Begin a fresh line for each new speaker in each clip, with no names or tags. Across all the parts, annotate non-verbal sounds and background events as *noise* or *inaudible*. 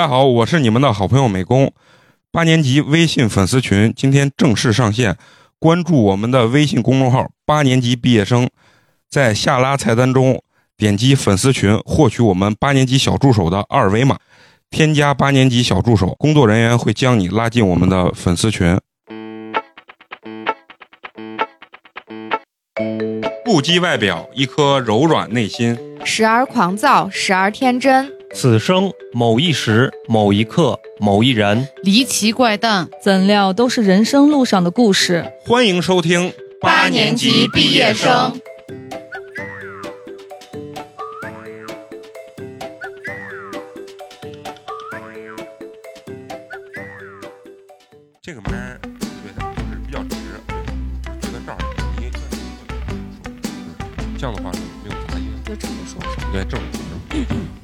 大家好，我是你们的好朋友美工。八年级微信粉丝群今天正式上线，关注我们的微信公众号“八年级毕业生”，在下拉菜单中点击粉丝群，获取我们八年级小助手的二维码，添加八年级小助手，工作人员会将你拉进我们的粉丝群。不羁外表，一颗柔软内心。
时而狂躁，时而天真， *laughs*
此生某一时、某一刻、某一人，
离奇怪诞，
怎料都是人生路上的故事。
欢迎收听
八年级毕业生。
这个玩意儿，对它就是比较直，对，就觉得这儿你一个这样的话是没有杂音，
就这么说，
对，正常。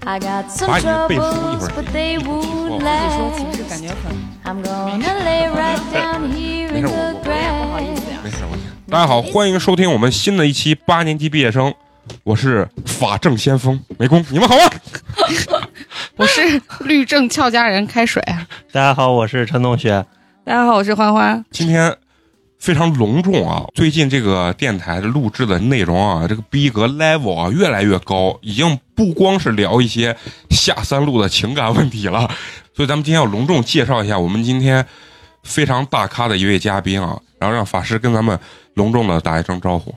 I got some
把你的背书一会
troubles,
儿
but they
说
won't
吧。
自己说其实
last.
感觉很
I'm gonna lay right down here
没
in
事我
the
我
不好意
grass.
思呀、
没事，我大家好，欢迎收听我们新的一期八年级毕业生，我是法政先锋美工，你们好吗？
我
*laughs*
是律政俏佳人开水，
大家好，我是陈同学。
大家好，我是欢欢。
今天非常隆重啊！最近这个电台的录制的内容啊，这个逼格 level 啊越来越高，已经不光是聊一些下三路的情感问题了。所以咱们今天要隆重介绍一下我们今天非常大咖的一位嘉宾啊，然后让法师跟咱们隆重的打一声招呼。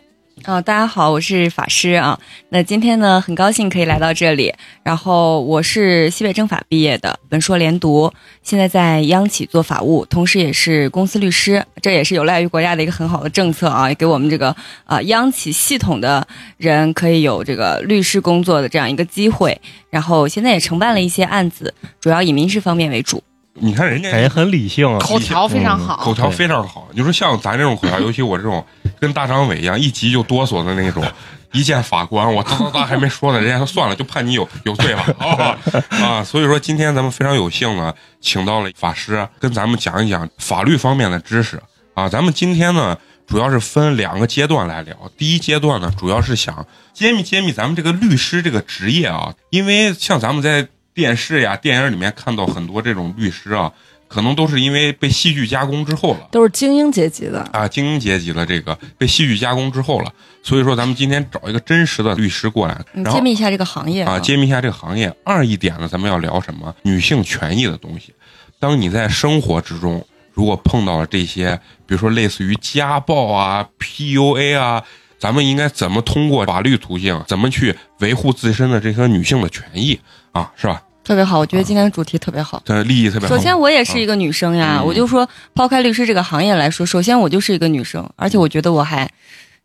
嗯、大家好，我是法师啊。那今天呢，很高兴可以来到这里。然后我是西北政法毕业的，本硕连读，现在在央企做法务，同时也是公司律师。这也是有赖于国家的一个很好的政策啊，也给我们这个呃央企系统的人可以有这个律师工作的这样一个机会。然后现在也承办了一些案子，主要以民事方面为主。
你看人家
感觉很理性啊，
口条非常好。
口条非常好。你说像咱这种口条，尤其我这种跟大张伟一样一急就哆嗦的那种，一见法官我哒哒哒还没说呢，人家说算了，就判你有 *laughs* 有罪了啊、啊！所以说今天咱们非常有幸呢，请到了法师跟咱们讲一讲法律方面的知识啊。咱们今天呢。主要是分两个阶段来聊。第一阶段呢，主要是想揭秘揭秘咱们这个律师这个职业啊，因为像咱们在电视呀、电影里面看到很多这种律师啊，可能都是因为被戏剧加工之后了
都是精英阶级的，
啊，精英阶级了，这个被戏剧加工之后了，所以说咱们今天找一个真实的律师过来，
嗯
然后
揭秘一下这个行业
啊，揭秘一下这个行业。二一点呢，咱们要聊什么？女性权益的东西。当你在生活之中，如果碰到了这些，比如说类似于家暴啊、PUA 啊，咱们应该怎么通过法律途径，怎么去维护自身的这些女性的权益啊，是吧？
特别好，我觉得今天的主题特别好。
这利益特别好。
首先，我也是一个女生呀，
嗯
我就说，抛开律师这个行业来说，首先我就是一个女生，而且我觉得我还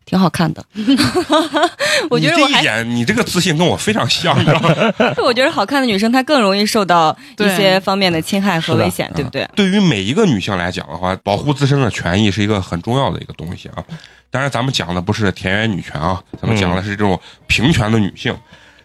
挺好 *laughs* 看的。我觉得
你
我
这一
还，
点，你这个自信跟我非常像，你知道吗？
我觉得好看的女生她更容易受到一
对
些方面的嗯侵害和危险，对不对？
对于每一个女性来讲的话，保护自身的权益是一个很重要的一个东西啊。当然，咱们讲的不是田园女权啊，咱们讲的是这种平权的女性。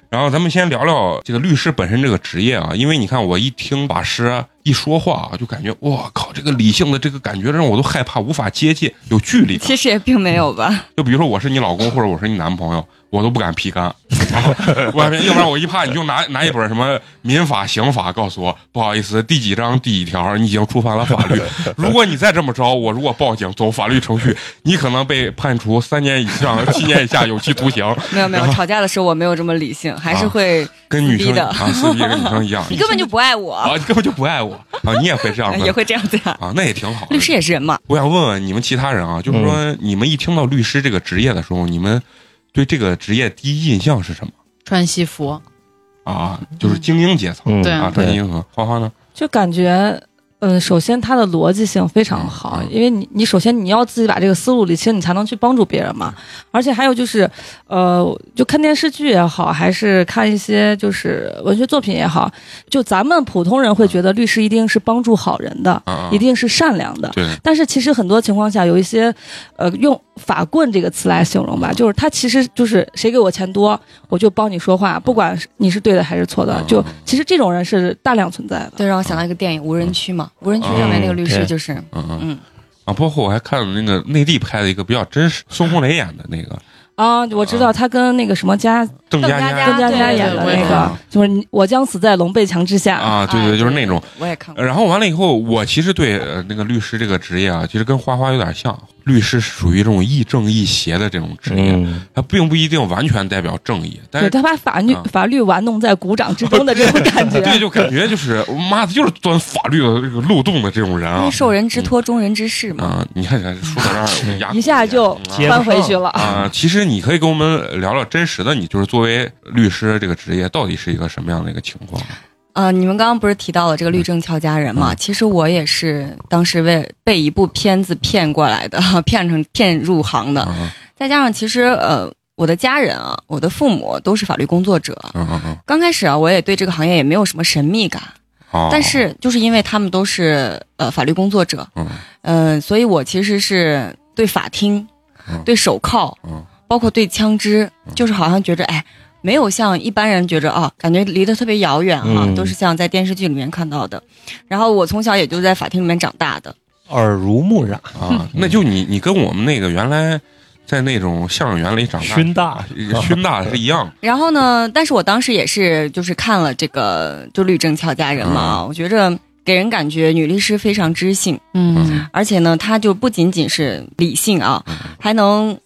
然后咱们先聊聊这个律师本身这个职业啊，因为你看我一听法师一说话啊，就感觉我靠，这个理性的这个感觉让我都害怕，无法接近，有距离感。
其实也并没有吧，
就比如说我是你老公或者我是你男朋友，我都不敢皮干，然后外面要不然我一怕你就拿 *laughs* 拿一本什么民法刑法告诉我，不好意思，第几章第几条你已经触犯了法律，如果你再这么着，我如果报警走法律程序，你可能被判处三年以上七年以下有期徒刑，
没有没有。吵架的时候我没有这么理性，还是会
跟女生
撕逼的
啊撕逼跟女生一样，
*laughs* 你根本就不爱我，哎
啊你根本就不
*laughs*
爱我啊，你也会这样
也
的
会这样子呀。
啊，那也挺好的。
律师也是人嘛，
我想问问你们其他人啊，就是说你们一听到律师这个职业的时候，你们对这个职业第一印象是什么
穿西服，
啊？就是精英阶层、
嗯，
对
啊，
对
专精和花花呢？
就感觉，嗯，首先它的逻辑性非常好
嗯，
因为你你首先你要自己把这个思路理清，你才能去帮助别人嘛。而且还有就是，呃，就看电视剧也好，还是看一些就是文学作品也好，就咱们普通人会觉得律师一定是帮助好人的，
啊，啊
一定是善良的。
对，
但是其实很多情况下，有一些，呃，用“法棍”这个词来形容吧，就是他其实就是谁给我钱多，我就帮你说话，不管是你是对的还是错的
嗯，
就其实这种人是大量存在的。
对，让我想到一个电影《无人区》嘛，《无人区》上面那个律
嗯
师
对
就是，
嗯嗯
嗯，
啊，包括我还看了那个内地拍的一个比较真实，孙红雷演的那个
啊，我知道他跟那个什么佳
邓
邓
家
家
邓
佳
家
对
佳
对
演
对
的
我也
那
看
个
过，
就是你我将死在龙背墙之下
啊，对对，就是那种。
哎我也看过。
然后完了以后，我其实对呃那个律师这个职业啊，其实跟花花有点像。律师是属于这种亦正亦邪的这种职业，
嗯，
它并不一定完全代表正义，但
对
是
他把法律
啊
法律玩弄在鼓掌之中的这种
*laughs*
感觉，
对，就感觉就是妈的，就是钻法律的这个漏洞的这种人
因
啊
为受人之托，忠人之事嘛。
啊！你看，说到这儿，我牙
一下就
嗯啊
接
翻回去了。
啊，其实你可以跟我们聊聊真实的，你就是作为律师这个职业到底是一个什么样的一个情况？
呃，你们刚刚不是提到了这个律政俏佳人嘛？其实我也是当时为被一部片子骗过来的， *laughs* 骗成骗入行的。
啊
再加上其实呃，我的家人啊，我的父母都是法律工作者。
啊啊！
刚开始啊，我也对这个行业也没有什么神秘感，
啊
但是就是因为他们都是呃法律工作者，
嗯
呃，所以我其实是对法庭、
嗯
对手铐，
嗯
包括对枪支
嗯，
就是好像觉着哎，没有像一般人觉着啊，感觉离得特别遥远哈、
嗯
都是像在电视剧里面看到的。然后我从小也就在法庭里面长大的，
耳濡目染，
啊，那就你你跟我们那个原来在那种相声园里长大
熏大，
熏大是一样
然后呢，但是我当时也是就是看了这个就律政俏佳人嘛，啊，我觉着给人感觉女律师非常知性，
嗯
嗯，
而且呢，她就不仅仅是理性啊，
的。
还能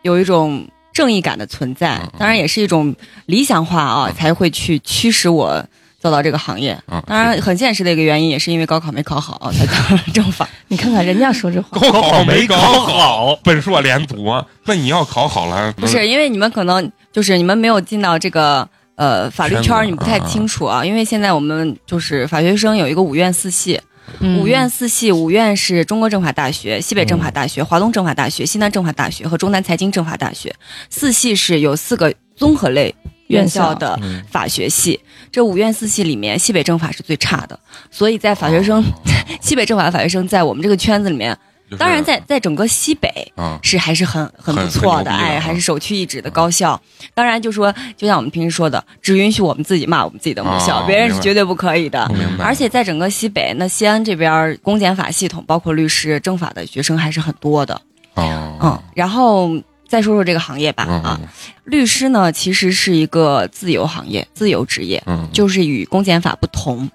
有一种正义感的存在
嗯嗯，嗯
当然也是一种理想化啊，才会去驱使我走到这个行业。
啊，
当然，很现实的一个原因，也是因为高考没
*laughs*
考好啊才到了政法。
你看看人家说这话，
高考没
高
考
考
好，本硕连读啊，那你要考好了，
不是因为你们可能就是你们没有进到这个呃法律圈
圈子嗯
儿，你不太清楚啊。因为现在我们就是法学生有一个五院四系，
嗯
五院四系，五院是中国政法大学、西北政法大学、
嗯
华东政法大学、西南政法大学和中南财经政法大学。四系是有四个综合类院校的
嗯
法学系，这五院四系里面，西北政法是最差的，所以在法学生， *laughs* 西北政法的法学生在我们这个圈子里面，
哦就是
当然在在整个西北。
啊，
是还是很很
很
不错
很
的，
牛逼的
哎，
啊
还是首屈一指的高校。当然，就说就像我们平时说的，只允许我们自己骂我们自己的母校，
哦
别人是
明白
绝对不可以的。
明白。
而且在整个西北，那西安这边儿公检法系统，包括律师、政法的学生还是很多的。嗯
啊，，
然后再说说这个行业吧
嗯
啊，律师呢其实是一个自由行业、自由职业，
嗯，
就是与公检法不同，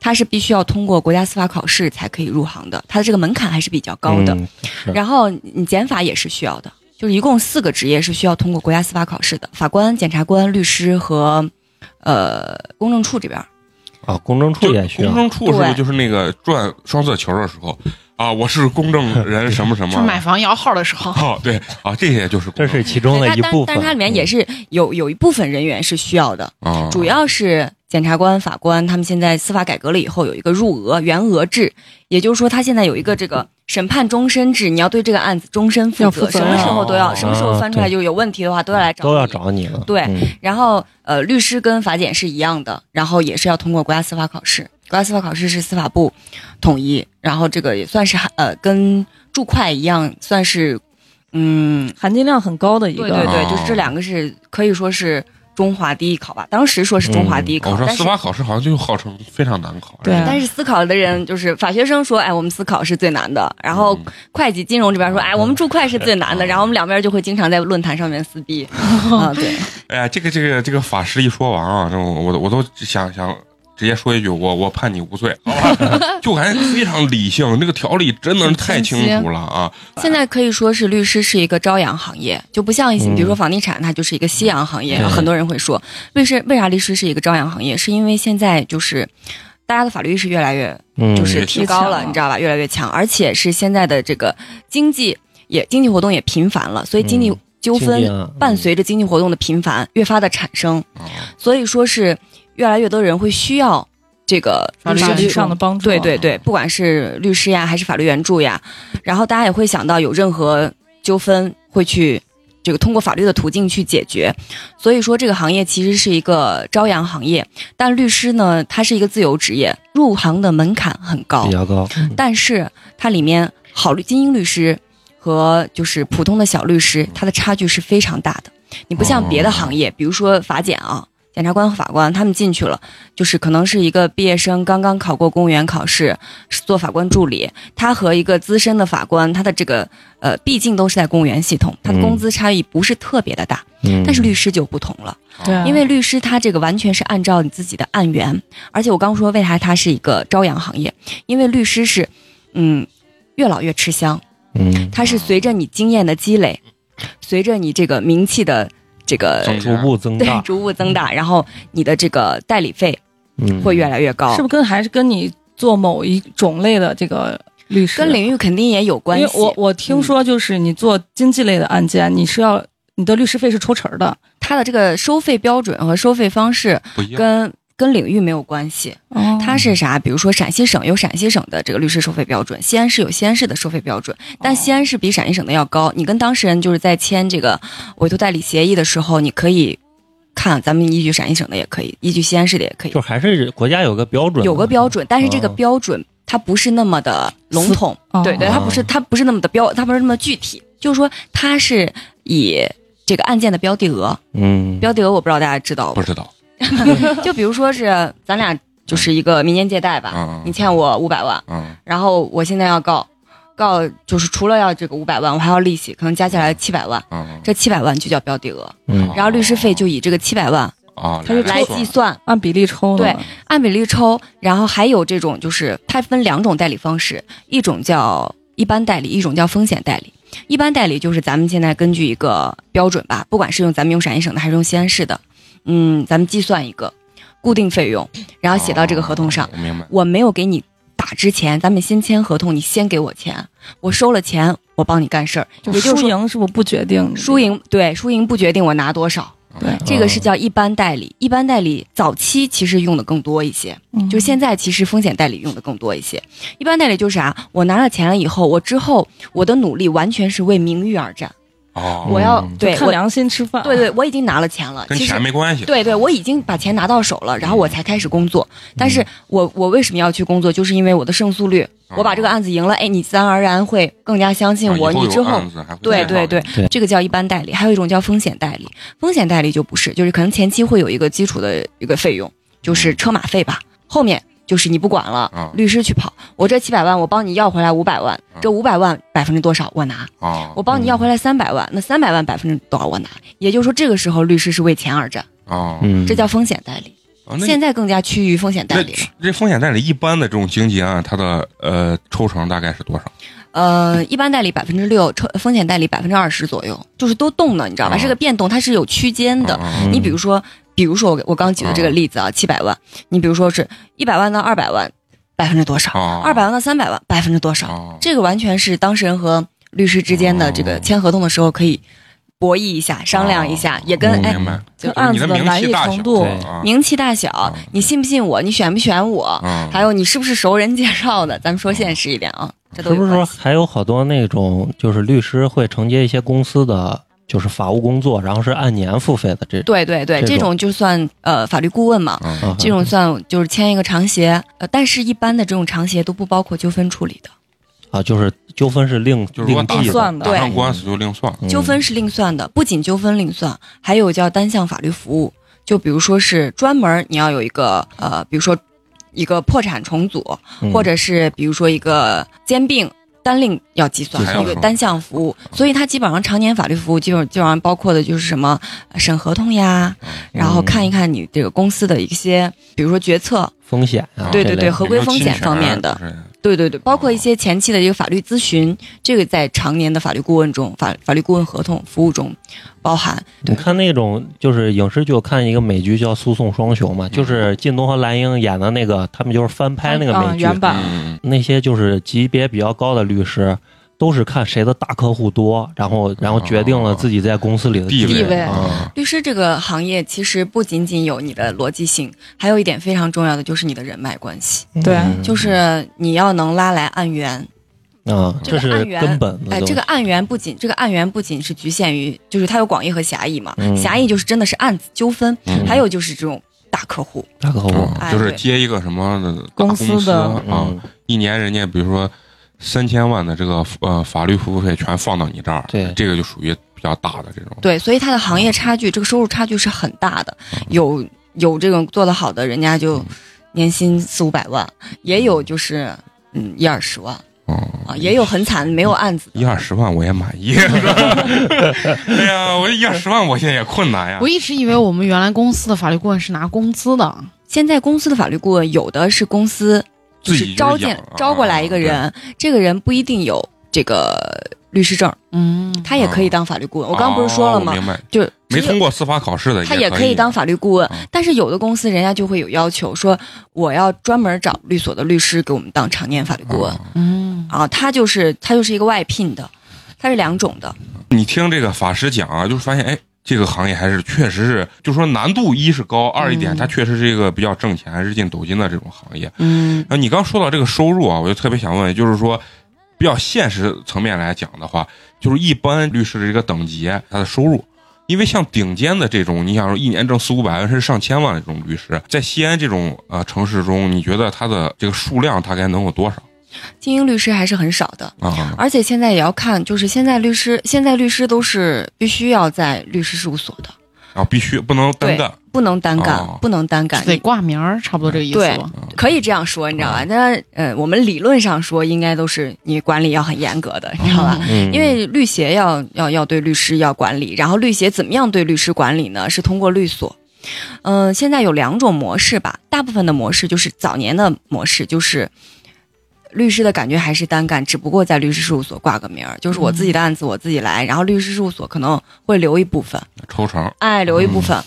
它是必须要通过国家司法考试才可以入行的，它的这个门槛还是比较高的。
嗯是
然后你检法也是需要的，就是一共四个职业是需要通过国家司法考试的：法官、检察官、律师和呃公证处这边儿。
啊，公证
就
处也需要
公，证处是不是
对
就是那个转双色球的时候啊？我是公证人什么
*laughs*
什
就
么。
买房摇号的时候，
哦，对啊，这些就是
这
公证
是其中的
对
一
但
部分。嗯
但但是它里面也
是
是有有一部分人员是需要的，
哦
啊，
主要是检察官、法官，他们现在司法改革了以后有一个入额员额制，也就是说他现在有一个这个审判终身制，你要对这个案子终身负
要
责，
负责
什么时候都要，
哦
什么时候翻出来
对
就有问题的话都要来找，
都要。找你了。
对
嗯
然后呃，律师跟法检是一样的，然后也是要通过国家司法考试，国家司法考试是司法部统一，然后这个也算是呃跟注会一样，算是嗯
含金量很高的一
对对
个，啊
对，
哦
就是这两个是可以说是中华第一考吧，当时说是中华第一
哦
考，
我说
但
司
是。
法考试好像就号称非常难考。哎
对啊
但是思考的人就是法学生说，哎，我们思考是最难的。然后
嗯
会计、金融这边说，哎，我们注会是最难的。
嗯
然后我们两边就会经常在论坛上面撕
*laughs*
逼。啊，对，
哎呀，这个这个这个法师一说完啊，这我我都我都想想直接说一句，我我判你无罪，好
*laughs*
吧？就感觉非常理性，这个条理真的是太清楚了
*laughs*
啊！
现在可以说是律师是一个朝阳行业，就不像一些
嗯
比如说房地产，它就是一个夕阳行业。
对
很多人会说，律师为啥律师是一个朝阳行业？是因为现在就是大家的法律意识越来越
嗯，
就是提高了，
嗯
你知道吧？越来越强，而且是现在的这个经济也经济活动也频繁了，所以经济
嗯
纠
经济
纷
啊
伴随着经济活动的频繁越发的产生，
啊
所以说是越来越多人会需要这个
法律
律
法
师
律上的帮助，啊
对对对，不管是律师呀，还是法律援助呀，然后大家也会想到有任何纠纷会去这个通过法律的途径去解决。所以说，这个行业其实是一个朝阳行业，但律师呢，它是一个自由职业，入行的门槛很高
比，较高，
但是它里面好律精英律师和就是普通的小律师，它的差距是非常大的。你不像别的行业，比如说法检啊。检察官和法官，他们进去了，就是可能是一个毕业生刚刚考过公务员考试，是做法官助理，他和一个资深的法官，他的这个呃，毕竟都是在公务员系统，他的工资差异不是特别的大，
嗯
但是律师就不同了。
对啊
嗯
因为律师他这个完全是按照你自己的案源，而且我刚说为啥他是一个朝阳行业，因为律师是，嗯，越老越吃香，
嗯
它是随着你经验的积累，随着你这个名气的这个
增
逐步增
对
大，
逐步增大，然后你的这个代理费
嗯
会越来越高，
是不是跟还是跟你做某一种类的这个律师
跟领域肯定也有关
因
系
为。我我听说，就是你做经济类的案件，你是要你的律师费是抽成儿的。
它的这个收费标准和收费方式
不一样。
跟跟领域没有关系，
哦
它嗯是啥？比如说陕西省有陕西省的这个律师收费标准，西安市有西安市的收费标准，但西安市比陕西省的要高。你跟当事人就是在签这个委托代理协议的时候，你可以看咱们依据陕西省的也可以，依据西安市的也可以
就，还是国家有个标准嘛，
有个标准，但是这个
哦
标准它不是那么的笼统，
哦
对对，它不是它不是那么的标，它不是那么具体，就是说它是以这个案件的标的额，
嗯，
标的额我不知道大家知道
不
不？
知道
就比如说是咱俩就是一个民间借贷吧，
啊
你欠我五百万。
啊，
然后我现在要告，告就是除了要这个五百万，我还要利息，可能加起来七百万，
嗯
这七百万就叫标的额，
嗯
然后律师费就以这个七百
哦
万
啊，
他是
来
算
计算，
按比例抽的。
对按比例抽，然后还有这种就是它分两种代理方式，一种叫一般代理，一种叫风险代理。一般代理就是咱们现在根据一个标准吧，不管是用咱们用陕西省的还是用西安市的，嗯，咱们计算一个固定费用，然后写到这个合同上
哦。我明白。
我没有给你打之前，咱们先签合同，你先给我钱，我收了钱，我帮你干事儿。
就
也就是
输
说，
赢是不是不决定？
输赢对输赢不决定我拿多少，
对，
这个是
嗯
叫一般代理。一般代理早期其实用的更多一些，
嗯
就现在其实风险代理用的更多一些。一般代理就是啥、啊我拿了钱了以后，我之后我的努力完全是为名誉而战，
哦，
我要
嗯
对
看
我
良心吃饭。
对对，我已经拿了钱了，
跟
其实
钱没关系。
对对，我已经把钱拿到手了，然后我才开始工作。但
嗯
是我我为什么要去工作？就是因为我的胜诉率，
啊
我把这个案子赢了，哎，你自然而然会更加相信
啊
我，
以后
你
有
之后
案。子还会
对
介绍
对
你
对，
对
这个叫一般代理，还有一种叫风险代理。风险代理就不是，就是可能前期会有一个基础的一个费用，就是车马费吧。后面就是你不管了，
嗯啊
律师去跑。我这七百万，我帮你要回来五百万，这五百万百分之多少我拿？
啊，
我帮你要回来三百万，那三百万百分之多少我拿？也就是说，这个时候律师是为钱而战，
啊，
嗯，
这叫风险代理。
啊那
现在更加趋于风险代
那
理了。
这风险代理一般的这种经济案，它的呃抽成大概是多少？
呃，一般代理百分之六，抽风险代理百分之二十左右，就是都动的，你知道吧？
啊
是个变动，它是有区间的。
啊
嗯
你比如说，比如说我我刚举的这
哦
个例子啊，七百万，你比如说是一百万到二百万，百分之多少？
啊，
二百万到三百万，百分之多少？
啊，
这个完全是当事人和律师之间的这
哦
个签合同的时候可以博弈一下、商量一下
哦，
也跟
嗯
哎
明白，
就
就是
案
你
子
的名
难易
气大小
程度，
对
啊
名气大小，你信不信我，你选不选我，
啊，
还有你是不是熟人介绍的？咱们说现实一点啊，这都
是
有
不是
关
说
系
还有好多那种就是律师会承接一些公司的就是法务工作，然后是按年付费的这种
对对对，
这种
这种就算呃法律顾问嘛，
啊
啊
这种算就是签一个长协，呃，但是一般的这种长协都不包括纠纷处理的，啊
啊，就是纠纷是另
就是我
另
打
计
算的
打
对
上官司就另算。啊
嗯
纠纷是另算的，不仅纠纷另算，还有叫单项法律服务，就比如说是专门你要有一个呃，比如说一个破产重组，
嗯
或者是比如说一个兼并。单另要计算
还有
一个
什么
单项服务，所以它基本上常年法律服务基本基本上包括的就是什么呃审合同呀，然后看一看你这个公司的一些，比如说决策，
风险啊，
对
这
对
类
对，
的
合规风险方面的，
有没有侵权啊
对对对，包括一些前期的这个法律咨询，这个在常年的法律顾问中、法法律顾问合同服务中包含。
你看那种就是影视剧，我看一个美剧叫《诉讼双雄》嘛，
嗯
就是靳东和蓝鹰演的那个，他们就是翻拍那个
啊
美剧，
原
之类的
版
嗯，
那些就是级别比较高的律师，都是看谁的大客户多，然后然后决定了自己在公司里的
哦地
位
地位
啊。
律师这个行业其实不仅仅有你的逻辑性，还有一点非常重要的就是你的人脉关系，
对
嗯
就是你要能拉来案源。
啊，
这个
是
案源
根本的
哎，
东西
这个案源不仅这个案源不仅是局限于，就是它有广义和狭义嘛，
嗯
狭义就是真的是案子纠纷，
嗯
还有就是这种大客户。
大客户
啊
哎
就是
对
接一个什么的大
公司的
啊，
嗯，
一年人家比如说三千万的这个呃法律服务费全放到你这儿，
对
这个就属于比较大的这种。嗯
对，所以它的行业差距，这个收入差距是很大的，有有这种做得好的，人家就年薪四五百万，也有就是嗯一二十万
哦，
啊，也有很惨没有案子的。
一二十万我也满意。哎呀，我一二十万我现在也困难呀
我。一直以为我们原来公司的法律顾问是拿工资的，
现在公司的法律顾问有的是公司就
自己
是
就是
招进
养啊
招过来一个人，这个人不一定有这个律师证，
嗯，
他也可以当法律顾问。我刚刚不是说了吗
哦哦我？明白，
就
没
只有
通过司法考试的
他
呃也
也可以当法律顾问
嗯，
但是有的公司人家就会有要求，说我要专门找律所的律师给我们当常年法律顾问
哦
嗯，
啊，他就是他就是一个外聘的，他是两种的，
你听这个法师讲啊，就是发现哎，这个行业还是确实是，就说难度一是高，二一点它确实是一个比较挣钱、日进斗金的这种行业。
嗯
那你刚说到这个收入啊，我就特别想问，就是说比较现实层面来讲的话，就是一般律师的这个等级，他的收入。因为像顶尖的这种，你想说一年挣四五百万甚至上千万的这种律师，在西安这种呃城市中，你觉得他的这个数量大概能有多少
精英律师还是很少的。
啊？
而且现在也要看，就是现在律师，现在律师都是必须要在律师事务所的，
啊，必须不能单干，
不能单干，
哦
不能单干，
得挂名儿，差不多这个意思
对
吧。
啊
可以这样说，你知道吧？但呃，我们理论上说，应该都是你管理要很严格的，你知道吧？
嗯，
因为律协要要要对律师要管理，然后律协怎么样对律师管理呢？是通过律所。嗯、现在有两种模式吧，大部分的模式就是早年的模式，就是律师的感觉还是单干，只不过在律师事务所挂个名儿，就是我自己的案子我自己来，然后律师事务所可能会留一部分，
抽成
哎，留一部分，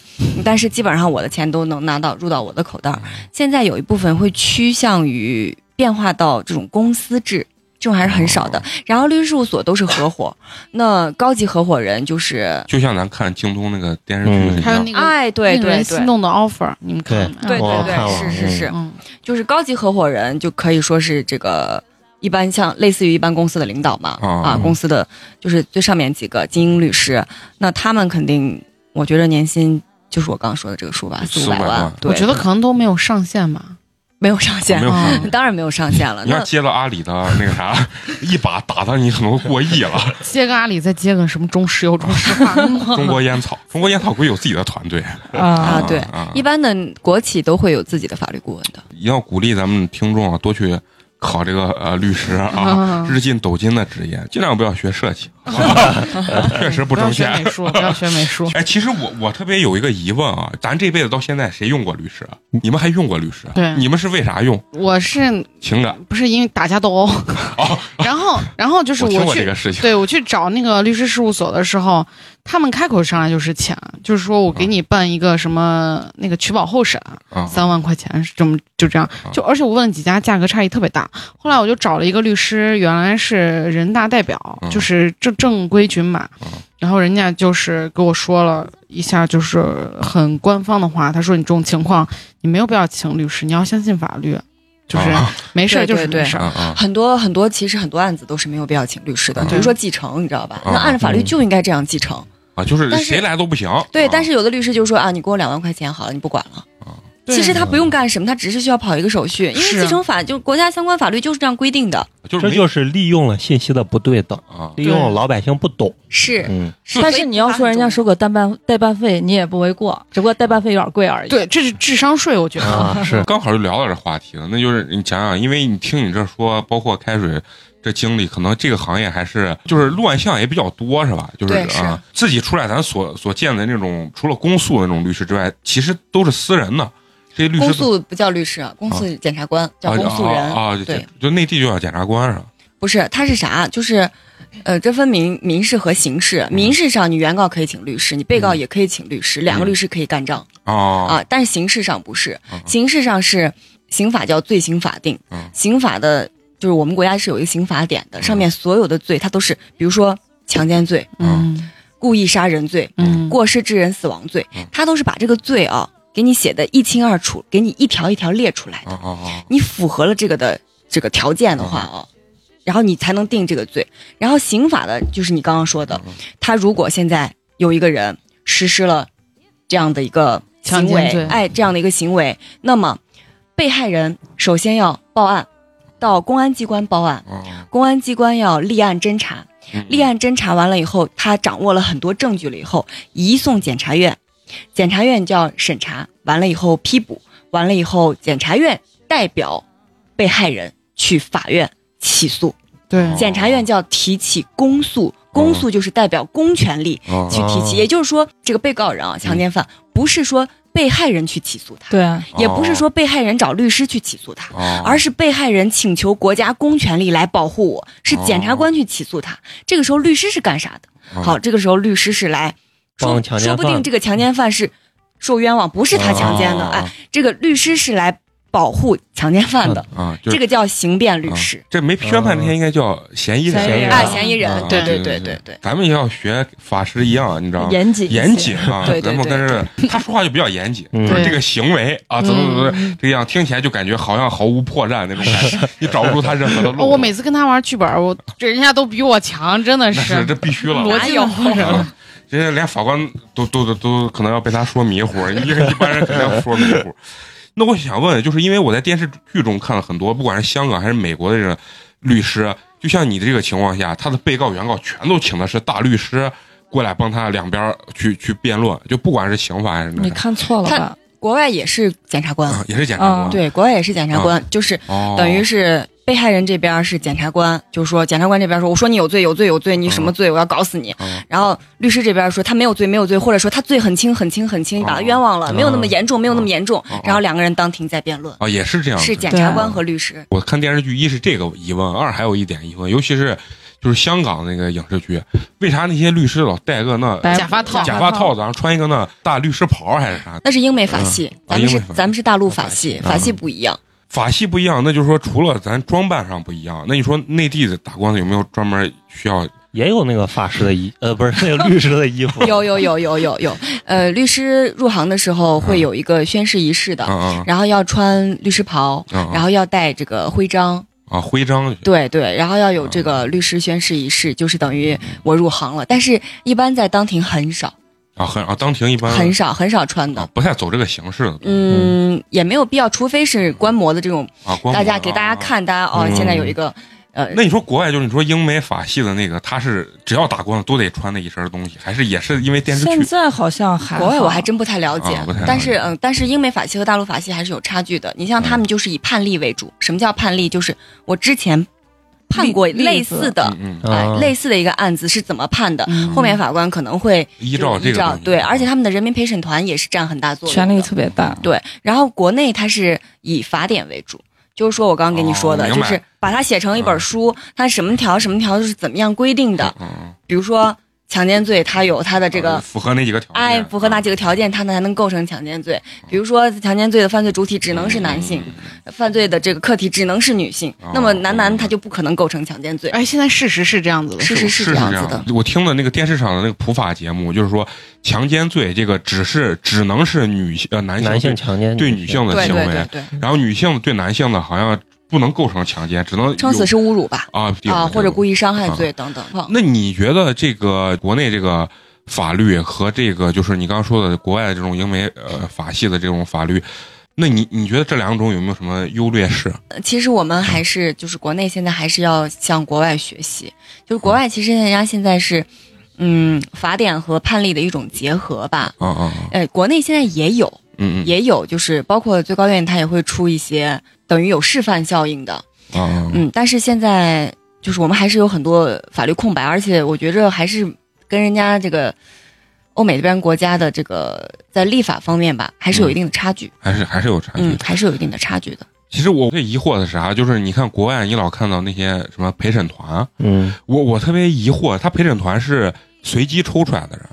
但是基本上我的钱都能拿到入到我的口袋儿。现在有一部分会趋向于变化到这种公司制，这种还是很少
哦
的。然后律师事务所都是合伙，那高级合伙人就是。
就像咱看京东那个电视剧
嗯
一
还有
样，
那个
哎，对
令人
对
心
对，
动的 offer，你们看了没？
对
我
对
看了
对，是是是，
嗯，
就是高级合伙人就可以说是这个一般像类似于一般公司的领导嘛，
哦
啊，公司的就是最上面几个精英律师，那他们肯定，我觉得年薪就是我刚刚说的这个数吧，四
四
五
五百
百
万
万，对
我觉得可能都没有上限吧。
没有上限
没，有上
嗯
限。
当然没有上限了。
你要
那
接到阿里的那个啥，一把打他，你可能过亿了。
*laughs* 接个阿里，再接个什么中石油、中石化，
中国烟草，中国烟草会有自己的团队啊
啊，对，
啊
一般的国企都会有自己的法律顾问的。
要鼓励咱们听众啊，多去考这个呃律师
*laughs* 嗯
啊，日进斗金的职业，尽量不要学设计，确实不
要
挣
学美
钱。。
术，不要学美术
*laughs* 哎，其实我我特别有一个疑问啊，咱这辈子到现在谁用过律师啊？你们还用过律师啊？
对
你们是为啥用？
我是
情感？
不是因为打架斗殴？ *laughs* 然后，然后就是
哦听
我
过这
去，
个事情。
对我去找那个律师事务所的时候，他们开口上来就是钱，就是说我给你办一个什么那个取保候审，
啊，
三万块钱是这么就这样
啊，
就而且我问了几家，价格差异特别大。后来我就找了一个律师，原来是人大代表，
嗯
就是正正规军嘛
嗯。
然后人家就是给我说了一下，就是很官方的话，他说你这种情况，你没有必要请律师，你要相信法律，就是
啊
没事儿就是
对对
没事
啊
儿。
啊，
很多很多，其实很多案子都是没有必要请律师的，
嗯
比如说继承，你知道吧？
嗯
那按法律就应该这样继承。
啊，就是
但是
谁来都不行。
对，
啊
但是有的律师就说啊，你给我两万块钱好了，你不管了。
嗯
对
其实他不用干什么，他只是需要跑一个手续，因为
啊
是
继承法就是国家相关法律就是这样规定的。
就是
这
没
就是利用了信息的不对等，
啊，
利用了
对
老百姓不懂。
是，
嗯，
*laughs* 但是你要说人家收个代办代办费，你也不为过，只不过代办费有点贵而已。
对，这是智商税，我觉得。
*laughs*
啊，是
刚好就聊到这话题了，那就是你想想，因为你听你这说，包括开水这经历，可能这个行业还是就是乱象也比较多，是吧？就是
对是
啊，自己出来咱所所见的那种，除了公诉的那种律师之外，其实都是私人的，这些律师
公
都
诉不叫律师，啊公诉检察官叫公诉人。
啊啊啊啊啊
对，
就内地就叫检察官是吧？
不是，他是啥？就是，呃，这分民民事和刑事。
嗯
民事上，你原告可以请律师，你被告也可以请律师，两个律师可以干仗、
啊
哦
啊。但是刑事上不是，
啊
刑事上是刑法叫罪刑法定，
哦
嗯
刑法的就是我们国家是有一个刑法典的，上面所有的罪它都是，比如说强奸罪、
啊
嗯
故意杀人罪、
嗯，
过失致人死亡罪
嗯，
它都是把这个罪啊给你写的一清二楚，给你一条一条列出来
啊。啊啊！
你符合了这个的这个条件的话
嗯
哦，然后你才能定这个罪。然后刑法的就是你刚刚说
嗯
嗯
的，他如果现在有一个人实施了这样的一个
强
行
奸罪
为，哎，这样的一个行为，那么被害人首先要报案，到公安机关报案，
啊啊
公安机关要立案侦查，
嗯
立案侦查完了以后，他掌握了很多证据了以后，移送检察院，检察院就要审查完了以后批捕，完了以后检察院代表被害人去法院起诉，
对
检察院叫提起公诉，公诉就是代表公权力
啊
去提起，
哦
也就是说，这个被告人啊，强奸犯不是说被害人去起诉他，
对啊，
也不
哦嗯
是说被害人找律师去起诉他。
啊，
而是被害人请求国家公权力来保护我，是检察官去起诉他。这个时候律师是干啥的？
哦
好，这个时候律师是来说
帮，强奸
说不定
犯
这个强奸犯是受冤枉，不是他强奸的。
啊
哎，这个律师是来保护强奸犯的，
啊，就是
这
哦
个叫刑辩律师。
这没宣判之前应该叫嫌疑人，
嫌疑人
啊，嫌疑
啊
人，
对
对
对
对对对对，
咱们也要学法师一样，你知道吗？
严谨
严谨啊，
对对
咱们
对
跟着他说话就比较严谨，
嗯
就是这个行为啊，怎么怎么怎么这样，听起来就感觉好像毫无破绽那种感觉，你找不出他任何的
哦，
漏
我
洞。
每次跟他玩剧本，我这人家都比我强，真的
那
是
是这必须了，
逻辑都活人
*laughs*
了。
啊，人家连法官都都都都可能要被他说迷糊，一个一般人肯定要说迷糊。那我想问，就是因为我在电视剧中看了很多，不管是香港还是美国的这种律师，就像你这个情况下，他的被告、原告全都请的是大律师过来帮他两边儿去去辩论，就不管是刑法还是那
你
啥
看错了
他
吧？
国外也是检察官，
啊，也是检察官，
啊，
哦对，国外也是检察官，就是
哦，
等于是被害人这边是检察官，就说检察官这边说，我说你有罪，有罪，有罪，你什
哦
么罪？我要搞死你。
嗯
然后律师这边说他没有罪，没有罪，或者说他罪很轻，很轻，很轻，你把他
哦
冤枉了，没有那么严重，没有那么严重
哦。
然后两个人当庭再辩论，
啊，也是这样子，
是检察官和律师。
我看电视剧，一是这个疑问，二还有一点疑问，尤其是就是香港那个影视剧，为啥那些律师老戴个那
假发
*laughs*
套
假发套子，然后穿一个那大律师袍还是啥？
那是英美法系，
啊
咱们是
英美法系
咱们是大陆法系，
啊
法系不一样。，
法系不一样，那就是说除了咱装扮上不一样，那你说内地的打官司有没有专门需要
也有那个法师的衣，呃，不是那个律师的衣服
有有有有有有，呃，律师入行的时候
嗯
会有一个宣誓仪式
啊
的，
啊
然后要穿律师袍，
啊啊
然后要戴这个徽章，
啊徽章
对对，然后要有这
嗯
个律师宣誓仪式，就是等于我入行了，但是一般在当庭很少，
啊很啊当庭一般
很少很少穿
啊
的。
不太走这个形式的
嗯，也没有必要，除非是观摩的这种，
啊，光
大
棍
家给大家。
啊啊
看，大家哦
嗯，
现在有一个，呃，
那你说国外就是你说英美法系的那个，他是只要打官司都得穿那一身东西，还是也是因为电视
现
剧
在好像还
国外我
好
还真不太了解
啊不太了解，
但是嗯，但是英美法系和大陆法系还是有差距的。你像他
嗯
们就是以判例为主，什么叫判例？就是我之前判
例
过
例
类
子
似的，
嗯嗯，
嗯
哎
啊，
类似的一个案子是怎么判的，
嗯
后面法官可能会
依照
就
这
依
个
照
东西啊嗯
对，而且他们的人民陪审团也是占很大作用的，
权力特别大。
对。然后国内它是以法典为主，就是说我刚刚跟你说的，
哦明
就
白
是把它写成一本书，它什么条什么条是怎么样规定的，
嗯嗯
比如说强奸罪，它有它的这
啊
个。
符合那几个条件，嗯
哎，符合哪几个条件，它呢才能构成强奸罪？
哦
比如说，强奸罪的犯罪主体只能是男
嗯
性，犯罪的这个客体只能是女性
哦，
那么男男他就不可能构成强奸罪。
哎，现在事实是这样子的，
事实是
是
这样
这
子
样
的，。
我听的那个电视上的那个普法节目，就是说强奸罪这个只是只能是女性呃男性
男性强奸
对
女
女性的
对
行
对对
为，
对，
然后女性对男性的好像不能构成强奸，只能
撑死
有
是侮辱吧？
啊对
啊，
对
或者故意伤害
啊
罪等等。
那你觉得这个国内这个法律和这个就是你刚刚说的国外的这种英美呃法系的这种法律，那你你觉得这两种有没有什么优劣势？
呃其实我们还是就是国内现在还是要向国外学习，就是国外其实人家现在是，嗯，法典和判例的一种结合吧。
啊啊，啊
呃，国内现在也有
嗯嗯
也有，就是包括最高院它也会出一些等于有示范效应的，
啊啊
嗯，但是现在就是我们还是有很多法律空白，而且我觉着还是跟人家这个欧美这边国家的这个在立法方面吧，还是有一定的差距，
还是还是有差距。
嗯，还是有一定的差距的。
其实我最疑惑的是啥？就是你看国外，你老看到那些什么陪审团，
嗯，
我我特别疑惑，他陪审团是随机抽出来的人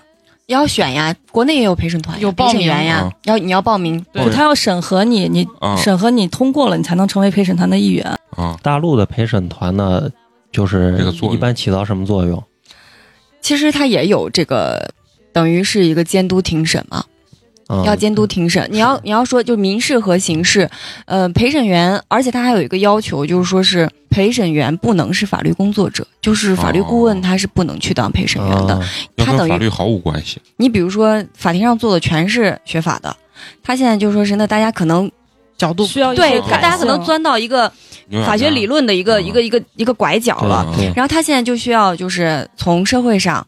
要选呀，国内也有陪审团呀，
有报名
陪审员呀，
啊
要你要报名。
对
就他要审核你，你
啊
审核你通过了，你才能成为陪审团的一员。
啊
大陆的陪审团呢，就是
这个作用
一般起到什么作用？
其实他也有这个，等于是一个监督庭审嘛，
嗯
啊，
要监督庭审。你要你要说就民事和刑事，呃，陪审员，而且他还有一个要求，就是说是陪审员不能是法律工作者，就是法律顾问
哦
他是不能去当陪审员的。
啊，
要
他
跟
等于
法律毫无关系。
你比如说法庭上坐的全是学法的，他现在就说是那大家可能
角度
需要一
对
些
哦
大
改
家可能
性
钻到一个
有点
法学
像
理论的一个
嗯
一个一个一个拐角
对
了。
啊
对
然后他现在就需要就是从社会上，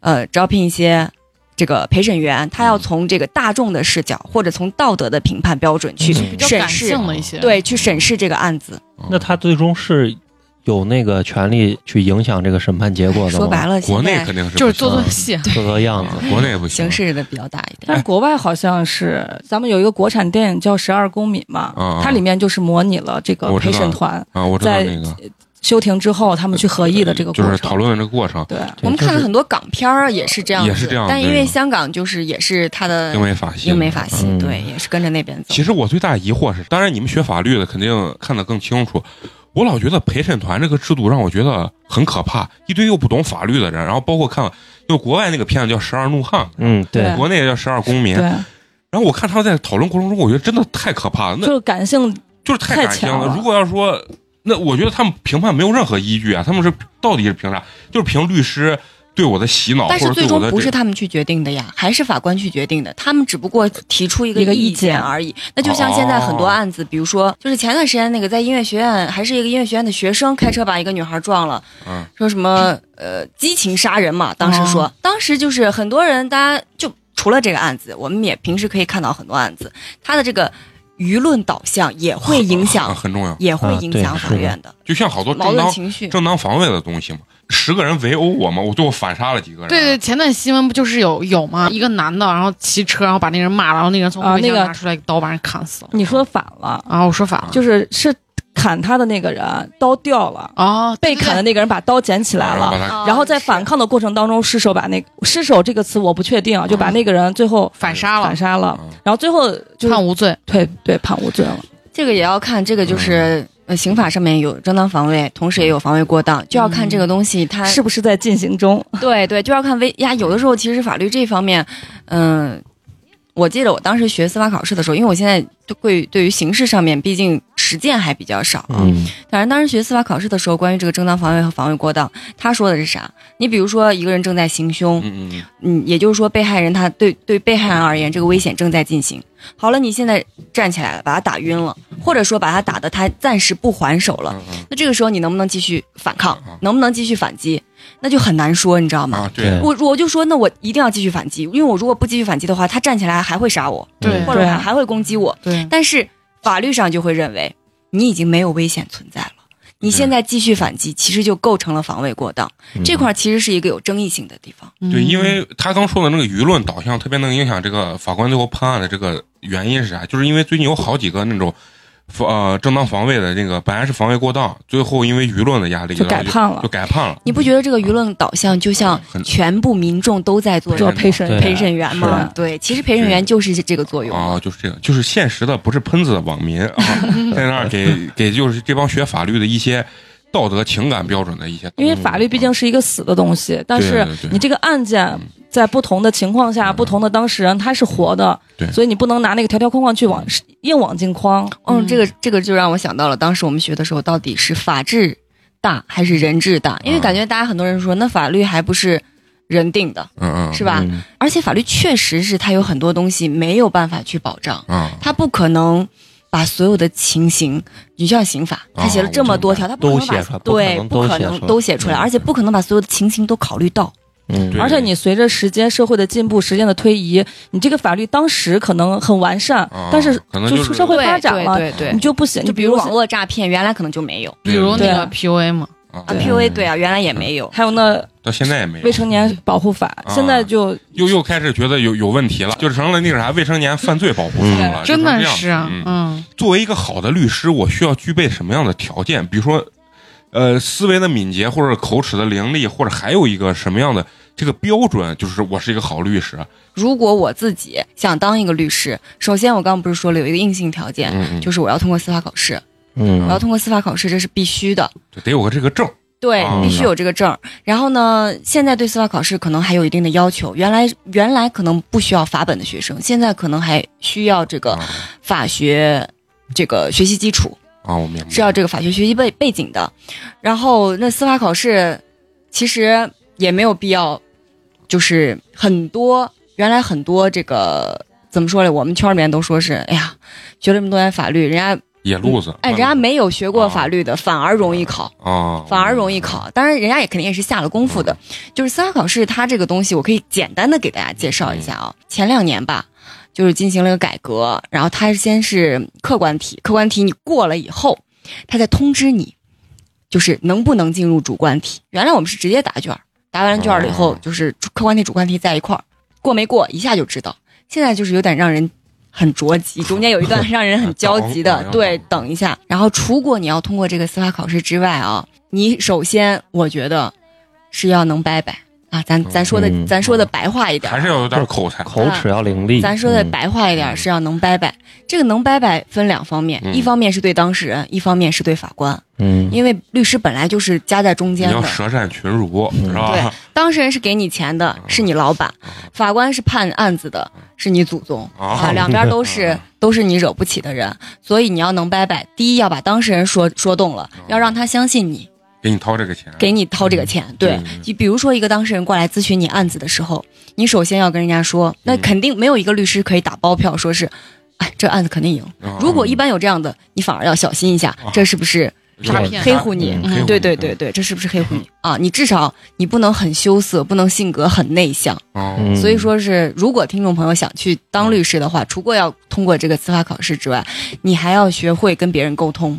呃，招聘一些这个陪审员，他要从这个大众的视角或者从道德的评判标准去
嗯
比较
审
感
视，
性的一些，，
对，去审视这个案子。
啊
那他最终是有那个权利去影响这个审判结果的吗？
说白了，
国内
现在
肯定是
就
不
是
行
做做戏。
就这样
啊
子。
国内不行
形，式的比较大一点
但。是国外好像是，咱们有一个国产电影叫《十二公民》嘛，
嗯嗯
它里面就是模拟了这个
我知
陪
道
审团
啊，我知道
在
那个
休庭之后他们去合议的这个
就
过
是
程。
讨论的这个过程，
对，
对
我们
就
看了
是
很多港片儿也是这样子，
也是这样
但
对
因为香港就是也是它的
英美法系，
英美法系，
嗯
对，也是跟着那边走
其。实我最大疑惑是，当然你们学法律的肯定看得更清楚。我老觉得陪审团这个制度让我觉得很可怕，一堆又不懂法律的人，然后包括看，因为国外那个片子叫《十二怒汉
嗯，对
啊
对，》，
国内也叫《十二公民》，
对，
然后我看他们在讨论过程中，我觉得真的太可怕了，那
就是感性
就是太感性
太强
了。
了
如果要说，那我觉得他们评判没有任何依据啊，他们是到底是凭啥？就是凭律师对我的洗脑，
但
或
是
者
最
对我
终
的
不是
这
他们去决定的呀，还是法官去决定的。他们只不过提出一个
一个
意
意见
见而已。那就像现在很多
哦
案子，比如说，就是前段时间那个在音乐学院，还是一个音乐学院的学生开车把一个女孩撞了，
嗯
说什么呃激情杀人嘛，当时说，当时就是很多人，大家就除了这个案子，我们也平时可以看到很多案子，他的这个舆论导向也会影
啊 *laughs*
响，
很重要，
也会
啊
影
对
响
是
法
的
院的
就像好多
矛
正
盾
当
情绪。
正当防卫的东西嘛，十个人围殴我嘛，我最后反杀了几个人，啊
对对，前段新闻不就是有有吗？一个男的，然后骑车，然后把那人骂了，然后那人从
啊
后备箱
那个
拿出来一个刀，把人砍死了。
你说反了，
啊，我说反
嗯
了，
就是是砍他的那个人刀掉了，
哦，
被砍的那个人把刀捡起来
然后把
了。
他
啊
然后在反，抗的过程当中，失手把那个“失手”这个词我不确定啊，就把那个人最后
反杀了
反，杀
啊
了，
嗯
然后最后就是
判无罪。
对对判无罪了。
是这个也要看，这个就是。呃，刑法上面有正当防卫，同时也有防卫过当，就要看这个东西它
是不是在进行中？
对对，就要看危呀。有的时候其实法律这方面，嗯、我记得我当时学司法考试的时候，因为我现在对对于刑事上面，毕竟实践还比较少啊。
嗯
反正当时学司法考试的时候，关于这个正当防卫和防卫过当，他说的是啥？你比如说一个人正在行凶，
嗯嗯
嗯，也就是说被害人他对对被害人而言，这个危险正在进行。好了，你现在站起来了，把他打晕了，或者说把他打的他暂时不还手了，
嗯嗯
那这个时候你能不能继续反抗
啊？
能不能继续反击？那就很难说，你知道
嗯
吗？
啊，对
对，
我我就说，那我一定要继续反击，因为我如果不继续反击的话，他站起来还会杀我，
对
或者
对
还还会攻击我。
对，
但是法律上就会认为你已经没有危险存在了，你现在继续反击，其实就构成了防卫过当。
嗯
这块儿其实是一个有争议性的地方。
对，因为嗯他刚说的那个舆论导向特别能影响这个法官最后判案的这个原因是啥？就是因为最近有好几个那种。呃，正当防卫的那个本来是防卫过当，最后因为舆论的压力，
就
然后
改判了
就改判了。
你
嗯
不觉得这个舆论导向就像
很
全部民众都在做
做
对
陪审啊
对
陪审
啊
员吗？对，其实陪审员就是这个作用。
啊，
哦
就是这样，就是现实的，不是喷子的网民啊，在那儿给给就是这帮学法律的一些道德情感标准的一些东西，
因为法律毕竟是一个死的东西，但
对
是
对对
你这个案件在不同的情况下、
嗯
不同的当事人，他是活的
对，
所以你不能拿那个条条框框去往硬往进框。
嗯，这个这个就让我想到了当时我们学的时候，到底是法治大还是人治大？因为
啊
嗯
感觉大家很多人说，那法律还不是人定的，
嗯嗯
是吧？
嗯
而且法律确实是它有很多东西没有办法去保障，
啊，
它不可能。把所有的情形，你像刑法，它写了
哦
这么多条，它不可能
都
把
写出来
对，
不
不
可
可
能
能
都
都
写
写
出
出
来
来，而且不可能把所有的情形都考虑到。
嗯
对
而且你随着时间、社会的进步、时间的推移，你这个法律当时可能很完善
啊，
但是
可能就是
就社会发展了，
对对
你就不行。
就
你
比如网
像
络诈骗，原来可能就没有
比如那
对
个 PUA 嘛，
啊
啊
对
，PUA 对啊，原来也没有。
还有那
到现在也没有
未成年保护法，现在就
又又开始觉得有有问题了，就成了那个啥未成年犯罪保护
嗯
法了，就
真
成
的
这样
是，啊，
嗯，
嗯，
作为一个好的律师，我需要具备什么样的条件？比如说，呃，思维的敏捷，或者口齿的伶俐，或者还有一个什么样的这个标准，就是我是一个好律师。
如果我自己想当一个律师，首先我刚刚不是说了有一个硬性条件，
嗯嗯，
就是我要通过司法考试，我
嗯
要通过司法考试，这是必须的。
就得有个这个证
对
哦，
必须有这个证儿。然后呢，现在对司法考试可能还有一定的要求。原来原来可能不需要法本的学生，现在可能还需要这
啊
个法学这个学习基础，
啊，我明白。
是要这个法学学习背背景的。然后那司法考试其实也没有必要，就是很多原来很多这个怎么说嘞，我们圈儿里面都说是，哎呀，学了这么多年法律，人家
野路子。嗯
哎，人家没有学过法律的，反而容易考，
啊，
反而容易考。当然，人家也肯定也是下了功夫的。就是司法考试，它这个东西，我可以简单的给大家介绍一下啊。前两年吧，就是进行了一个改革，然后它先是客观题，客观题你过了以后，它再通知你，就是能不能进入主观题。原来我们是直接答卷儿，答完了卷儿了以后
哦，
就是客观题、主观题在一块儿，过没过一下就知道。现在就是有点让人很着急，中间有一段 *laughs* 让人很焦急
等
的
等，
对，等一下。然后除过你要通过这个司法考试之外啊，你首先我觉得是要能掰掰啊，咱咱说的、
嗯
咱说的白话一点
嗯还，是要有点口才。
口齿要伶俐。
咱说的
嗯
白话一点
嗯
是要能掰掰。这个能掰掰分两方面，
嗯
一方面是对当事人，一方面是对法官，
嗯，
因为律师本来就是夹在中
你
间
要
的。
舌战群儒，
嗯
是吧？嗯
当事人是给你钱的，是你老板；法官是判案子的，是你祖宗。啊，
啊，
两边都是
啊
都是你惹不起的人，所以你要能掰掰。第一，要把当事人说说动了，
嗯
要让他相信你，
给你掏这个钱，
给你掏这
嗯
个钱。对
对对，
就比如说一个当事人过来咨询你案子的时候，你首先要跟人家说，那
嗯
肯定没有一个律师可以打包票说是，哎，这案子肯定赢。
啊
如果一般有这样的，你反而要小心一下
啊，
这是不是
有
诈
点
骗
黑户你？
嗯
黑户
嗯，
你
对对对对，这是不是黑户你啊？你至少你不能很羞涩，不能性格很内向。
哦
嗯
所以，说是，如果听众朋友想去当律师的话，除过要通过这个司法考试之外，你还要学会跟别人沟通。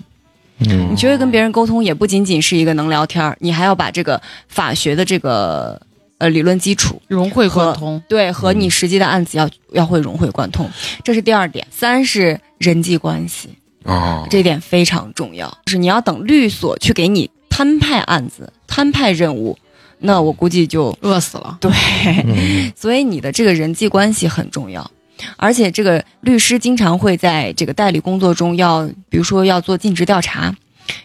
嗯
你学会跟别人沟通，也不仅仅是一个能聊天儿，你还要把这个法学的这个呃理论基础，
融会贯通，
对和
嗯
你实际的案子要要会融会贯通，这是第二点。三是人际关系，
嗯
哦，
这点非常重要，就是你要等律所去给你摊派案子、摊派任务，那我估计就
饿死了。
对。 *laughs*
嗯
所以你的这个人际关系很重要。而且这个律师经常会在这个代理工作中要，比如说要做尽职调查，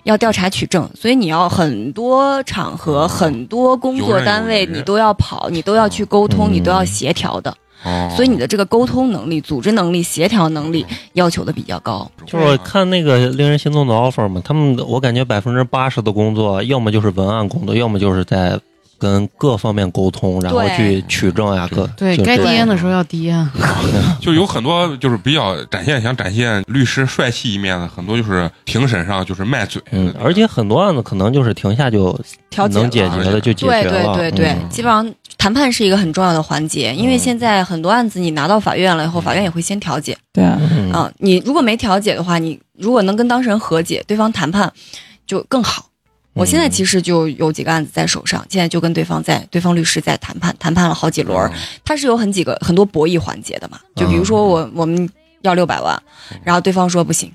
要调查取证，所以你要很多场合、很多工作单
游
位
刃有余
你都要跑，你都要去沟通，
嗯
你都要协调的。
哦嗯
所以你的这个沟通能力、组织能力、协调能
嗯
力要求的比较高。
就是我看那个令人心动的 offer 嘛，他们我感觉百分之八十的工作，要么就是文案工作，要么就是在跟各方面沟通，然后
对
去取证呀，各
对
就
该
这
低
对
烟的时候要低烟，
就有很多就是比较展现想展现律师帅气一面的，很多就是庭审上就是卖嘴的那
嗯
种，，
而且很多案子可能就是停下就
调解
能解
了
决的就解
对
决
对
了，
对对，
嗯
基本上谈判是一个很重要的环节，因为
嗯
现在很多案子你拿到法院了以后，法院也会先调解。
对啊，
嗯
啊，你如果没调解的话，你如果能跟当事人和解，对方谈判就更好。我现在其实就有几个案子在手上，现在就跟对方在对方律师在谈判，谈判了好几轮儿，
嗯
它是有很几个很多博弈环节的嘛。就比如说我我们要六百万，然后对方说不行，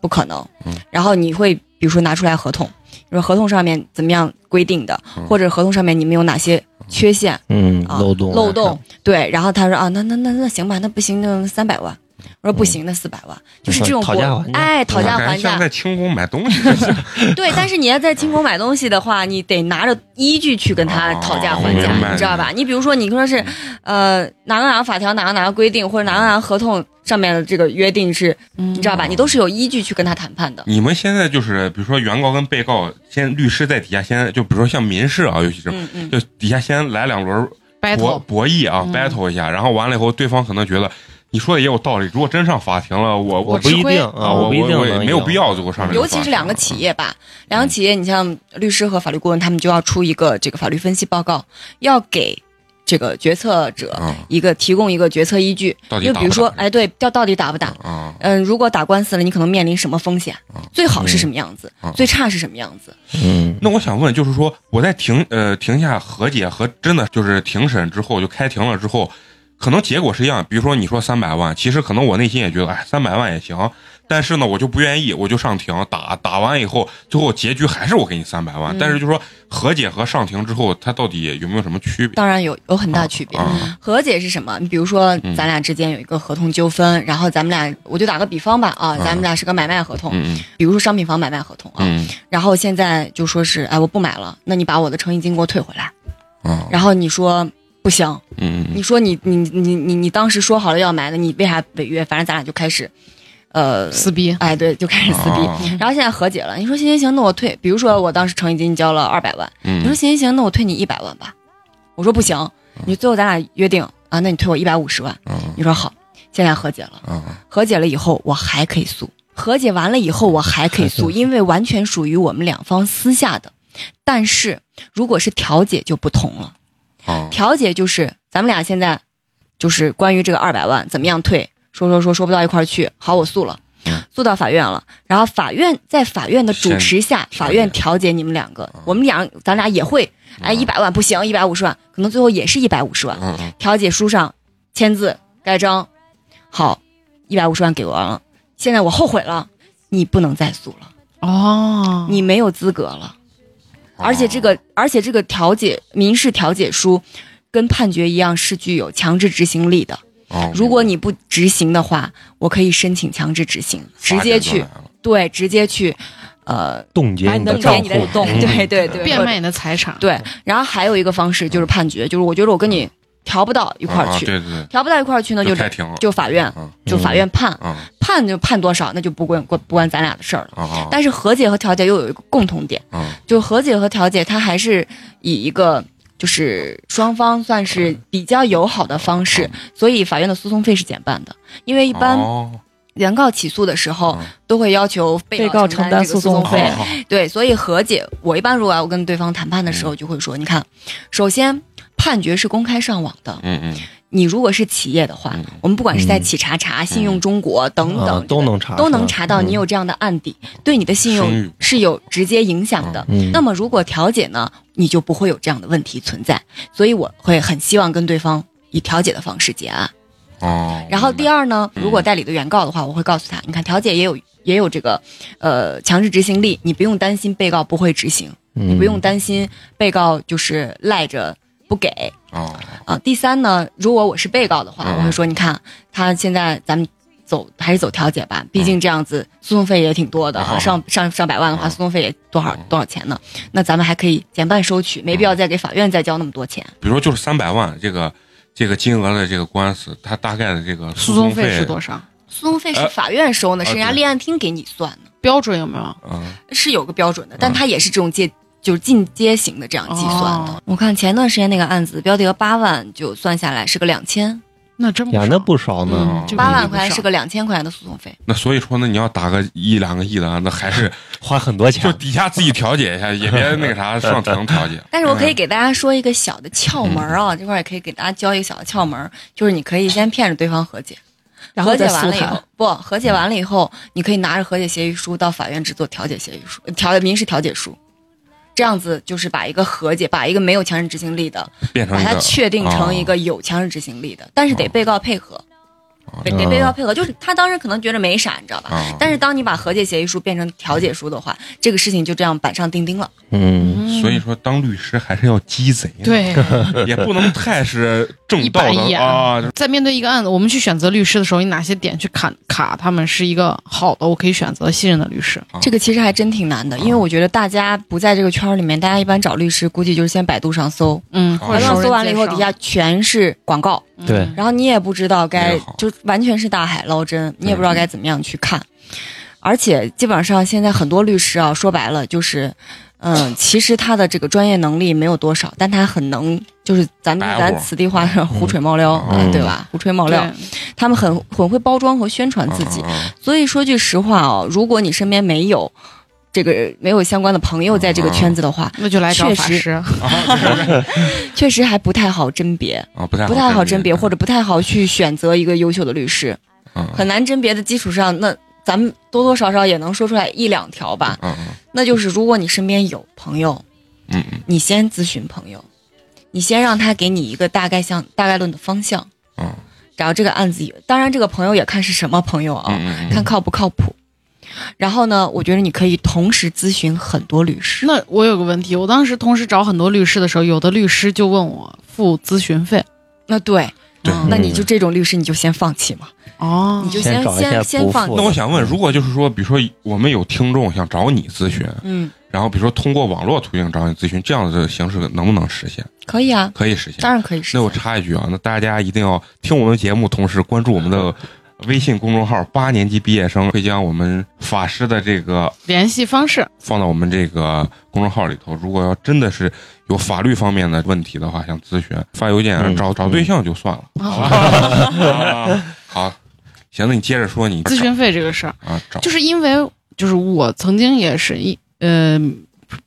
不可能
嗯，
然后你会比如说拿出来合同，你说合同上面怎么样规定的，或者合同上面你们有哪些缺陷，
嗯
啊
漏洞
漏洞，对。然后他说啊，那那那那行吧，那不行，那三百万。我说不行，那四百万，就是这种
嗯讨价还价
哎，讨价
感觉
还
像
*laughs*
价
在，清宫买东西似的， *laughs*
对。但是你要在清宫买东西的话，你得拿着依据去跟他
哦
讨价还价，
明白
你知道吧？你比如说，你说是，呃，哪个哪个法条，哪个哪个规定，或者哪个哪个合同上面的这个约定是，
你
嗯
你知道吧？你都是有依据去跟他谈判的。
你们现在就是，比如说原告跟被告，先律师在底下先，就比如说像民事啊，尤其这种，
嗯嗯，
就底下先来两轮博
battle
博弈啊、
嗯
b a t t l e 一下，然后完了以后，对方可能觉得你说的也有道理，如果真上法庭了，我
我
我
不一
吃亏
定啊，
啊我
不一定
我也
能
没有
赢
必要最后上这个
尤其是
啊
两个企业吧，
嗯
两个企业，你像律师和法律顾问，他们就要出一个这个法律分析报告，要给这个决策者
啊，
一个提供一个决策依据。
到底
就
打
比如
不
说，
打
哎，对，要到底打不打？
啊，
嗯，如果打官司了，你可能面临什么风险？最好是什么样子
嗯？
最差是什么样子？
嗯，
那我想问，就是说我在庭呃庭下和解和真的就是庭审之后就开庭了之后，可能结果是一样。比如说你说三百万，其实可能我内心也觉得哎三百万也行，但是呢我就不愿意，我就上庭打打完以后，最后结局还是我给你三百万。
嗯
但是就说和解和上庭之后，它到底有没有什么区别？
当然有有很大区别。
啊
和解是什么？你比如说，
嗯
咱俩之间有一个合同纠纷，然后咱们俩，我就打个比方吧，啊，咱们俩是个买卖合同，
嗯
比如说商品房买卖合同啊，
嗯
然后现在就说是，哎，我不买了，那你把我的诚意金给我退回来。
嗯啊
然后你说不行，
嗯
你说你你你你你当时说好了要买的，你为啥违约？反正咱俩就开始，呃，
撕逼，
哎，对，就开始撕逼。
啊
然后现在和解了，你说行行行，那我退。比如说我当时诚意金交了二百万，你说
嗯
行行行，那我退你一百万吧。我说不行，你最后咱俩约定啊，那你退我一百五十万。
嗯
你说好，现在和解了，
啊
和解了以后我还可以诉，和解完了以后，我还可以诉，因为完全属于我们两方私下的。但是如果是调解就不同了，
啊，
调解就是咱们俩现在就是关于这个二百万怎么样退，说说说说不到一块儿去，好，我诉了
嗯，
诉到法院了，然后法院在法院的主
审
持下，法
审
院
理
调解你们两个
啊，
我们俩咱俩也会，哎，一百万不行，一百五十万，可能最后也是一百五十万，
嗯嗯
调解书上签字盖章，好，一百五十万给我了，现在我后悔了，你不能再诉了，
哦，
你没有资格了。
哦
而且这个，而且这个调解民事调解书跟判决一样是具有强制执行力的，
哦，
如果你不执行的话，我可以申请强制执行，直接去对，直接去，呃，
冻结
把
你
你
的
的
账
冻结
户
你的
户
动，
嗯
对对对，
变卖你的财产，
对。然后还有一个方式就是判决，就是我觉得我跟你调不到一
一
块儿
啊
去，
对对
调不到一块儿去呢，
对，
就
开庭了，
就法院，
嗯
就法院判，
嗯
判就判多少，那就不关关不关咱俩的事儿了。
啊啊，
但是和解和调解又有一个共同点，
嗯
就和解和调解，它还是以一个就是双方算是
嗯
比较友好的方式，所以法院的诉讼费是减半的，因为一
一
般
哦
原告起诉的时候
嗯
都会要求被
被告
承
承担
这
诉
个讼
讼费
哦
对，所以和解，我一般如果要跟对方谈判的
嗯
时候，就会说，你看，首先判决是公开上网的，
嗯嗯
你如果是企业的话
嗯，哦
我们不管是在
嗯
企查查、信用中国等
啊
等
都能查
都能
出来嗯
查到你有这样的案底，对你的信
嗯声
用
誉
是有直接影响的。
嗯
那么如果调解呢，你就不会有这样的问题存在。所以我会很希望跟对方以调解的方式结案。
哦，
然后第
二
二呢，
嗯
如果代理的原告的话，我会告诉他，你看调解也有也有这个呃强制执行力，你不用担心被告不会执行，
嗯
你
不用担心被告就是赖着不给。
哦
啊，第三呢，如果我是被告的话，
嗯
我会说，你看他现在咱们走还是走调解吧，毕竟这样子诉讼费也挺多的啊，
嗯
上上上百万的话，
嗯嗯
诉讼费也多少多少钱呢？那咱们还可以减半收取，没必要再给法院再交那么多钱。
比如说就是三百万这个这个金额的这个官司，它大概的这个
诉
讼
讼费是多少？
诉讼费是
呃
法院收呢，
啊
是人家
对
立案厅给你算的，
标准有没有？
嗯
是有个标准的，
嗯
但它也是这种借。就是进阶型的这样计算的。
哦
我看前段时间那个案子，标的额八万，就算下来是个两千，
那真不
呀，
少
那不少呢。
嗯这个
八
也
万
不
块
少
是个两千块钱的诉讼费。
那所以说呢，你要打个一两个亿的，那还是
花很多钱
就，底下自己调解一下，也别那个啥上庭调解。
但是我可
嗯
以给大家说一个小的窍门儿啊，这块儿也可以给大家教一个小的窍门儿，就是你可以先骗着对方和解，
然后
和解
再嗯
完
诉
了以
他
后。，不和解完了以后，你可以拿着和解协议书到法院只做调解协议书、调民事调解书，这样子就是把一个和解，把一个没有强制执行力的，
变成
把
一
它
个
确定成一
哦
个有强制执行
啊
力的，但是得
哦
被告配合，
哦
得得被告配合，就是他当时可能觉得没啥，你知道吧？
嗯
啊，
但是当你把和解协议书变成调解书的话，这个事情就这样板上钉钉了。
嗯，
所以说当律师还是要鸡贼，，
对，
也不能太是正
一
道
板一
的
眼
啊，就是
在面对一个案子，我们去选择律师的时候，你哪些点去卡卡他们是一个好的，我可以选择信任的律师。嗯
啊
这个其实还真挺难的，因为我觉得大家不在这个圈儿里面，大家一般找律师，估计就是先百度上搜，
嗯，
啊
或
百
者
度
完
熟
上
人
搜完了以后，
介
底
绍
下全是广告，
对
然后你也不知道
没
该
有好，
就完全是大海捞针，你也不知道
嗯
该怎么样去看。而且基本上现在很多律师啊，说白了就是，嗯，其实他的这个专业能力没有多少，但他很能，就是咱们
白
咱
活
此地话上胡吹冒撩，
嗯
啊对吧？胡吹冒撩，
对
他们很很会包装和宣传自己。
啊啊
所以说句实话哦，如果你身边没有这个没有相关的朋友在这个
哦
圈子的话，
那就来找
确
法
实
师。
确实还不太好甄别，
啊，不太
不太好甄别，或
者
者不太好去选择一个优秀的律师。
哦
很难甄别的基础上，那咱们多多少少也能说出来一两条吧。
嗯嗯
那就是如果你身边有朋友，
嗯嗯
你先咨询朋友，你先让他给你一个大概向大概论的方向，
嗯
然后这个案子也，当然这个朋友也看是什么朋友啊。
嗯嗯
看靠不靠谱。然后呢，我觉得你可以同时咨询很多律师。
那我有个问题，我当时同时找很多律师的时候，有的律师就问我付咨询费，
那对，
对嗯
那你就这种律师你就先放弃嘛，
哦
你，就
先找一
先
些
先
不
放
负
那
弃。
我想问，如果就是说，比如说我们有听众想找你咨询，
嗯，
然后比如说通过网络途径找你咨询，这样的形式能不能实现？
可以啊，
可以实现
当。然可以是。
那我插一句啊，那大家一定要听我们节目，同时关注我们的微信公众号“八年级毕业生”，会将我们法师的这个
联系方式，啊
放到我们这个公众号里头。如果要真的是有法律方面的问题的话，想咨询，发邮件啊
嗯
找找对象就算了。
嗯
好吧啊好，行，那你接着说你
咨询费这个事儿，
啊，找
就是因为就是我曾经也是一呃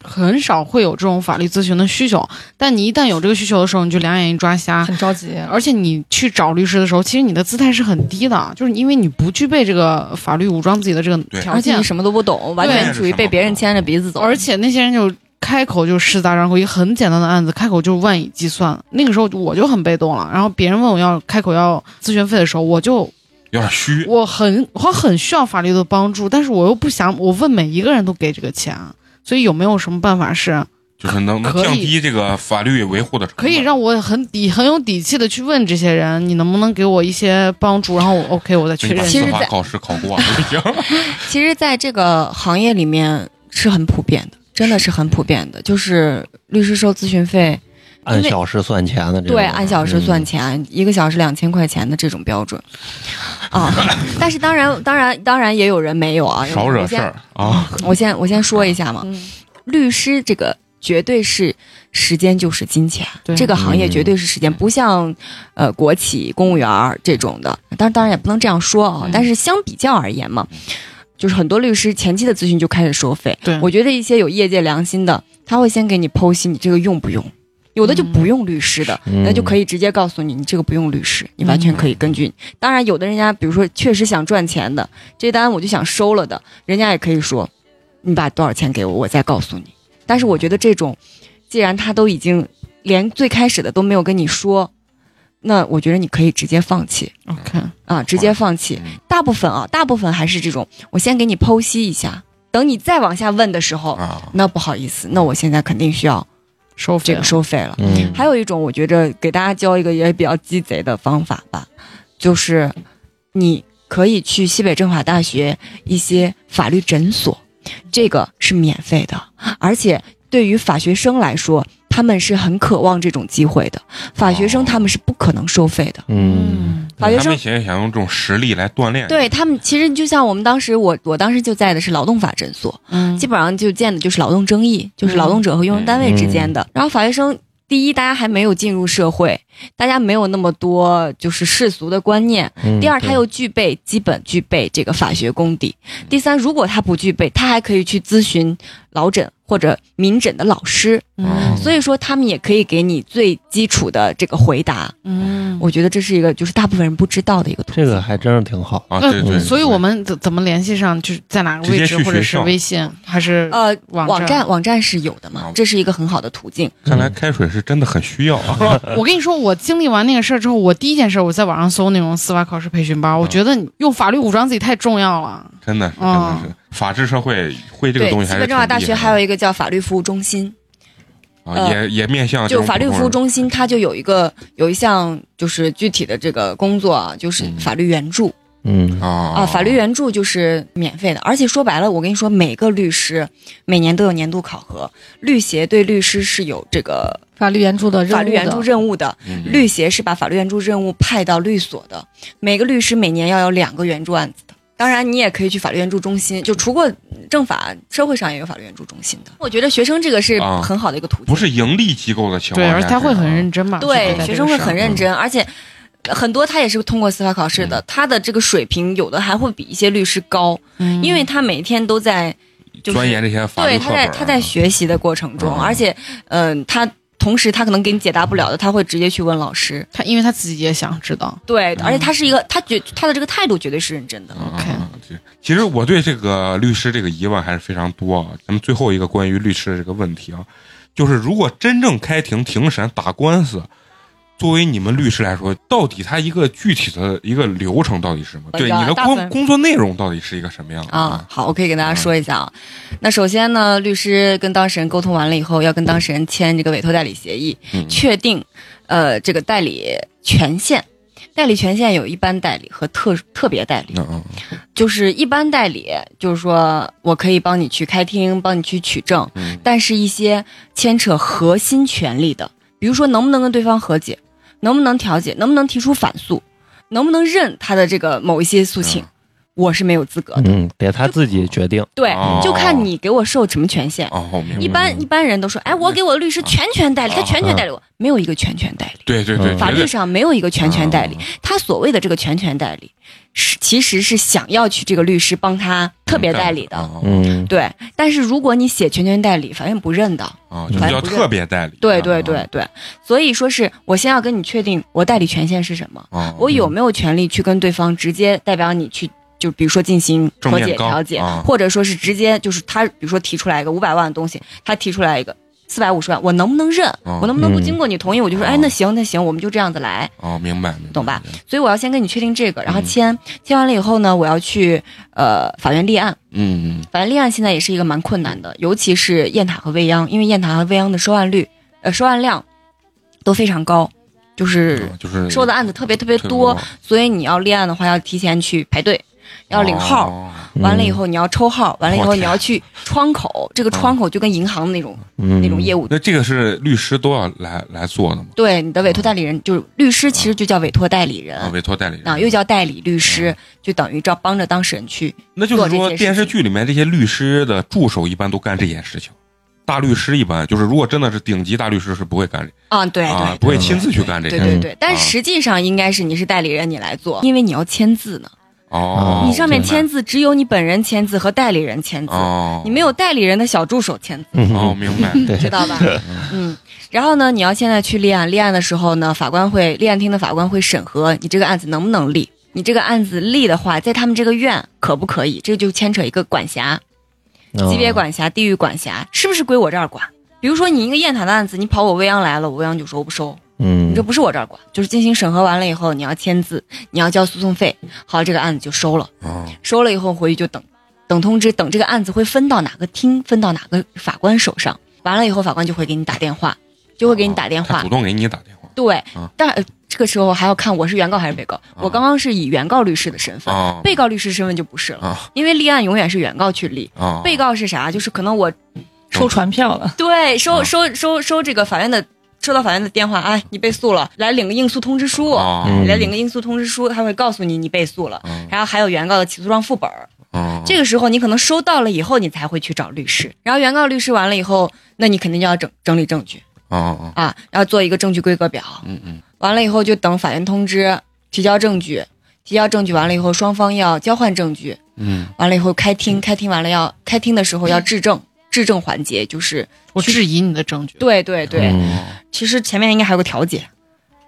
很少会有这种法律咨询的需求，但你一旦有这个需求的时候，你就两眼一抓瞎。
很着急。
而且你去找律师的时候，其实你的姿态是很低的，就是因为你不具备这个法律武装自己的这个
对
条
而且
件
你，什么都不懂，完全处于被别人牵着鼻子走。
而且那些人就开口就狮子大张口，一个很简单的案子，开口就是万以计算。那个时候我就很被动了，然后别人问我要开口要咨询费的时候，我就
有点虚，
我很我很需要法律的帮助，但是我又不想我问每一个人都给这个钱，所以有没有什么办法是
就是能能
可以
降低这个法律维护的成本
可以让我很底很有底气的去问这些人，你能不能给我一些帮助？然后我 OK 我再
所
确
以你把
认。
其实
司法
在
考试考过了就行。
其实，在这个行业里面是很普遍的，真的是很普遍的，就是律师收咨询费，
按小时算钱的这种，
对，按小时算
嗯。
钱，一个小时两千块钱的这种标准啊。 *coughs* 但是当然，当然，当然也有人没有啊，
少惹
我
事
先
儿啊！
*laughs* 我先我先说一下嘛，
嗯
律师这个绝对是时间就是金钱，
对
这个行业
嗯
绝对是时间，不像呃国企、公务员儿这种的。当然，当然也不能这样说啊、
嗯
但是相比较而言嘛，就是很多律师前期的咨询就开始收费。
对
我觉得一些有业界良心的，他会先给你剖析你这个用不用。有的
嗯
就不用律师的，
嗯
那就可以直接告诉你，你这个不用律师，你完全可以根据。当然，有的人家比如说确实想赚钱的，这单我就想收了的，人家也可以说，你把多少钱给我，我再告诉你。但是我觉得这种，既然他都已经连最开始的都没有跟你说，那我觉得你可以直接放弃
OK，
啊，直接放弃。
嗯
大部分啊，大部分还是这种，我先给你剖析一下，等你再往下问的时候，
啊，
那不好意思，那我现在肯定需要
收费
这个收费了。
嗯，
还有一种，我觉着给大家教一个也比较鸡贼的方法吧，就是你可以去西北政法大学一些法律诊所，这个是免费的，而且对于法学生来说，他们是很渴望这种机会的。法学生
哦
他们是不可能收费的，
嗯，
法学
他
生
们也想用这种实力来锻炼。啊
对他们其实就像我们当时我我当时就在的是劳动法诊所，
嗯
基本上就见的就是劳动争议，就是劳动者和用人单位之间的。然后法学生，第一，大家还没有进入社会，大家没有那么多就是世俗的观念；
嗯
第二，
对
他又具备基本具备这个法学功底；第三，如果他不具备，他还可以去咨询老诊或者民诊的老师。
嗯
所以说，他们也可以给你最基础的这个回答。
嗯，
我觉得这是一个就是大部分人不知道的一个途
这
径。
个还真是挺好。
啊，
嗯
对
那
对，
嗯所以我们怎怎么联系上？就是在哪个位
直
置
接，去
或者
学
是
校
微信，还是
呃，
网
网站网站是有的嘛
啊，
这是一个很好的途径。
看来开水是真的很需要啊。
嗯
我跟你说，我经历完那个事儿之后，我第一件事我在网上搜那种司法考试培训班，我觉得你用法律武装自己太重要了。
*laughs* 真的是，真的
哦
是，法治社会会这个
嗯对，
东西
西
还是
北政法大学还有
有
一个叫法律服务中心，
啊，也也面向这
就
种
法律
普通
服务
人
中心，它就有一个有一项就是具体的这个工作啊，就是
嗯
法律援助、
嗯，
啊
啊，法律援助就是免费的，而且说白了，我跟你说，每个律师每年都有年度考核，律协对律师是有这个
法律援助的任务的
法律援助任务的，
嗯
律协是把法律援助任务派到律所的，每个律师每年要有两个援助案子的。当然，你也可以去法律援助中心，就除过政法，社会上也有法律援助中心的。我觉得学生这个是
啊
很好的一个途径。
不是盈利机构的情况
对，
下，
而且他会
啊
很认真嘛。
对
去，对
学生会
嗯
很认真，而且很多他也是通过司法考试的，他的这个水平有的还会比一些律师高，
真
因为他每天都在就
钻
是
研这些嗯法律
对
课
他
本
在
儿啊。
他在学习的过程中，
嗯
而且嗯、他同时他可能给你解答不了的，他会直接去问老师。
他，因为他自己也想知道。
对，
嗯
而且他是一个他觉他的这个态度绝对是认真的。
啊
OK
啊这其实我对这个律师这个疑问还是非常多啊。咱们最后一个关于律师的这个问题啊，就是如果真正开庭庭审打官司，作为你们律师来说，到底他一个具体的一个流程到底是什么？
我知
对
道
你的
大部
工
分
工作内容到底是一个什么样的
啊？，好，我可以跟大家
嗯
说一下啊。那首先呢，律师跟当事人沟通完了以后，要跟当事人签这个委托代理协议，
嗯
确定呃这个代理权限。代理权限有一般代理和特特别代理，
嗯嗯
就是一般代理，就是说我可以帮你去开庭，帮你去取证，
嗯
但是一些牵扯核心权利的，比如说能不能跟对方和解，能不能调解，能不能提出反诉，能不能认他的这个某一些诉请，
嗯
我是没有资格的。
嗯，得他自己决定。
对，
哦
就看你给我授什么权限。
哦，我明白。
一般一般人都说，哎，我给我的律师全权代理，他全权代理我，没有一个全权代理。
对对对，
嗯
法
绝对
律上没有一个全权代理
嗯，
他所谓的这个全权代理，是其实是想要去这个律师帮他特别代理的，
啊
嗯，
对。但是如果你写全权代理，法院不认的。
啊，就叫特别代理。啊
对对对对，所以说是我先要跟你确定我代理权限是什么，
啊，
我有没有权利去跟对方直接代表你去，就比如说进行
正
和
面
解
刚
调解
啊，
或者说是直接就是他比如说提出来一个五百万的东西，他提出来一个。四百五十万，我能不能认？
啊
我能不能不
嗯
经过你同意，我就说，哎，
啊
那行，那行，我们就这样子来。
哦，明白，明白
懂吧？所以我要先跟你确定这个，然后
嗯
签，签完了以后呢，我要去呃法院立案。
嗯嗯
法院立案现在也是一个蛮困难的，尤其是雁塔和未央，因为雁塔和未央的收案率呃收案量都非常高，就
嗯
是
啊，就是
收的案子特别特别多，，所以你要立案的话要提前去排队，要领号。
哦，
嗯
完了以后你要抽号，完了以
我
后
天
你要去窗
嗯
口，这个窗口就跟银行的那种、
嗯
那种业务，
那这个是律师都要来来做的吗？
对你的委托代理人就是律师，其实就叫委托代理人。
啊，嗯委托代理人嗯
啊，又叫代理律师，就等于照帮着当事人去。
那就是
做
说，
这些事情
电视剧里面这些律师的助手一般都干这件事情，大律师一般就是，如果真的是顶级大律师是不会干这
啊，对对
啊
对，
不会亲自去干这
对
件事。
对
嗯
对，但实际上应该是你是代理人，你来做，因为你要签字呢。
哦，
嗯
你上面
明白
签字只有你本人签字和代理人签字，
哦，
你没有代理人的小助手签字，
嗯
哦，明白。
对
知道吧？嗯，然后呢，你要现在去立案，立案的时候呢，法官会立案厅的法官会审核你这个案子能不能立。你这个案子立的话，在他们这个院可不可以？这就牵扯一个管辖，
嗯哦
级别，管辖、地域管辖，是不是归我这儿管？比如说你一个雁塔的案子，你跑我未央来了，我未央就说我不收，
嗯，
你这不是我这儿管，就是进行审核完了以后，你要签字，你要交诉讼费，好，这个案子就收了，
哦，
收了以后回去就等，等通知，等这个案子会分到哪个厅，分到哪个法官手上，完了以后法官就会给你打电话，就会给你打电
他
话
哦主，动给你打电话。
对
啊，
但呃这个时候还要看我是原告还是被告，我刚刚是以原告律师的身份，
哦，
被告律师身份就不是了，
啊
因为立案永远是原告去立，
啊，
被告是啥？就是可能我
收传票了，
对，
啊
收收收收这个法院的，收到法院的电话，哎，你被诉了，来领个应诉通知书，
哦
你来领个应诉通知书，他会告诉你你被诉了，
嗯
然后还有原告的起诉状副本儿。
嗯
这个时候你可能收到了以后，你才会去找律师，然后原告律师完了以后，那你肯定就要整整理证据
嗯嗯
啊，然后做一个证据规格表，
嗯嗯
完了以后就等法院通知提交证据，提交证据完了以后，双方要交换证据，
嗯
完了以后开庭，开庭完了要开庭的时候要质证，质证环节就是
我质疑你的证据。
对对对，
嗯
嗯，
其实前面应该还有个调解，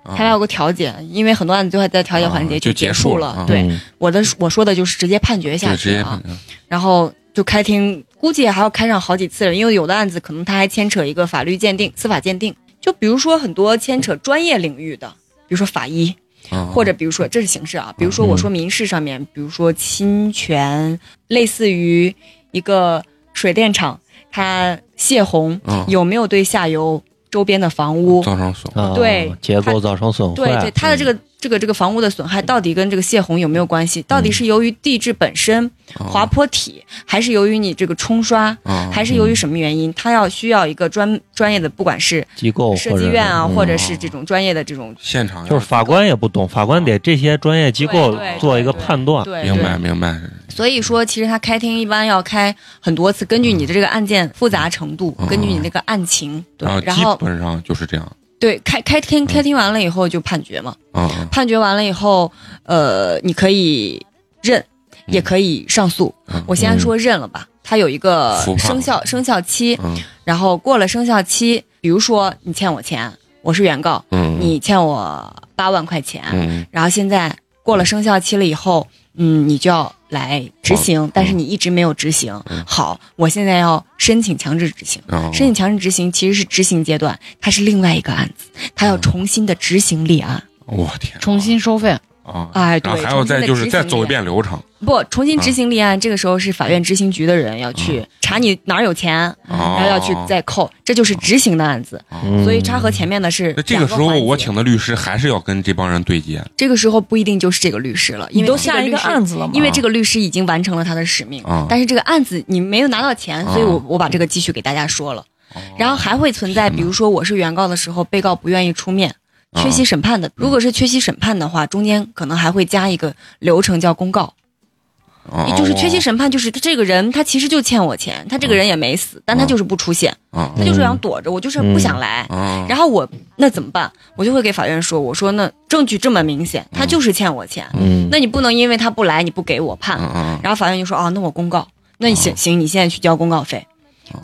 哦
还要有个调解，因为很多案子最后在调解环
啊
节
就结
结
束了
了。
啊
对，，我的我说的就是直接判决下
对，直
去
接
啊，然后就开庭，估计还要开上好几次了，因为有的案子可能它还牵扯一个法律鉴定、司法鉴定，就比如说很多牵扯专业领域的，比如说法医，
哦嗯
或者比如说这是刑事啊，比如说我说民事上面，比如说侵权，类似于一个水电厂它泄洪
嗯
有没有对下游周边的房屋
造成损
啊
对
结构造成损坏，嗯
对对，它的这个这个这个房屋的损害到底跟这个泄洪有没有关系？到底是由于地质本身
哦
滑坡体，还是由于你这个冲刷，
啊，
还是由于什么原因？它要需要一个专专业的，不管是
机
哦
构
设计院啊，
嗯
或者是这种专业的这种，
现场要
就是法官也不懂，法官得这些专业机构
对对
做一个
对
判断，
对
啊明白
对。
明白，
所以说，其实他开庭一般要开很多次，根据你的这个案件复杂程度
嗯，
根据你那个案情，对
然后，
然
基
后
本嗯上就是这样。
对开开庭开庭完了以后就判决嘛，
嗯嗯
判决完了以后，呃，你可以认，
嗯
也可以上诉。
嗯
我先说认了吧，它有一个
服判
生效生效期，
嗯
然后过了生效期，比如说你欠我钱，我是原告，
嗯，
你欠我八万块钱，
嗯
然后现在过了生效期了以后，嗯，你就要来执行，但是你一直没有执行
嗯。
好，我现在要申请强制执行。
嗯
申请强制执行其实是执行阶段，它是另外一个案子，它要
嗯
重新的执行立案。
我天，
重新收费，
啊，
哎
然
对
后还要再就是再走一
重新的执行力
遍流程
不重新执行立案，这个时候是法院执行局的人要去
嗯
查你哪儿有钱，
啊，
然嗯后要去再扣，这就是执行的案子。
嗯
所以它和前面的是
那这个时
两
候
环节
我请的律师还是要跟这帮人对接
这个时候不一定就是这个律师了，因
你
为
都
这
下一
律
个
师
案子了嘛？
因为这个律师已经完成了他的使命
啊，
但是这个案子你没有拿到钱，
啊
所以我我把这个继续给大家说了。
哦
然后还会存在，比如说我是原告的时候，被告不愿意出面，
啊
缺席审判的。如果是缺席审判的话，中间可能还会加一个流程叫公告，
啊，
就是缺席审判，就是他这个人他其实就欠我钱，
嗯
他这个人也没死，但他就是不出现，
啊
他就是想躲着我，就是不想来。
啊，
然后我那怎么办？我就会给法院说，我说那证据这么明显，他就是欠我钱，
嗯，
那你不能因为他不来你不给我判。
嗯
然后法院就说啊，那我公告，那你行行，你现在去交公告费。
啊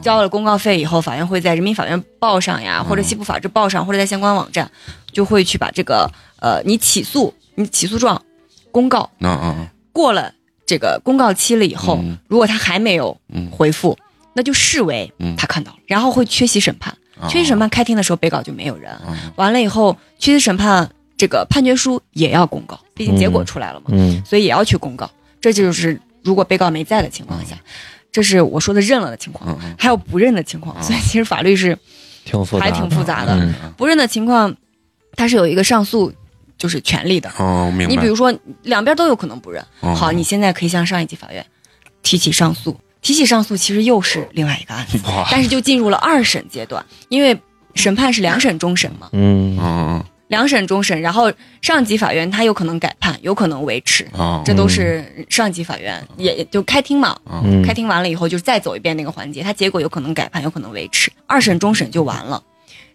交了公告费以后，法院会在人民法院报上呀，或者西部法制报上，或者在相关网站，就会去把这个呃你起诉、你起诉状、公告
嗯嗯
过了这个公告期了以后，
嗯
如果他还没有
嗯
回复，那就视为
嗯
他看到了，然后会缺席审判。
嗯，
缺席审判开庭的时候，被告就没有人。
啊
完了以后，缺席审判这个判决书也要公告，毕竟结果出来了嘛，
嗯
所以也要去公告。这就是如果被告没在的情况下，这是我说的认了的情况，
嗯嗯
还有不认的情况。
嗯
所以其实法律是
挺复杂
还
的，
挺复杂的。
嗯
不认的情况，它是有一个上诉就是权利的。
哦，明白。
你比如说，两边都有可能不认。
嗯
好，你现在可以向上一级法院提起上诉。提起上诉其实又是另外一个案子，
*laughs* 哇，
但是就进入了二审阶段，因为审判是两审终审嘛，
嗯
嗯
两审终审，然后上级法院他有可能改判，有可能维持，
嗯啊，
这都是上级法院也也就开庭嘛，
嗯
嗯
开庭完了以后，就是再走一遍那个环节，它结果有可能改判，有可能维持，二审终审就完了。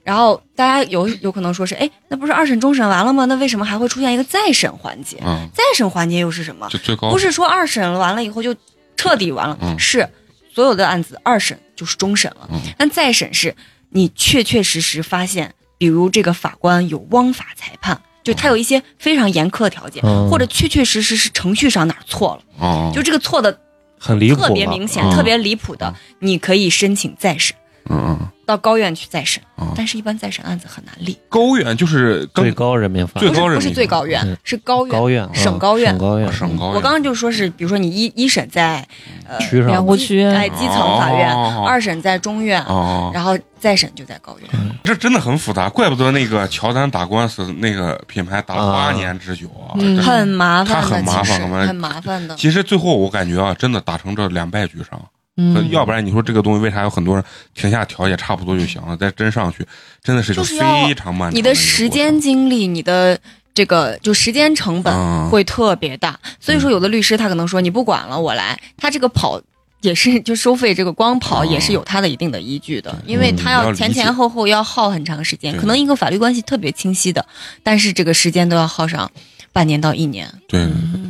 然后大家有有可能说是，哎，那不是二审终审完了吗？那为什么还会出现一个再审环节？
嗯，
再审环节又是什么？
就最高
不是说二审完了以后就彻底完了，
嗯
是所有的案子二审就是终审了，
嗯
但再审是你确确实实发现，比如这个法官有枉法裁判，就
嗯
他有一些非常严苛的条件，
嗯
或者确确实实是程序上哪儿错了，
哦，
就这个错的
很离谱了，
特别明显、
嗯
特别离谱的，你可以申请再审，
嗯嗯，
到高院去再审
嗯。
但是，一般再审案子很难立，
高院就是
最
更
高人民法
最
不是
高人
不是
民
最高
嗯
院，是高院。
高院
省
嗯
高院
省高院
省高院，
我刚刚就说是，比如说你一一审在呃
区
两
上
湖区
哎基层法院，
哦
二审在中院，
哦，
然后再审就在高院。
这真的很复杂，怪不得那个乔丹打官司那个品牌打
啊
八年之久啊，
嗯
真的
很麻
他很
烦
麻
的，
烦
其实
我们
很麻烦的。
其实最后我感觉啊，真的打成这两败俱伤。
嗯，
要不然你说这个东西为啥有很多人停下调解差不多就行了，再真上去，真的是一个
就是要
非常漫长
你
的一个
的时间、精力、你的这个就时间
过程
成本
嗯、
会特别大，所以说有的律师他可能说你不管了，我来。他这个跑也是就收费，这个光跑也是有他的一定的依据的，因为他
嗯你要
要
理解
前前后后要耗很长时间，
对
可能一个法律关系特别清晰的，但是这个时间都要耗上半年到一年。
对，
嗯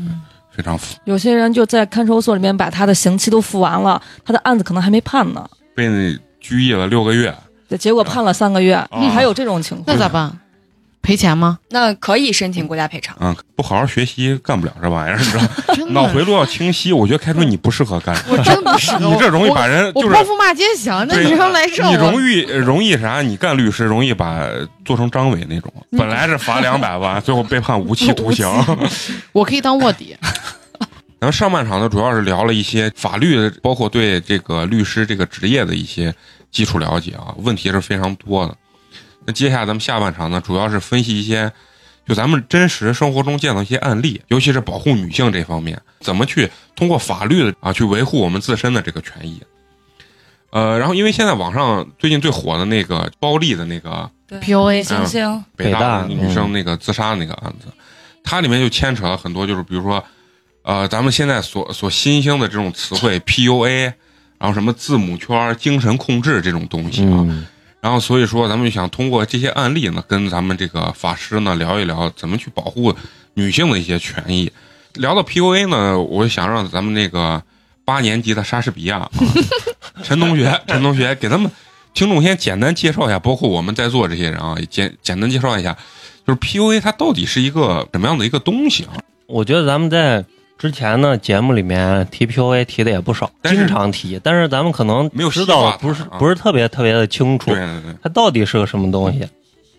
非常复
有些人就在看守所里面把他的刑期都服完了，他的案子可能还没判呢，
被拘役了六个月，
结果判了三个月，
嗯
还有这种情况
那。咋办？赔钱
*laughs*
吗？
那可以申请国家赔偿，
嗯，不好好学习干不了这玩意儿，你知道吗，
真
脑
的
回路要清晰。我觉得开春你不适合干，
我真不是
*laughs* 你这容易把人
我
就是
泼妇骂街行，那
对
你让来这
你
我
容易容易啥？你干律师容易把做成张伟那种，本来是罚两百万，最后被判无期徒刑。
我可以当卧
*laughs*
底，
咱们上半场呢，主要是聊了一些法律，包括对这个律师这个职业的一些基础了解啊，问题是非常多的。那接下来咱们下半场呢，主要是分析一些，就咱们真实生活中见到一些案例，尤其是保护女性这方面，怎么去通过法律的啊去维护我们自身的这个权益。呃，然后因为现在网上最近最火的那个暴力的那个嗯
PUA
行
星，
北大嗯
北大
女生那个自杀那个案子，它里面就牵扯了很多，就是比如说，呃，咱们现在所所新兴的这种词汇 PUA，然后什么字母圈、精神控制这种东西啊，
嗯
然后所以说咱们就想通过这些案例呢，跟咱们这个法师呢聊一聊怎么去保护女性的一些权益。聊到 PUA 呢，我想让咱们那个八年级的莎士比亚啊， *laughs* 陈同学， *laughs* 陈同学给他们听众先简单介绍一下，包括我们在座这些人啊，也简简单介绍一下，就是 PUA 它到底是一个什么样的一个东西啊？
我觉得咱们在之前呢节目里面提 PUA 提的也不少，
但是
经常提，但是咱们可能
没有
知道
细化它
的不是
啊
不是特别特别的清楚
对，对对，
它到底是个什么东西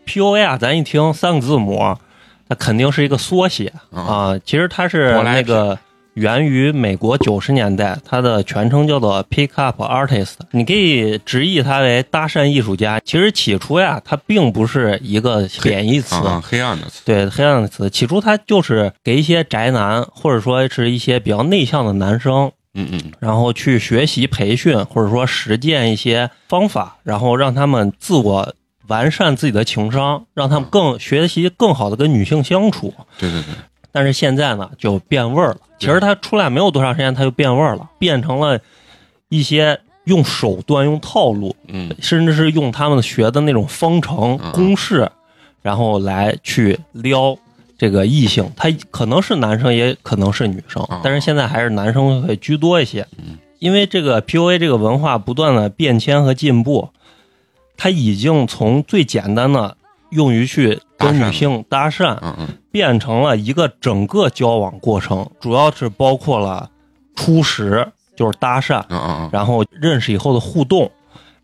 ？PUA 啊，咱一听三个字母，啊它肯定是一个缩写
嗯
啊。其实它是
舶来
那个源于美国九十年代，它的全称叫做 Pickup Artist，你可以直译它为搭讪艺术家。其实起初呀，它并不是一个贬义词，
啊，黑暗的词，
对黑暗的词，起初它就是给一些宅男，或者说是一些比较内向的男生，
嗯嗯
然后去学习培训，或者说实践一些方法，然后让他们自我完善自己的情商，让他们更学习更好的跟女性相处。
对对对，
但是现在呢就变味儿了。其实它出来没有多长时间，它就变味儿了，变成了一些用手段、用套路，
嗯
甚至是用他们学的那种方程
嗯
公式，然后来去撩这个异性。他可能是男生，也可能是女生
啊，
但是现在还是男生会居多一些
嗯，
因为这个 PUA 这个文化不断的变迁和进步，它已经从最简单的用于去
搭
跟
讪
女性搭讪，
嗯嗯
变成了一个整个交往过程，主要是包括了初识，就是搭讪，
嗯嗯嗯
然后认识以后的互动，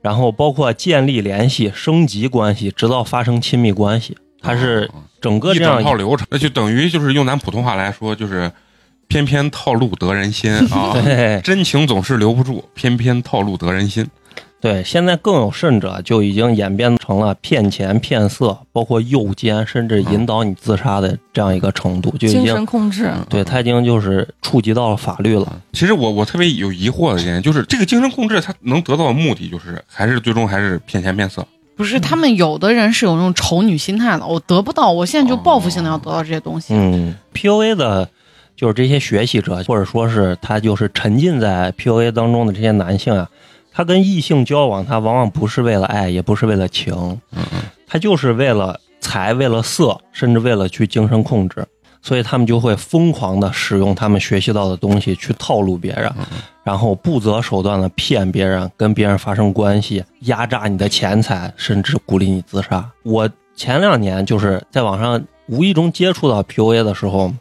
然后包括建立联系、升级关系，直到发生亲密关系，它是
嗯嗯
整个
一
这样
整套流程，那就等于就是用咱普通话来说，就是偏偏套路得人心啊。
*laughs* 对
真情总是留不住，偏偏套路得人心。
对，现在更有甚者，就已经演变成了骗钱、骗色，包括诱奸，甚至
嗯
引导你自杀的这样一个程度，就已
精
经
神控制，
啊对他已经就是触及到了法律了。
嗯其实我我特别有疑惑的一点，就是这个精神控制，它能得到的目的，就是还是最终还是骗钱骗色。
不是，他们有的人是有那种丑女心态的，我得不到，我现在就报复性的要得到这些东
哦
西。
嗯，PUA 的，就是这些学习者，或者说是他就是沉浸在 PUA 当中的这些男性啊，他跟异性交往，他往往不是为了爱，也不是为了情，他就是为了财，为了色，甚至为了去精神控制。所以他们就会疯狂的使用他们学习到的东西去套路别人，然后不择手段的骗别人，跟别人发生关系，压榨你的钱财，甚至鼓励你自杀。我前两年就是在网上无意中接触到 PUA 的时候，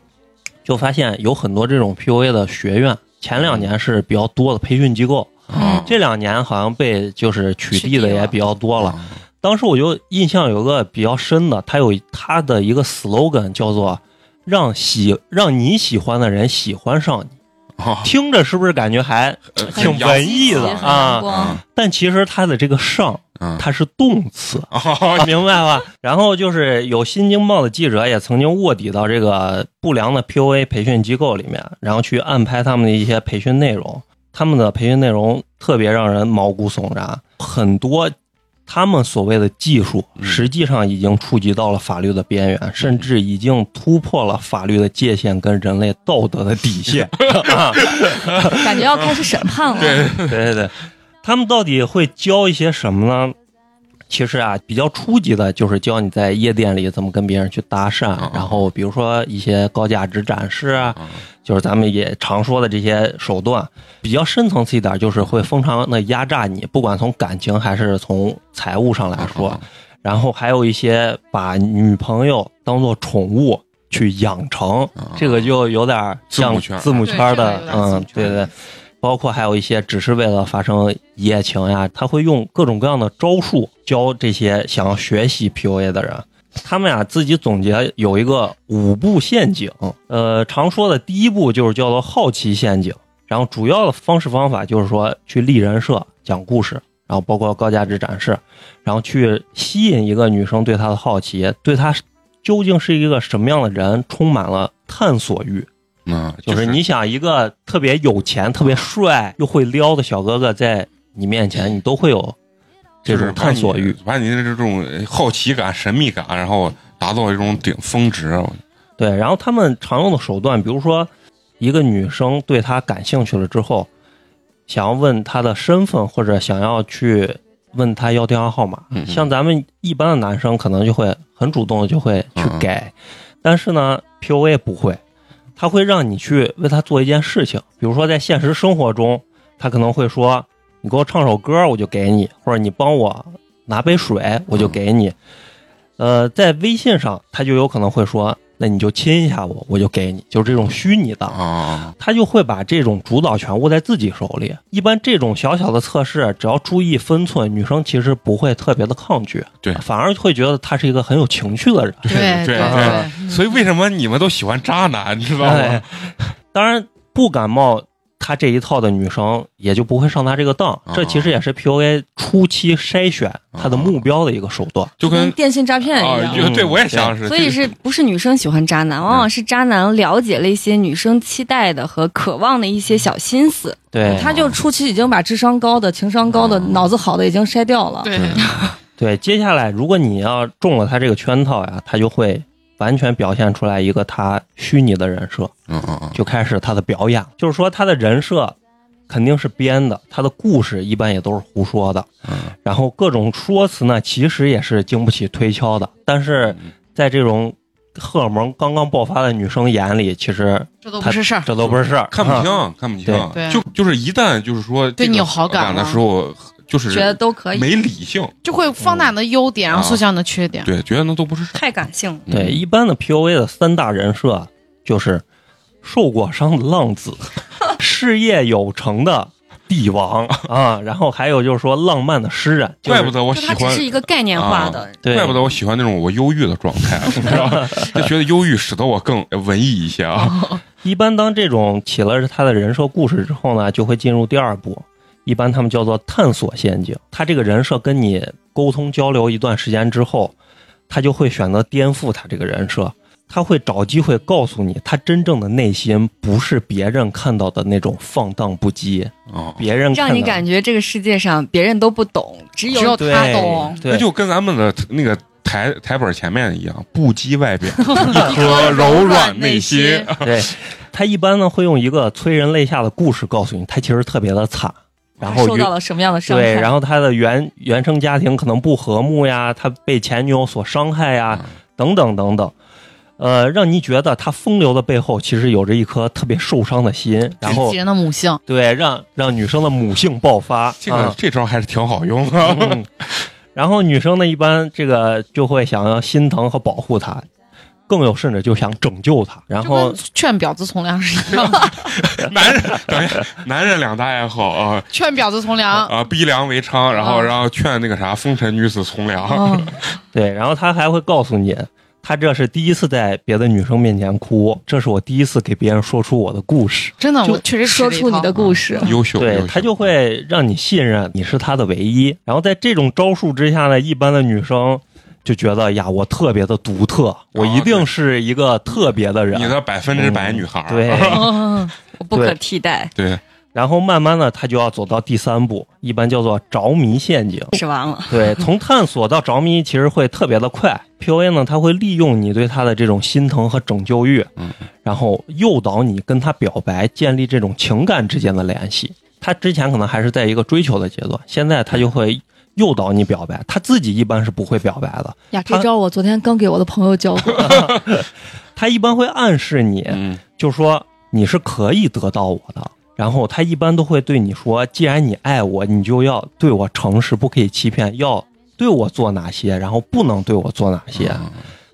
就发现有很多这种 PUA 的学院。前两年是比较多的培训机构，
啊
这两年好像被就是取缔的也比较多了。
啊
当时我就印象有个比较深的，他有他的一个 slogan 叫做“让喜让你喜欢的人喜欢上你
啊”，
*laughs* 听着是不是感觉还
呃
挺文艺的
很阳
啊？
光
啊
但其实它的这个“上”
啊
它是动词，
啊！
明白吧？ *laughs* 然后就是有《新京报》的记者也曾经卧底到这个不良的 PUA 培训机构里面，然后去暗拍他们的一些培训内容。他们的培训内容特别让人毛骨悚然，很多他们所谓的技术，
嗯
实际上已经触及到了法律的边缘，甚至已经突破了法律的界限跟人类道德的底线。
感觉要开始审判了。
对，
*laughs* 对对对，他们到底会教一些什么呢？其实啊，比较初级的就是教你在夜店里怎么跟别人去搭讪
嗯，
然后比如说一些高价值展示啊，
嗯
就是咱们也常说的这些手段。比较深层次一点，就是会疯常的压榨你，不管从感情还是从财务上来
啊嗯
说，啊然后还有一些把女朋友当做宠物去养成，
嗯
这个就有点
字母
像
圈儿
字母圈儿的
对这，个有点字母
嗯，
圈
对
儿
对，包括还有一些只是为了发生一夜情呀，他会用各种各样的招数教这些想要学习 PUA 的人。他们呀、自己总结有一个五步陷阱，呃，常说的第一步就是叫做好奇陷阱，然后主要的方式方法就是说去立人设、讲故事，然后包括高价值展示，然后去吸引一个女生对他的好奇，对他究竟是一个什么样的人充满了探索欲，
嗯，
就是你想一个特别有钱、特别帅又会撩的小哥哥在你面前，你都会有这
就是
种探索欲。
把你，把你的这种好奇感、神秘感，然后达到一种顶峰值。
对，然后他们常用的手段，比如说一个女生对他感兴趣了之后，想要问他的身份，或者想要去问他要电话号码。
嗯嗯
像咱们一般的男生，可能就会很主动的就会去
嗯嗯
给，但是呢，PUA 不会，他会让你去为他做一件事情，比如说在现实生活中，他可能会说：“你给我唱首歌，我就给你；或者你帮我拿杯水，我
嗯
就给你。呃，在微信上，他就有可能会说：“那你就亲一下我，我就给你。”就是这种虚拟的，
啊，
他就会把这种主导权握在自己手里。一般这种小小的测试，只要注意分寸，女生其实不会特别的抗拒，
对
反而会觉得他是一个很有情趣的人。
对
对
对
所以为什么你们都喜欢渣男，你知道吗
哎？当然，不感冒他这一套的女生也就不会上他这个当
啊。
这其实也是 PUA 初期筛选他的目标的一个手段。
就跟
电信诈骗
啊
一，样。
就对
嗯
我也想是，嗯
所以是不是女生喜欢渣男，往往是渣男了解了一些女生期待的和渴望的一些小心思。
对
他就初期已经把智商高的、情商高的、
嗯
脑子好的已经筛掉了。
对
对，接下来如果你要中了他这个圈套呀，他就会。完全表现出来一个他虚拟的人设，
嗯嗯嗯，
就开始他的表演。就是说，他的人设肯定是编的，他的故事一般也都是胡说的，
嗯
然后各种说辞呢，其实也是经不起推敲的。但是在这种荷尔蒙刚刚爆发的女生眼里，其实
这都不是事儿。
这都不是事儿，
啊看不
啊
清，看不清，
对对
就就是一旦就是说这
对
个
你有好感
感的
了
时候，就是
觉得都可以，
没理性，
就会放大你的优点，
嗯
然后缩小你的缺点。
对，觉得那都不是事儿。
太感性了。
对，
嗯
一般的 PUA 的三大人设啊就是受过伤的浪
*laughs*
子，事业有成的
*laughs*
帝王啊，然后还有就是说浪漫的诗人，就是
怪不得我
就
喜
它只
欢啊
是一个概念化的，
对，
怪不得我喜欢那种我忧郁的状态，你知道
*laughs*
吗？就觉得忧郁使得我更文艺一些啊。
一般当这种起了他的人设故事之后呢，就会进入第二步，一般他们叫做探索陷阱。他这个人设跟你沟通交流一段时间之后，他就会选择颠覆他这个人设，他会找机会告诉你，他真正的内心不是别人看到的那种放荡不羁，
哦，
别人看
让你
到
感觉这个世界上别人都不懂，只
只有
有
他
对
懂
那
对，
就跟咱们的那个台台本前面一样，不羁外
*laughs*
表，
一
颗柔软内心。
对他一般呢会用一个催人泪下的故事告诉你，他其实特别的惨，然后啊
受
原
到了什么样的伤害？
对，然后他的原原生家庭可能不和睦呀，他被前女友所伤害呀，等等等等，呃，让你觉得他风流的背后其实有着一颗特别受伤的心，然后
袭人的母性，
对让让女生的母性爆发，
这个
啊
这招还是挺好用
*laughs*
啊。
嗯然后女生呢一般这个就会想要心疼和保护他，更有甚者就想拯救他，然
就
后
跟劝婊子从良是一
*laughs*
样的，
男人等一下，男人两大爱好啊
劝婊子从
*laughs*
良。
啊，逼良为娼，然后
啊
然后劝那个啥风尘女子从良。
哦
嗯，
对，然后他还会告诉你，他这是第一次在别的女生面前哭，这是我第一次给别人说出我的故事。
真的，
就
我确实吃
说
了一
出你
套
的故事，
嗯优秀，优
对
秀
他就会让你信任你是他的唯一。然后在这种招数之下呢，一般的女生就觉得呀，我特别的独特，我一定是一个特别的人。
哦你的百分之百女孩儿。啊
对，
*laughs* 我不可替代，
对，
然后慢慢的他就要走到第三步，一般叫做着迷陷阱。
是完了。
对，从探索到着迷其实会特别的快。PUA 呢，它会利用你对他的这种心疼和拯救欲，
嗯
然后诱导你跟他表白，建立这种情感之间的联系。他之前可能还是在一个追求的阶段，现在他就会诱导你表白。他自己一般是不会表白的，
呀，这招我昨天刚给我的朋友教过。
他一般会暗示你，
嗯，
就说你是可以得到我的。然后他一般都会对你说，既然你爱我，你就要对我诚实，不可以欺骗，要对我做哪些，然后不能对我做哪些。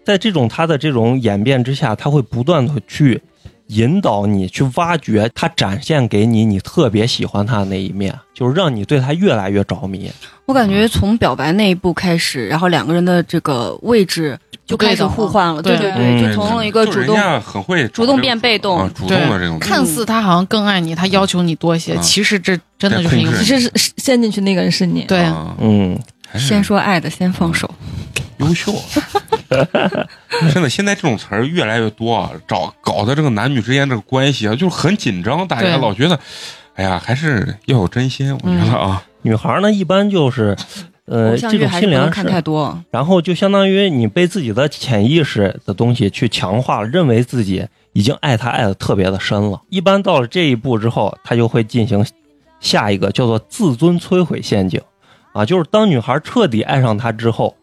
在这种他的这种演变之下，他会不断的去引导你去挖掘他展现给你你特别喜欢他的那一面，就是让你对他越来越着迷。
我感觉从表白那一步开始，然后两个人的这个位置就开始互换了，
对
对
的
对，
嗯
就从了一个
就
主
人
动，
家很会
主动变被动
啊主动的这种。
嗯
看似他好像更爱你，他要求你多一些，
嗯
其实这真的就是一个
在控制
其实是是陷进去那个人是你，
对
啊
嗯，
还是
先说爱的，先放手。
优秀， *laughs* 真的，现在这种词儿越来越多，啊，找搞的这个男女之间这个关系啊，就是很紧张，大家
对
老觉得，哎呀，还是要有真心，我觉得
嗯
啊，
女孩呢一般就是，呃，
偶像
这
剧
种
还是
心理
不能
暗
看
示
太多，
然后就相当于你被自己的潜意识的东西去强化了，认为自己已经爱他爱的特别的深了。一般到了这一步之后，他就会进行下一个叫做自尊摧毁陷阱，啊，就是当女孩彻底爱上他之后，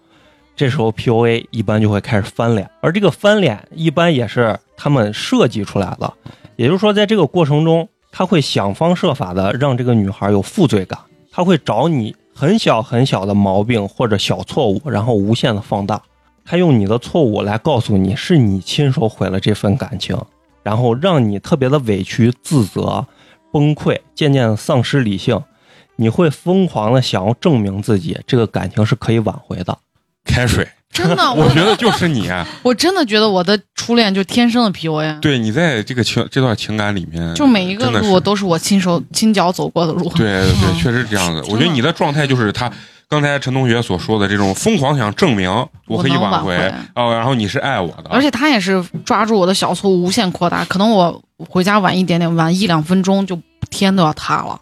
这时候 PUA 一般就会开始翻脸，而这个翻脸一般也是他们设计出来的，也就是说，在这个过程中，他会想方设法的让这个女孩有负罪感，他会找你很小很小的毛病或者小错误，然后无限的放大，他用你的错误来告诉你是你亲手毁了这份感情，然后让你特别的委屈、自责、崩溃，渐渐地丧失理性。你会疯狂的想要证明自己，这个感情是可以挽回的。
开水，
真
*laughs*
的，
我
我
觉得就是你，啊
我真的觉得我的初恋就天生的 PUA，
对你在这个情这段情感里面，
嗯就每一个
真的是
路都是我亲手亲脚走过的路。
对对
嗯
对，确实是这样的。我觉得你的状态就是他刚才陈同学所说的这种疯狂想证明我可以
我能挽
回
回
哦，然后你是爱我的，
而且他也是抓住我的小错误无限扩大，可能我回家晚一点点，晚一两分钟就天都要塌了，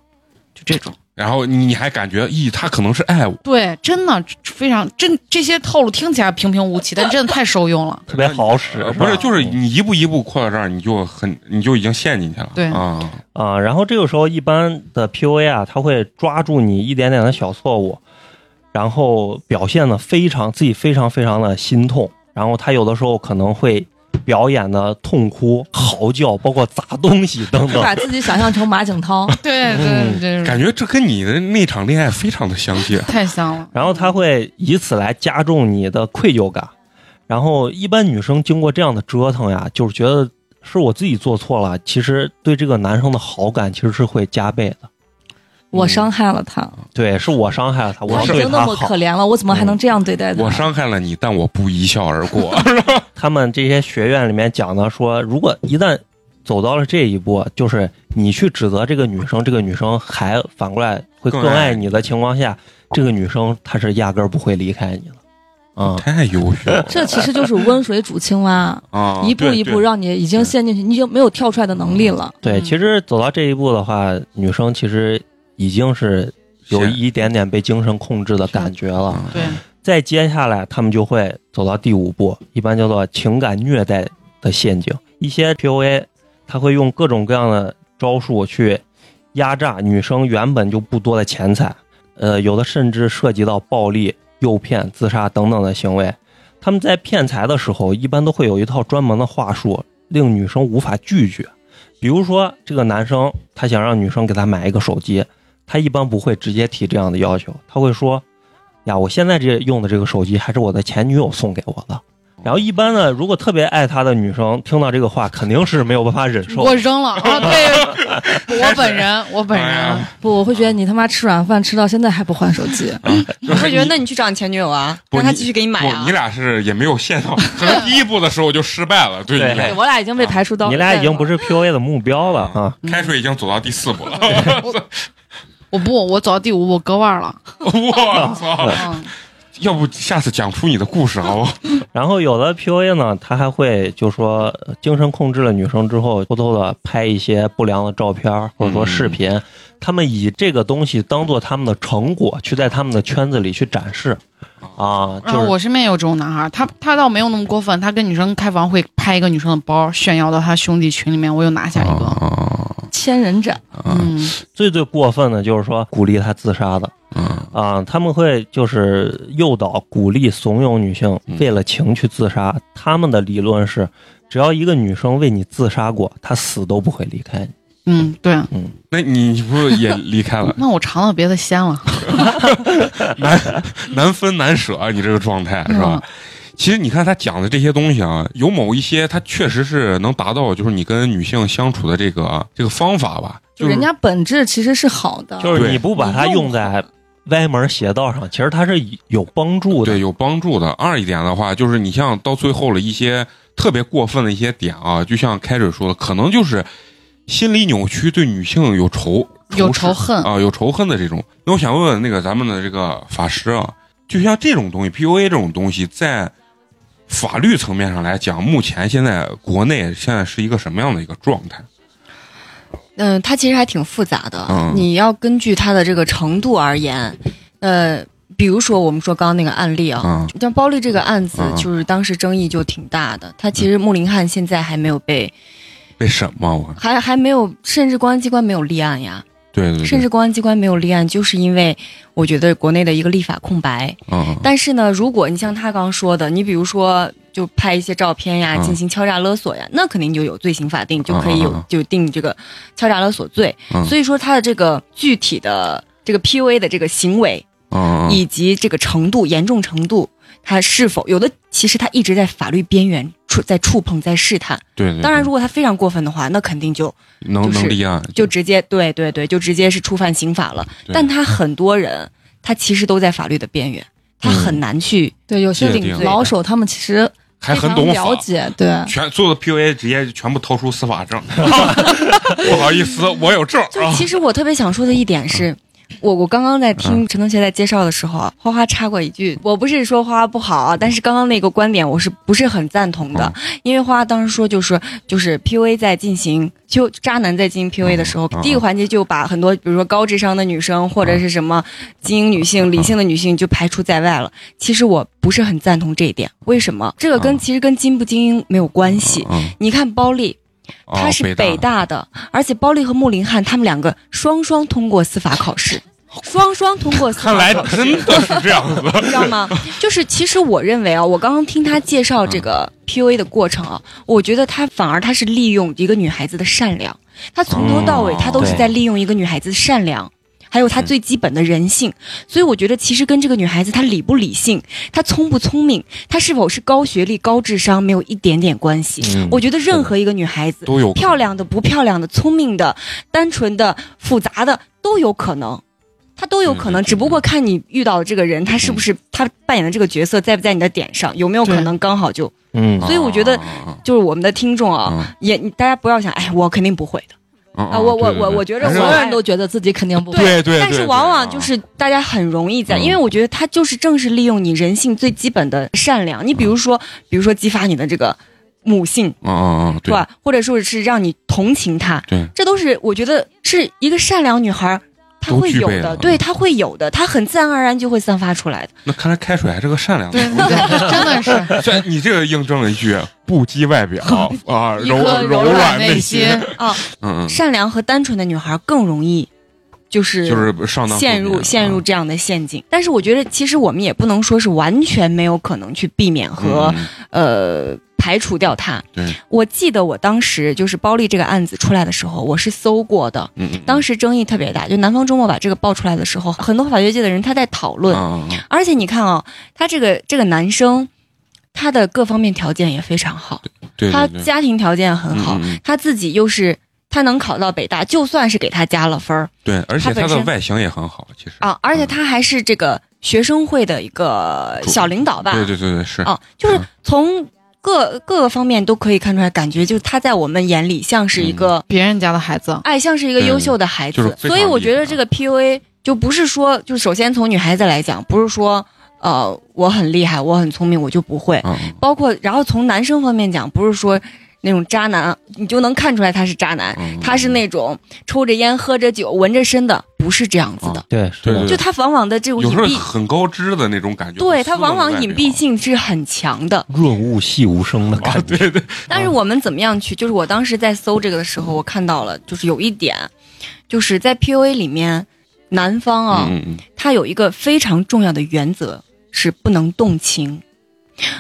就这种。
然后你还感觉，咦，他可能是爱我，
对，真的非常真。这些套路听起来平平无奇，但真的太受用了。 *laughs*
特别好使
呃，
吧嗯
不是，就是你一步一步扩到这儿，你就很，你就已经陷进去了。
对
啊，
啊，然后这个时候一般的 PUA 啊，他会抓住你一点点的小错误，然后表现的非常自己非常非常的心痛，然后他有的时候可能会表演的痛哭、嚎叫，包括砸东西等
就
等。
把自己想象成马景涛，
对对对，。
*laughs* 嗯感觉这跟你的那场恋爱非常的相近
*laughs* 太香了。
然后他会以此来加重你的愧疚感，然后一般女生经过这样的折腾呀，就是觉得是我自己做错了，其实对这个男生的好感其实是会加倍的。
我伤害了他，
对，是我伤害了他，我
他已
是对
经那
他
么
好
可。怜了，我怎么还能这样对待他？
我伤害了你，但我不一笑而
*laughs*
过。
他们这些学院里面讲的说，如果一旦走到了这一步，就是你去指责这个女生，这个女生还反过来会
更
更
爱
爱你的情况下，这个女生她是压根儿不会离开你了。啊、
太优秀了
这其实就是温水煮青蛙，
啊！
一步
对
一步
对
让你已经陷进去，你已经没有跳出来的能力了。
对，其实走到这一步的话，女生其实已经是有
是
一点点被精神控制的感觉了。
嗯
对，
再接下来，他们就会走到第五步，一般叫做情感虐待的陷阱。一些 PUA，他会用各种各样的招数去压榨女生原本就不多的钱财，呃，有的甚至涉及到暴力、诱骗、自杀等等的行为。他们在骗财的时候，一般都会有一套专门的话术，令女生无法拒绝。比如说，这个男生他想让女生给他买一个手机，他一般不会直接提这样的要求，他会说：“呀，我现在这用的这个手机还是我的前女友送给我的。”然后一般呢，如果特别爱他的女生听到这个话，肯定是没有办法忍受
我
*laughs*
扔了啊！对，我本人，啊我
哎
本人，
不，我会觉得你他妈吃软饭吃到现在还不换手机，
啊就
我
是
会觉
哎你
得，哎那你去找你前女友啊，
不
让她
你
继续给你买
不，
啊
你。俩是也没有陷到，可能第一步的时候就失败了。对
对
你
对
俩，
我俩已经被排除到
啊你俩已经不是 PUA 的目标了啊！
嗯
开水已经走到第四步了。
*laughs*
我不，我走到第五，我割腕儿了。
我操！
嗯，
要不下次讲出你的故事好不好？
然后有的 PUA 呢，他还会就说呃精神控制了女生之后，偷偷的拍一些不良的照片儿或者说视频，他们以这个东西当做他们的成果，去在他们的圈子里去展示啊，
然后
就是
我身边也有这种男孩，他他倒没有那么过分，他跟女生开房会拍一个女生的包，炫耀到他兄弟群里面，我又拿下一
哦
个。
哦
千人斩，
嗯，
最最过分的就是说鼓励她自杀的
嗯
啊，他们会就是诱导、鼓励、怂恿女性
嗯
为了情去自杀。他们的理论是，只要一个女生为你自杀过，她死都不会离开你。
嗯，对。
那你不是也离开了？
那我尝到别的
*laughs*
鲜了，
难难分难舍啊，你这个状态是
嗯
吧？其实你看他讲的这些东西啊，有某一些他确实是能达到，就是你跟女性相处的这个啊这个方法吧，就
就
是
人家本质其实是好的，
啊就是
对
你不把它用在歪门邪道上，其实它是有帮助
对
的。
有帮助的。二一点的话，就是你像到最后了一些特别过分的一些点啊，就像开水说的，可能就是心理扭曲，对女性有仇
有
仇
仇
视
恨。
啊，有仇恨的这种。那我想问问那个咱们的这个法师啊，就像这种东西，PUA 这种东西，在法律层面上来讲，目前现在国内现在是一个什么样的一个状态？
嗯，它其实还挺复杂的，
嗯
你要根据它的这个程度而言。呃，比如说我们说刚刚那个案例啊，
啊，
像包丽这个案子，
嗯
就是当时争议就挺大的。他其实穆林汉现在还没有被，
被审吗？我，
还还没有，甚至公安机关没有立案呀。
对对对，
甚至公安机关没有立案，就是因为我觉得国内的一个立法空白。
啊，
但是呢，如果你像他刚刚说的，你比如说就拍一些照片呀，
嗯
进行敲诈勒索呀，那肯定就有罪行法定，就可以
嗯嗯嗯
有就定这个敲诈勒索罪
嗯。
所以说他的这个具体的这个 PUA 的这个行为，
啊，
以及这个程度严重程度，它是否有的，其实它一直在法律边缘触在触碰在试探。
对对，
当然，如
果
果它非常过分的话，那肯定就
能能立案，
就直接对对对，就直接是触犯刑法了。
对
但他很多人，他其实都在法律的边缘，他很难去。
对有些
界定
老手他们其实
还
非
很
常
懂法
了。解，对。
全所有的 PUA 直接全部掏出 *laughs* 司法证，不好意思，我有证
就
啊。嗯
其实我特别想说的一点是，我我刚刚在听陈同学在介绍的时候，啊花花插过一句，我不是说花花不好啊，但是刚刚那个观点我是不是很赞同的？
嗯
因为花花当时说就是就是 PUA 在进行就渣男在进行 PUA 的时候
嗯嗯，嗯
第一个环节就把很多比如说高智商的女生或者是什么精英女性、理性的女性就排除在外了。其实我不是很赞同这一点，为什么？这个跟
嗯
其实跟精不精英没有关系。
嗯，
你看包丽，
哦
他是北
北大，
大的，而且包丽和穆林汉他们两个双双通过司法考试，双双通过司
看
法
来
考
真
试，
的是这
*laughs*
样子。
你知道吗？就是其实我认为啊，我刚刚听他介绍这个
嗯
PUA 的过程啊，我觉得他反而他是利用一个女孩子的善良，他从头到尾
哦
他都是在利用一个女孩子的善良。还有她
嗯
最基本的人性，所以我觉得其实跟这个女孩子她理不理性，她聪不聪明，她是否是高学历、高智商没有一点点关系。
嗯
我觉得
是
任
的
何一个女孩子，
都有可能
漂亮的、不漂亮的、聪明的、单纯的、复杂的都有可能，他都有可能，嗯
嗯
只不过看你遇到的这个人，他是不是他扮演的这个角色在不在你的点上，有没有可能刚好就
嗯
所以我觉得
啊
就是我们的听众
啊
啊，也你大家不要想，哎，我肯定不会的
嗯
啊，我我我我觉得
还是
所有
我
人都觉得自己肯定不会。
对对，
但是
对
往往
对
就
啊
是大家很容易在，
嗯
因为我觉得他就是正是利用你人性最基本的善良，你比如说，比如说激发你的这个母性，
嗯嗯嗯，
是
对
吧？或者说是让你同情她，
对，
这都是我觉得是一个善良女孩儿她
都
会
具
有
备了
的，对她会有的，她很自然而然就会散发出来的。
那看来开水还是个善良的
对。对对，真的是
*laughs* 虽然你这个印证了一句不羁外
*laughs*
表啊，
一
柔
颗
软
软
心
心，，
嗯
善良和单纯的女孩儿更容易就是
嗯，就是上当
陷入陷入这样的陷阱。但是我觉得其实我们也不能说是完全没有可能去避免和、
嗯
呃排除掉它。
对，
我记得我当时就是包丽这个案子出来的时候，我是搜过的。
嗯嗯，
当时争议特别大，就南方周末把这个爆出来的时候，很多法学界的人他在讨论，
嗯嗯
而且你看啊、他这个这个男生，他的各方面条件也非常好，
对，
他
对对
家庭条件很好，
嗯嗯嗯
他自己又是他能考到北大，就算是给他加了分儿
对，而且
他
他
本
的
身
外形也很好，其实
啊，而且他还是这个学生会的一个
主
小领导吧，
对对对对是，嗯
啊，就是
是
从各各个方面都可以看出来，感觉就是他在我们眼里像是一个、
别人家的孩子，
哎，像是一个
嗯对
优秀的孩子，
就是非常
所以我觉
厉
得
害
这个 PUA 就不是说，就首先从女孩子来讲，不是说呃我很厉害，我很聪明，我就不会，
嗯
包括然后从男生方面讲，不是说那种渣男，你就能看出来他是渣男，
嗯，
他是那种抽着烟、喝着酒、闻着身的，不是这样子的。
啊
对是
对
的
对
就他往往的这种
有
隐
时候
蔽，
很高知的那种感觉，
对
很
他
斯文
往
的
往
外
隐
表
蔽性是很强
哦
的。
润物细无声的
*laughs* 啊，
感觉。
对对，
但是我们怎么样去？就是我当时在搜这个的时候，我看到了，就是有一点，就是在 PUA 里面，男方啊，
嗯嗯
他有一个非常重要的原则是不能动情。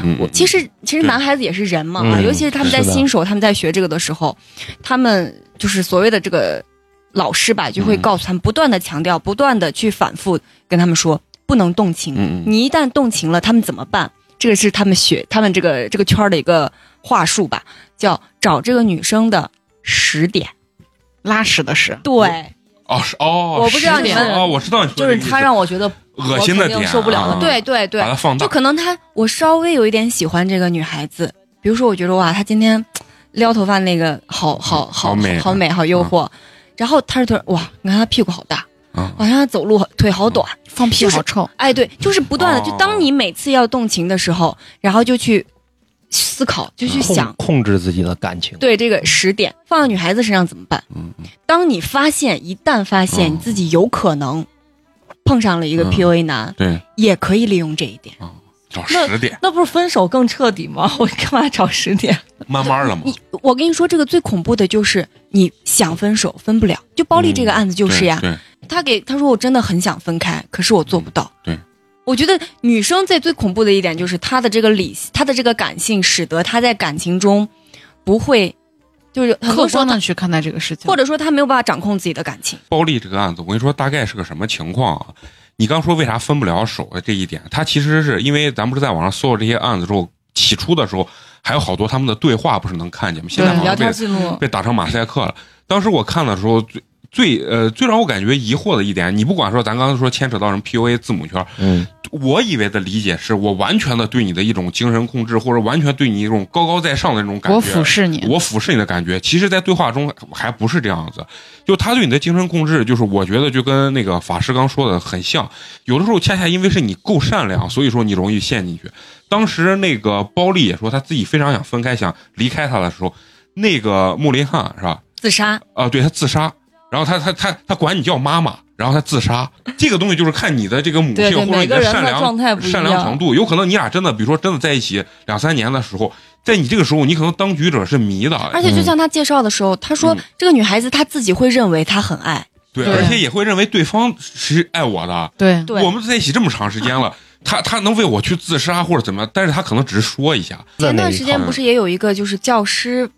嗯，
我
嗯
其实其实
对
男孩子也是人嘛，啊
嗯
尤其是他们在
是的
新手，他们在学这个的时候，他们就是所谓的这个老师吧，就会告诉他们，不断的强调，不断的去反复跟他们说，不能动情。
嗯嗯
你一旦动情了，他们怎么办？这个是他们学他们这个这个圈儿的一个话术吧，叫找这个女生的时点。
拉屎的屎，
对，
哦是哦，
我不知
道你
是
们
哦，我知道你说
就
的
是
意思
他让我觉得
恶心的
我肯
点
定受不了
啊
了。
对对对
把，它放大
就，可能他我稍微有一点喜欢这个女孩子，比如说我觉得哇，她今天撩头发那个好好好
好美啊嗯
好美好诱惑，然后她就突然哇，你看她屁股好大，
啊
好像她走路腿好短，
放屁
就是
好臭，
哎对，就是不断的，
哦
就当你每次要动情的时候，然后就去思考，就去
控
嗯
想。
控制自己的感情，
对这个时点放到女孩子身上怎么办？
嗯嗯
当你发现，一旦发现
嗯
你自己有可能碰上了一个
嗯
PUA 男，
对，
也可以利用这一点。
找
那
十点，
那不是分手更彻底吗？ *laughs* 我干嘛找十年？
慢慢的嘛，
你我跟你说，这个最恐怖的就是你想分手分不了。就包丽这个案子就
对
是呀，
嗯对，
她给她说我真的很想分开，可是我做不到。
嗯对，
我觉得女生在最恐怖的一点就是她的这个理，她的这个感性，使得她在感情中不会，就是很
客
多时候
观
她
的去看待这个事情，
或者说她没有办法掌控自己的感情。
暴力这个案子，我跟你说大概是个什么情况啊？你刚说为啥分不了手啊的这一点，他其实是因为咱不是在网上搜了这些案子之后，起初的时候还有好多他们的对话不是能看见吗？现在
对
好
聊
像被
天记录，
被打成马赛克了。当时我看的时候，最最呃最让我感觉疑惑的一点，你不管说咱刚才说牵扯到什么 PUA 字母圈，
嗯
我以为的理解是我完全的对你的一种精神控制，或者完全对你一种高高在上的那种感觉。
我俯视你，
我俯视你的感觉，其实，在对话中还不是这样子。就他对你的精神控制，就是我觉得就跟那个法师刚说的很像。有的时候恰恰因为是你够善良，所以说你容易陷进去。当时那个包丽也说他自己非常想分开，想离开他的时候，那个穆林汉是吧？
自杀，
啊，对他自杀，然后他他他他管你叫妈妈，然后他自杀，这个东西就是看你的这个母性
对对，
或者
每
你
个
的
人
善
的
良
状态不一
善良程
样。
度，有可能你俩真的，比如说真的在一起两三年的时候，在你这个时候，你可能当局者是迷的，
而且就像他介绍的时候，他说
哎嗯
这个女孩子她自己会认为她很爱，
对，
对
而且也会认为对方是爱我的。
对
对
我们在一起这么长时间了，他他能为我去自杀或者怎么样，但是他可能只是说一下，
在
前
那
段
一
时
套
间不是也有一个就是教师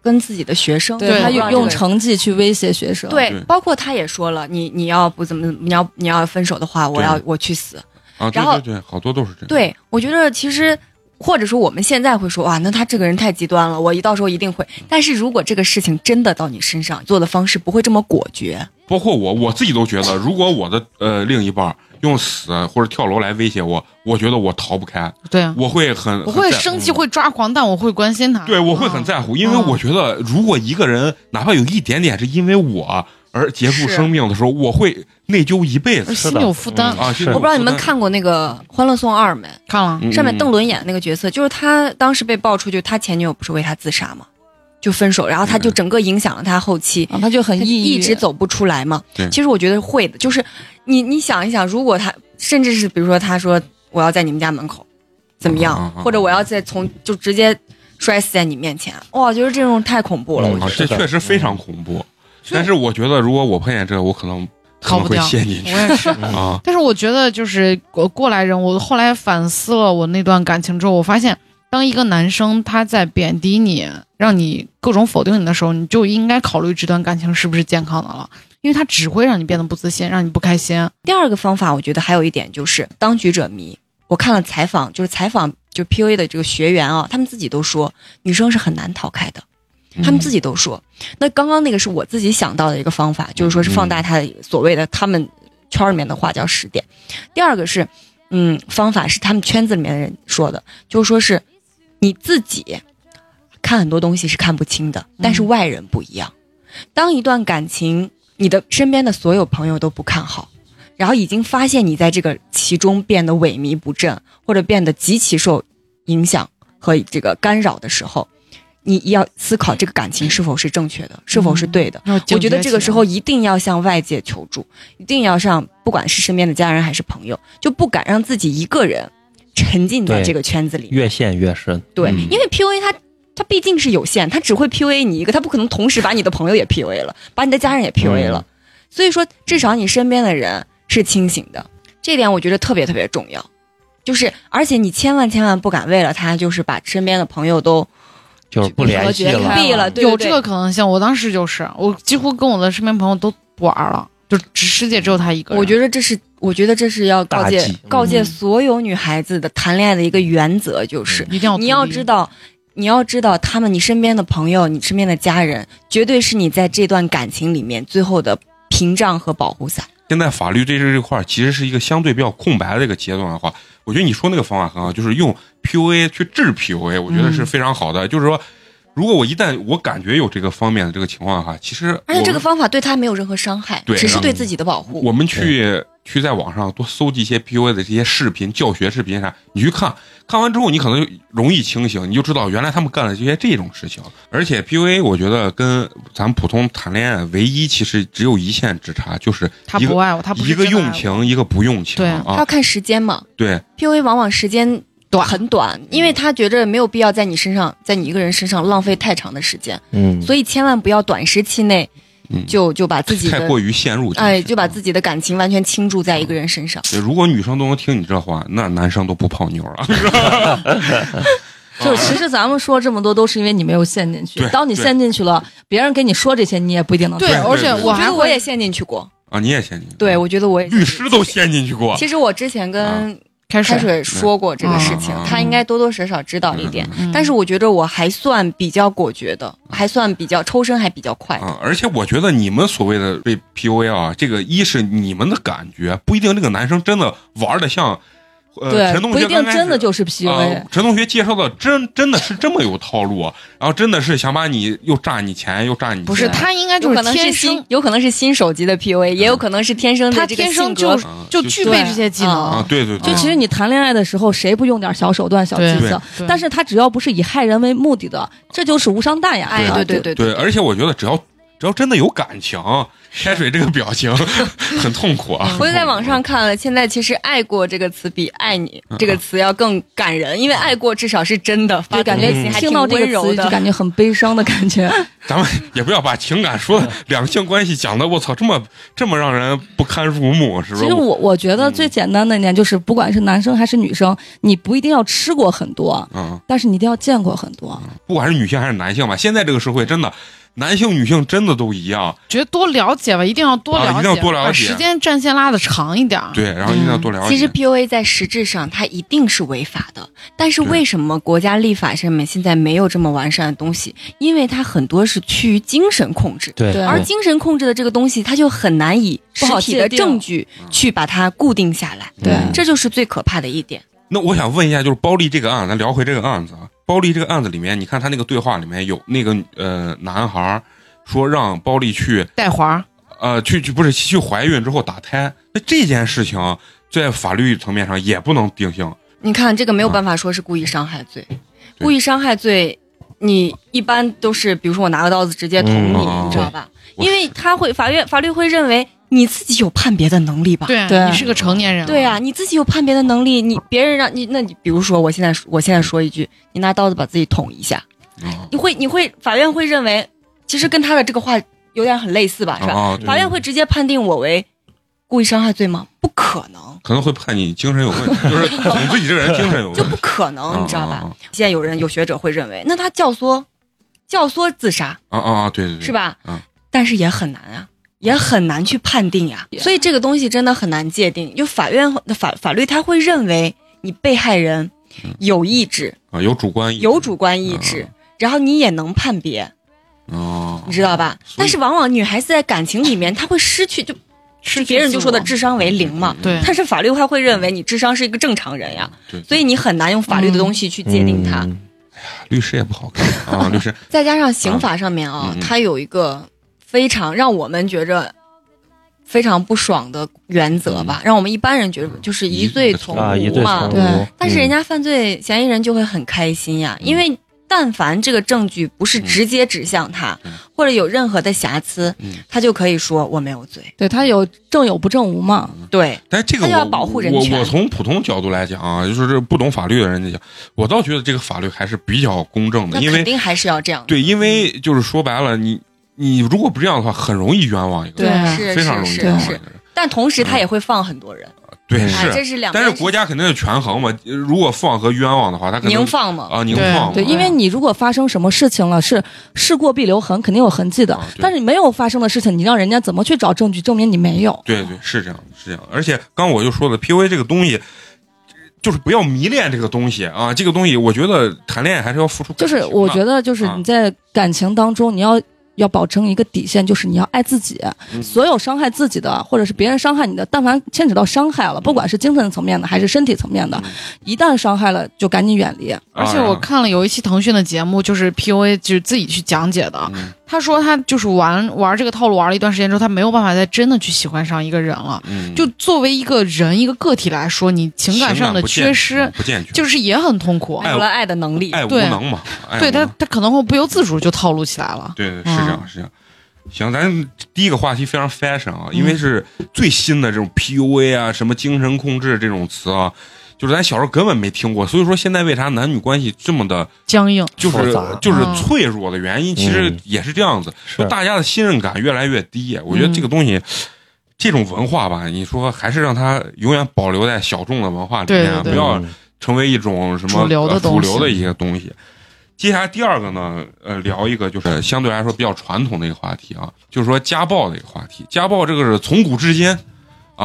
跟自己的学生，
对
他
他
我
用
用
用
用
成绩去威胁学生。
对
对，包括他也说了，你你要不怎么，你要你要分手的话，我
对
要我去死。
啊，对
然后
对对，好多都是这样。
对我觉得其实。或者说我们现在会说哇，那他这个人太极端了，我一到时候一定会。但是如果这个事情真的到你身上，做的方式不会这么果决，
包括我，我自己都觉得，如果我的呃另一半用死或者跳楼来威胁我，我觉得我逃不开，
对啊，
我会很
我会
很在乎
生气，会抓狂，但我会关心他。
对，我会很在乎，因为
嗯
我觉得如果一个人哪怕有一点点是因为我而结束
是
生命的时候，我会内疚一辈
而
子
心里有负担
是。的
啊。
对
我不知道你们
看。
看过那个《欢乐颂二》没？
看了，
嗯
上面邓伦演的那个角色，就是他当时被爆出，就是他前女友不是为他自杀嘛，就分手，然后他就整个影响了他后期，
啊，他就很
他
抑郁，
一直走不出来嘛
对。
其实我觉得会的，就是你你想一想，如果他甚至是比如说他说我要在你们家门口怎么样，
嗯嗯嗯
或者我要再从就直接摔死在你面前，哇，我觉得这种太恐怖了。
嗯
我觉
啊，
得
这
是的
确实非常恐怖。但是我觉得，如果我碰见这个，我可能可
逃
能
不
会
掉
陷进去
我
*laughs*
也是。
嗯
啊。
但是我觉得就是过过来人，我后来反思了我那段感情之后，我发现，当一个男生他在贬低你，让你各种否定你的时候，你就应该考虑这段感情是不是健康的了，因为他只会让你变得不自信，让你不开心。
第二个方法，我觉得还有一点就是当局者迷。我看了采访，就是采访就 PUA 的这个学员啊，他们自己都说女生是很难逃开的，嗯他
嗯
们自己都说。那刚刚那个是我自己想到的一个方法，就是说是放大他的所谓的他们圈里面的话叫十点。第二个是，嗯，方法是他们圈子里面的人说的，就是说是你自己看很多东西是看不清的，但是外人不一样。当一段感情，你的身边的所有朋友都不看好。然后已经发现你在这个其中变得萎靡不振，或者变得极其受影响和这个干扰的时候，你要思考这个感情是否是正确的，是否
嗯
是对的。我觉得这个时候一定要向外界求助，一定要向不管是身边的家人还是朋友，就不敢让自己一个人沉浸在
对
这个圈子里面。
越陷越深。
对，
嗯
因为 PUA 它它毕竟是有限，它只会 PUA 你一个，它不可能同时把你的朋友也 PUA 了，把你的家人也 PUA 了。所以说，至少你身边的人是清醒的，这点我觉得特别特别重要。就是，而且你千万千万不敢为了他，就是把身边的朋友都
就是不联系了
隔绝。
毙了，对
有这
对对
个可能性，我当时就是，我几乎跟我的身边朋友都不玩了，就只世界只有他一个人。
我觉得这是，我觉得这是要告
大
诫
忌
告诫
嗯
所有女孩子的谈恋爱的一个原则，就是
一定要
你要
独立
知，道，你要知道，他们你身边的朋友，你身边的家人，绝对是你在这段感情里面最后的屏障和保护伞。
现在法律这这这块儿其实是一个相对比较空白的一个阶段的话，我觉得你说那个方法很好，就是用 PUA 去治 PUA，我觉得是非常好的。就是说，如果我一旦我感觉有这个方面的这个情况的话，其实
而且这
我
个
们
方法对他没有任何伤害，
对
只是
让
对自己的保护。
我们去去在网上多搜集一些 PUA 的这些视频、教学视频啥，你去看看完之后，你可能容易清醒，你就知道原来他们干了这些这种事情。而且 PUA 我觉得跟咱们普通谈恋爱唯一其实只有一线之差，就是
他
一
不
个
爱我，他不是
一个
真的爱
用
我，
情，一个不用情
对
他
啊
要，看时间嘛
对
，PUA 往往时间
短
很短，
嗯
因为他觉着没有必要在你身上，在你一个人身上浪费太长的时间，
嗯，
所以千万不要短时期内
嗯
就就把自己
太
的
过于陷入进去，
哎就把
己。
自己的感情完全倾注在一个人身上。
对如果女生都能听你这话，那男生都不泡妞了。
啊
就是其实咱们说这么多，都是因为你没有陷进去
对。
当你
对
陷进去了，别人跟你说这些，你也不一定能
对，
对
而且
对
我
我觉
还
得我
会
也陷进去过，
嗯啊，你也陷进去？
对，我觉得我也
律师都陷进去过。
其实我之前跟
开
开
水，
水说过这个事情
啊嗯，
他应该多多少少知道一点。
嗯
但是我觉得我还算比较果决的，
嗯
还算比较抽身，还比较快的。
啊，而且我觉得你们所谓的被 PUA 啊，这个一是你们的感觉，不一定这个男生真的玩的像，呃，
对，
陈同
不
学
一定
刚开始
真的就是
啊
PUA，、
陈同学介绍的真真的是这么有套路，啊然后真的是想把你又占你钱又占你
不是
钱
他应该
有
就
可能
天
是
生
新，有可能是新手机的
嗯
PUA，也有可能是天生
他
的这个
天生
性
就
格
是
啊
就
就
具备
对
这些技
啊
能，，
对对
就
对，
其实你谈恋爱的时候，谁不用点小手段、小
对
技巧？
对
但是他只要不是以害人为目的的，这就是无伤大雅的。
哎，对对
对
对
对，而且我觉得只要只要真的有感情，开水这个表情很痛苦啊。
我就在网上看了，现在其实“爱过”这个词比“爱你”
嗯
这个词要更感人，因为爱过至少是真的，发
就
自
感
内心
嗯
觉
还
听
挺
到这
温
个
柔
词就
的。
感觉很悲伤的感觉。
咱们也不要把情感说的两性关系讲的我操这么这么让人不堪入目，是不
其
是
实？我我觉得
嗯
最简单的一点就是，不管是男生还是女生，你不一定要吃过很多，
嗯，
但是你一定要见过很多。
不管是女性还是男性吧，现在这个社会真的男性女性真的都一样，
觉得多了解吧，一定要多
啊
了解，
一定要多了
把
解
时间战线拉的长一点儿。
对，然后一定要多了解。
嗯其实 PUA 在实质上它一定是违法的，但是
对
为什么国家立法上面现在没有这么完善的东西？因为它很多是趋于精神控制，
对
对
而精神控制的这个东西，它就很难以实
不好
体
界
的
定
证据
嗯
去把它固定下来，
对
这就是最可怕的一点。
那我想问一下，就是包丽这个案，咱聊回这个案子啊。包丽这个案子里面，你看他那个对话里面有那个呃男孩儿说让包丽去
带环儿，
呃去去不是去怀孕之后打胎，那这件事情在法律层面上也不能定性。
你看这个没有办法说是故意伤害罪，
嗯对
故意伤害罪，你一般都是比如说我拿个刀子直接捅你，
嗯
你知道吧？
对
因为他会法院法律会认为你自己有判别的能力吧？
对
对
你是个成年人，
对啊，你自己有判别的能力，你别人让你，那你比如说我现在我现在说一句，你拿刀子把自己捅一下，
啊
你会你会法院会认为，其实跟他的这个话有点很类似吧，是吧？
啊，对
法院会直接判定我为故意伤害罪吗？不可能，
可能会判你精神有问
*laughs*
题，就是捅自己这个人精神有问
就
题
不，可能，
啊
你知道吧？？
啊
现在有人有学者会认为，那他教唆教唆自杀
啊啊啊，对对对，
是？吧？
嗯
但是也很难啊，也很难去判定呀、
Yeah
所以这个东西真的很难界定。就法院的法法律，他会认为你被害人有意志、
啊，有主观意识
有主观意志，然后你也能判别，
啊，
你知道吧？
所以
但是往往女孩子在感情里面，她会失去，就
失去自我，嗯
别人就说的智商为零嘛。
对，
但是法律他会认为你智商是一个正常人呀，
对，对
所以你很难用法律的东西去界定它。
嗯
律师也不好
*laughs*
看啊，律师
再加上刑法上面啊
嗯嗯，嗯
它有一个非常让我们觉着非常不爽的原则
嗯
吧，让我们一般人觉得就是一罪从
啊，一
无
对
嘛
从。
对
无。嗯
但是人
家
家犯罪嫌疑人就会很开心呀，
嗯
因为但凡这个证据不是直接指向他
嗯，
或者有任何的瑕疵
嗯，
他就可以说我没有罪。
对他有正有不正无嘛，
对，
但这个
他要
我
保护人
我
权
我从普通角度来讲啊，就是这不懂法律的人来讲，我倒觉得这个法律还是比较公正
那
的，嗯因
肯
为
定还是要这样的。
对，因为就是说白了，你你如果不这样的话，很容易冤枉一个
对
人，
啊
是
非常容
是
易
是
冤枉一个
是，
人。
但同时他也会放很多人，
对，
哎，这
嗯是，
是两
但
件
是
事。
国家肯定是权衡嘛，呃如果放和冤枉的话，他可能
宁放嘛，
啊，宁
对
放嘛，
对，因为你如果发生什么事情了，是事过必留痕，肯定有痕迹的。
啊对
但是你没有发生的事情，你让人家怎么去找证据证明你没有？
对对，是这样，是这样。而且刚我就说了，PUA 这个东西，就是不要迷恋这个东西啊，这个东西我觉得谈恋爱还是要付出感
就
情
是
的，
我觉得，就是
啊
你在感情当中，你要要保证一个底线，就是你要爱自己。
嗯
所有伤害自己的，或者是别人伤害你的，但凡牵扯到伤害了，不管是精神层面的还是身体层面的
嗯，
一旦伤害了就赶紧远离。
而且
啊
我看了有一期腾讯的节目，就是 PUA，就是自己去讲解的。
嗯
他说他就是玩玩这个套路玩了一段时间之后，他没有办法再真的去喜欢上一个人了。
嗯，
就作为一个人一个个体来说，你情感上的
不健
缺失
全，不健全，
就是也很痛苦。
哎
除了爱的能力，
爱无
对
能嘛，爱
对
无能
他，嗯他可能会不由自主就套路起来了。
对对是这样是这样。行，咱第一个话题非常 fashion 啊，
嗯
因为是最新的这种 PUA 啊，什么精神控制这种词啊，就是咱小时候根本没听过，所以说现在为啥男女关系这么的，
僵硬，
就是
复杂嗯
就是
嗯
脆弱的原因，其实也是这样子，
是
大家的信任感越来越低。啊我觉得这
嗯
个东西，这种文化吧，你说还是让它永远保留在小众的文化里
对
面，啊
对对
不要
嗯
成为一种什么
主流的
呃主
东西
流的一些东西。接下来第二个呢，呃，聊一个就是相对来说比较传统的一个话题啊，就是说家暴的一个话题。家暴这个是从古至今啊、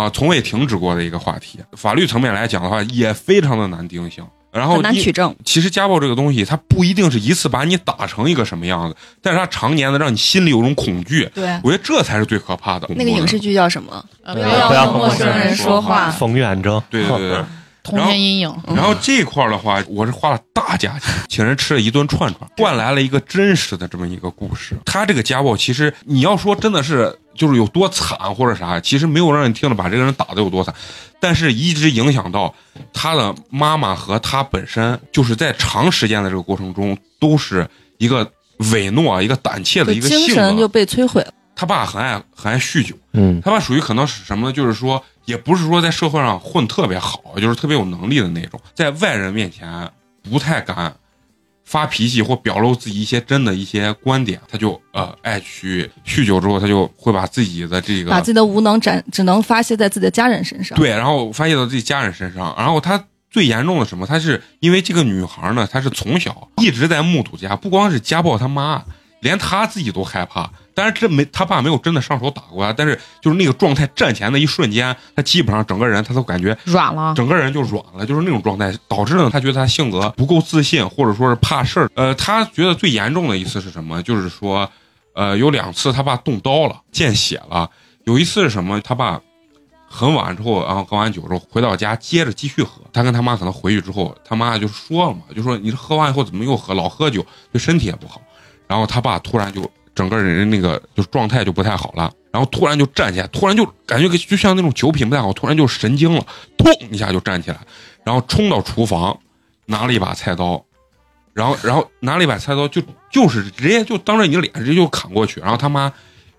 啊，从未停止过的一个话题。法律层面来讲的话，也非常的难定性。然后
很难
一
取证。
其实家暴这个东西，它不一定是一次把你打成一个什么样子，但是它常年的让你心里有种恐惧。
对，
我觉得这才是最可怕的。
那个影视剧叫什么？
呃
不
不
要
要
和
和
陌
陌
生
生
人
人
说
说
话
话，
冯远征，
对对对对。
童年阴影。
嗯
然后这块儿的话，我是花了大价
*laughs*
钱请人吃了一顿串串，换来了一个真实的这么一个故事。他这个家暴，其实你要说真的是就是有多惨或者啥，其实没有让人听着把这个人打的有多惨，但是一直影响到他的妈妈和他本身，就是在长时间的这个过程中，都是一个伪懦、一个胆怯的一个
精
性
神就
格。
被摧毁了。
他爸很爱很爱酗酒。
嗯
他爸属于可能是什么呢？就是说，也不是说在社会上混特别好，就是特别有能力的那种，在外人面前不太敢发脾气或表露自己一些真的一些观点，他就呃爱去酗酒之后，他就会把自己的这个
把自己的无能展只能发泄在自己的家人身上。
对，然后发泄到自己家人身上。然后他最严重的是什么？他是因为这个女孩呢，她是从小一直在目睹家，不光是家暴他妈，连他自己都害怕。但是这没他爸没有真的上手打过他，但是就是那个状态站前的一瞬间，他基本上整个人他都感觉
软了，
整个人就软了，就是那种状态，导致呢，他觉得他性格不够自信，或者说是怕事儿。呃，他觉得最严重的一次是什么？就是说，呃，有两次他爸动刀了，见血了。有一次是什么？他爸很晚之后，然后喝完酒之后回到家，接着继续喝。他跟他妈可能回去之后，他妈就说了嘛，就说你这喝完以后怎么又喝，老喝酒对身体也不好。然后他爸突然就整个人那个就状态就不太好了，然后突然就站起来，突然就感觉就像那种酒品不太好，突然就神经了，砰一下就站起来，然后冲到厨房，拿了一把菜刀，然后然后拿了一把菜刀就就是直接就当着你的脸直接就砍过去，然后他妈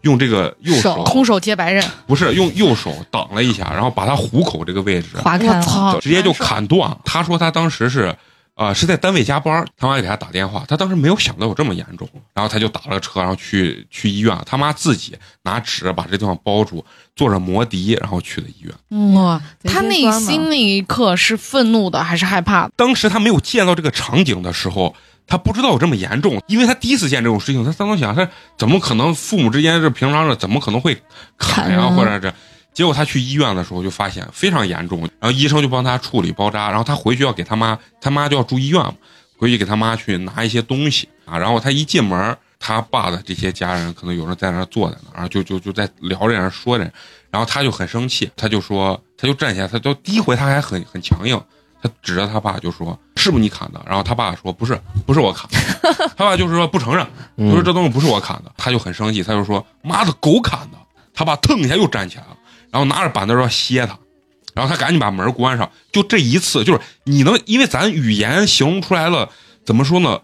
用这个右手
空手接白刃，
不是用右手挡了一下，然后把他虎口这个位置
划开
我
了，
操！
直接就砍断了。他说他当时是，呃，是在单位加班，他妈给他打电话，他当时没有想到有这么严重，然后他就打了个车，然后去去医院，他妈自己拿纸把这地方包住，坐着摩的，然后去的医院。
哇，
贼
嗯啊他
心
内
酸嘛
心那一刻是愤怒的还是害怕的？
当时他没有见到这个场景的时候。他不知道有这么严重，因为他第一次见这种事情，他当时想，他怎么可能父母之间是平常的，怎么可能会砍呀、
砍啊
或者这？结果他去医院的时候就发现非常严重，然后医生就帮他处理包扎，然后他回去要给他妈，他妈就要住医院嘛，回去给他妈去拿一些东西啊，然后他一进门，他爸的这些家人可能有人在那儿坐在那儿，然后就就就在聊这人说这人，然后他就很生气，他就说，他就站起来，他就第一回他还很很强硬，他指着他爸就说：“是不是你砍的？”然后他爸说：“不是，不是我砍的。”
*laughs*
他爸就是说不承认，就说
嗯，
这东西不是我砍的。他就很生气，他就说：“妈的，狗砍的！”他爸腾一下又站起来了，然后拿着板凳要歇他，然后他赶紧把门关上。就这一次，就是你能因为咱语言形容出来了，怎么说呢？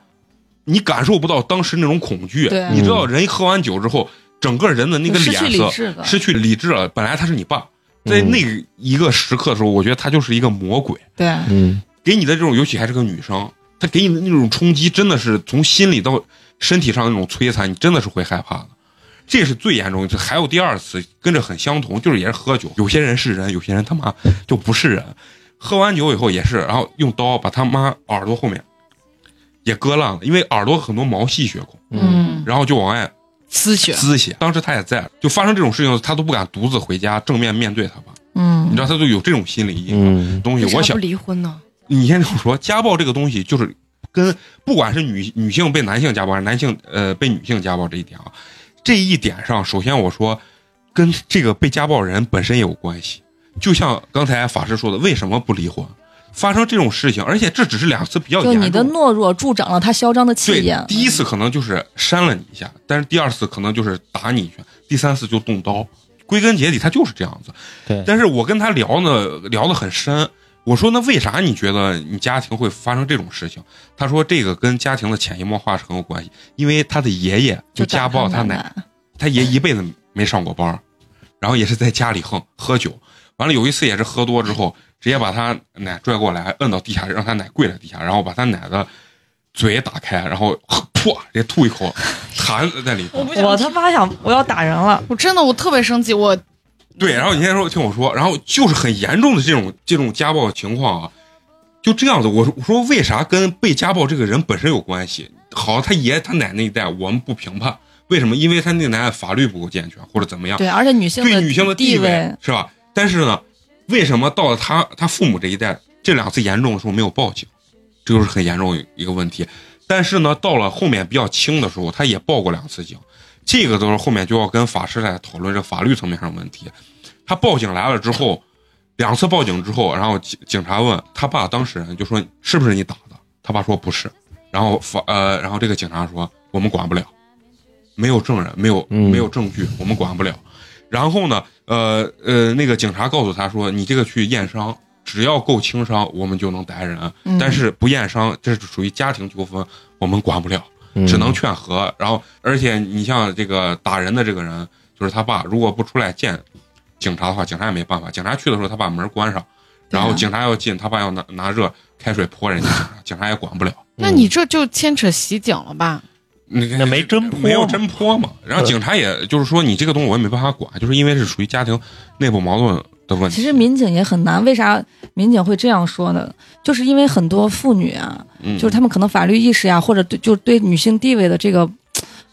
你感受不到当时那种恐惧，
对
你知道人一喝完酒之后，整个人的那个
失
脸
去理
色
智的，
失去理智了。本来他是你爸，在
嗯
那个一个时刻的时候，我觉得他就是一个魔鬼。
对，
嗯
给你的这种，尤其还是个女生，她给你的那种冲击，真的是从心里到身体上那种摧残，你真的是会害怕的。这是最严重的。还有第二次跟这很相同，就是也是喝酒，有些人是人，有些人他妈就不是人。喝完酒以后也是，然后用刀把他妈耳朵后面也割烂了，因为耳朵很多毛细血孔，
嗯，
然后就往外
丝血，
滋血。当时他也在，就发生这种事情，他都不敢独自回家正面面对他爸，
嗯，
你知道他就有这种心理阴影
嗯
东西。
为啥
我小
不离婚呢？
你先听我说，家暴这个东西就是跟不管是女女性被男性家暴，还是男性呃被女性家暴这一点啊，这一点上，首先我说跟这个被家暴人本身也有关系。就像刚才法师说的，为什么不离婚？发生这种事情，而且这只是两次比较
就
严重
你的懦弱助长了他嚣张的气
对
焰，。
第一次可能就是扇了你一下，但是第二次可能就是打你一拳，第三次就动刀。归根结底，他就是这样子。
对
但是我跟他聊呢，聊得很深。我说那为啥你觉得你家庭会发生这种事情？他说这个跟家庭的潜移默化是很有关系，因为他的爷爷就家暴他
他
奶，，他爷一辈子没上过班儿，然后也是在家里横喝酒，完了有一次也是喝多之后，直接把他奶拽过来，摁到地下，让他奶跪在地下，然后把他奶的嘴打开，然后噗，啊直接吐一口
*laughs*
痰在里头。
我他妈想我要打人了，
我真的我特别生气，我
对，然后你先说，听我说，然后就是很严重的这种这种家暴情况啊，就这样子。我说我说为啥跟被家暴这个人本身有关系？好，他爷他奶那一代我们不评判，为什么？因为他那奶奶法律不够健全，或者怎么样？
对，而且女性
对女性的
地
位，是吧？但是呢，为什么到了他他父母这一代，这两次严重的时候没有报警，这就是很严重的一个问题。但是呢，到了后面比较轻的时候，他也报过两次警，这个都是后面就要跟法师来讨论这法律层面上的问题。他报警来了之后，两次报警之后，然后警警察问他爸当事人，就说是不是你打的？他爸说不是。然后法呃，然后这个警察说我们管不了，没有证人，没有
嗯
没有证据，我们管不了。然后呢，呃呃，那个警察告诉他说，你这个去验伤，只要够轻伤，我们就能逮人，
嗯
但是不验伤，这是属于家庭纠纷，我们管不了。
嗯
只能劝和。然后，而且你像这个打人的这个人，就是他爸，如果不出来见警察的话，警察也没办法。警察去的时候，他把门关上，然后
对啊
警察要进，他爸要拿拿热开水泼人家，警察警察也管不了。
那你这就牵扯袭警了吧？
那
嗯那没真泼
没有真泼嘛？然后警察也就是说，你这个东西我也没办法管，就是因为是属于家庭内部矛盾的问题。
其实民警也很难，为啥民警会这样说呢？就是因为很多妇女啊，
嗯
就是他们可能法律意识呀、或者对就是对女性地位的这个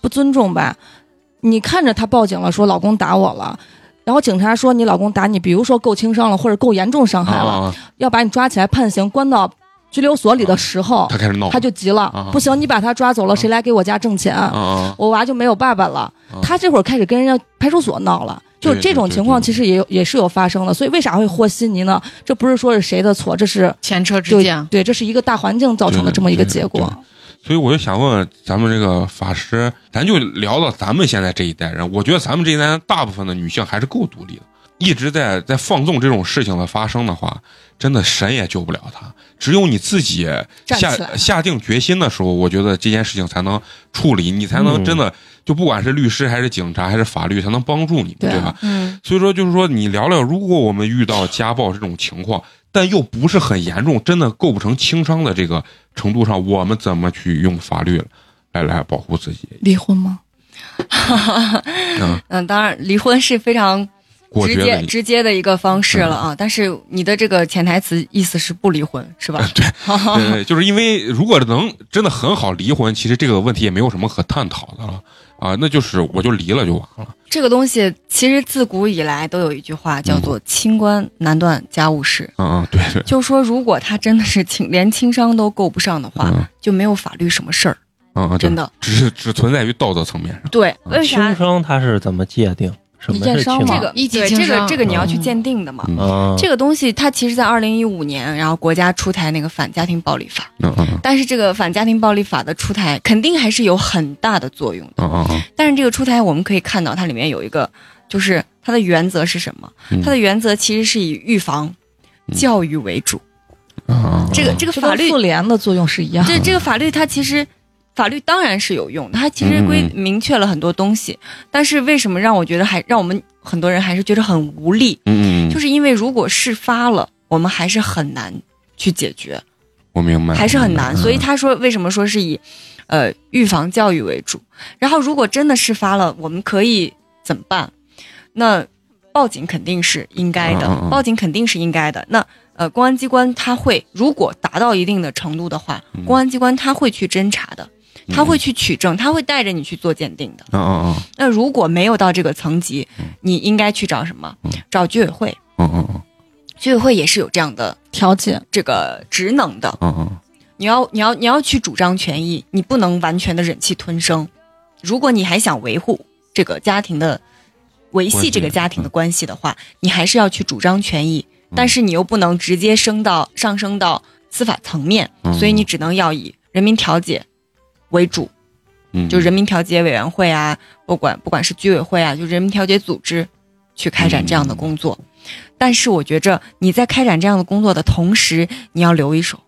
不尊重吧。你看着她报警了，说老公打我了，然后警察说你老公打你，比如说够轻伤了或者够严重伤害了，
啊，
要把你抓起来判刑，关到拘留所里的时候，
他开始闹，
他就急了，
啊
不行，你把他抓走了，谁来给我家挣钱？
啊啊
我娃就没有爸爸了。
啊
他这会儿开始跟人家派出所闹了。就是
对
这种
对
情
对
况，
对
其实也有也是有发生的，所以为啥会和稀泥呢？这不是说是谁的错，这是
前车
就
之鉴，
对，这是一个大环境造成的
对
这么一个
对
结果。
所以我就想问问咱们这个法师，咱就聊到咱们现在这一代人，我觉得咱们这一代人大部分的女性还是够独立的，一直在在放纵这种事情的发生的话，真的神也救不了她。只有你自己
站起
下
来
下定决心的时候，我觉得这件事情才能处理，你才能
嗯
真的、就不管是律师还是警察还是法律，才能帮助你们，
对啊
吧？
嗯，
所以说，就是说，你聊聊，如果我们遇到家暴这种情况，但又不是很严重，真的构不成轻伤的这个程度上，我们怎么去用法律来来保护自己？
离婚吗？
嗯，
嗯，当然，离婚是非常
果
直
决
接
的，嗯
直接的一个方式了啊。但是你的这个潜台词意思是不离婚，是吧？
啊对对，就是因为如果能真的很好离婚，其实这个问题也没有什么可探讨的了啊，那就是我就离了就完了。
这个东西其实自古以来都有一句话叫做“清官难断家务事
嗯嗯，对对”，，
就说如果他真的是轻连轻伤都够不上的话，
嗯
就没有法律什么事儿，
嗯嗯，
真
的，
的。
只只存在于道德层面上。
对，
嗯
为啥
轻？伤它是怎么界定？什么
你
是
验伤
轻
吗
伤？
这个
一级
对
轻
这个
伤
这个你要去
嗯
鉴定的嘛。
嗯
啊，
这个东西它其实，在二零一五年，然后国家出台那个反家庭暴力法，
嗯嗯嗯
但是这个反家庭暴力法的出台肯定还是有很大的作用的。
嗯嗯嗯
但是这个出台我们可以看到，它里面有一个，就是它的原则是什么？
嗯
它的原则其实是以预防、
嗯
教育为主。
嗯嗯，
这个这个
就
法
跟
律
妇，联的作用是一样的。
对这个法律，它其实法律当然是有用的，它其实规
嗯嗯
明确了很多东西。但是为什么让我觉得还让我们很多人还是觉得很无力？
嗯嗯，
就是因为如果事发了，我们还是很难去解决。
我明白，
还是很难。
嗯
所以他说，为什么说是以呃预防教育为主？然后如果真的事发了，我们可以怎么办？那报警肯定是应该的
嗯嗯嗯，
报警肯定是应该的。那呃，公安机关他会，如果达到一定的程度的话，
嗯
公安机关他会去侦查的，他会去取证，他会带着你去做鉴定的。
嗯嗯
那如果没有到这个层级
嗯，
你应该去找什么
嗯？
找居委会，
嗯嗯嗯
居委会也是有这样的
调解，
这个职能的。
嗯嗯。
你要你要你要去主张权益，你不能完全的忍气吞声。如果你还想维护这个家庭的维
关
系
系嗯
这个家庭的关系的话，你还是要去主张权益，但是你又不能直接升到上升到司法层面，
嗯
所以你只能要以人民调解为主，
嗯
就人民调解委员会啊，不管不管是居委会啊，就人民调解组织去开展这样
嗯
的工作。但是我觉着你在开展这样的工作的同时，你要留一手，
嗯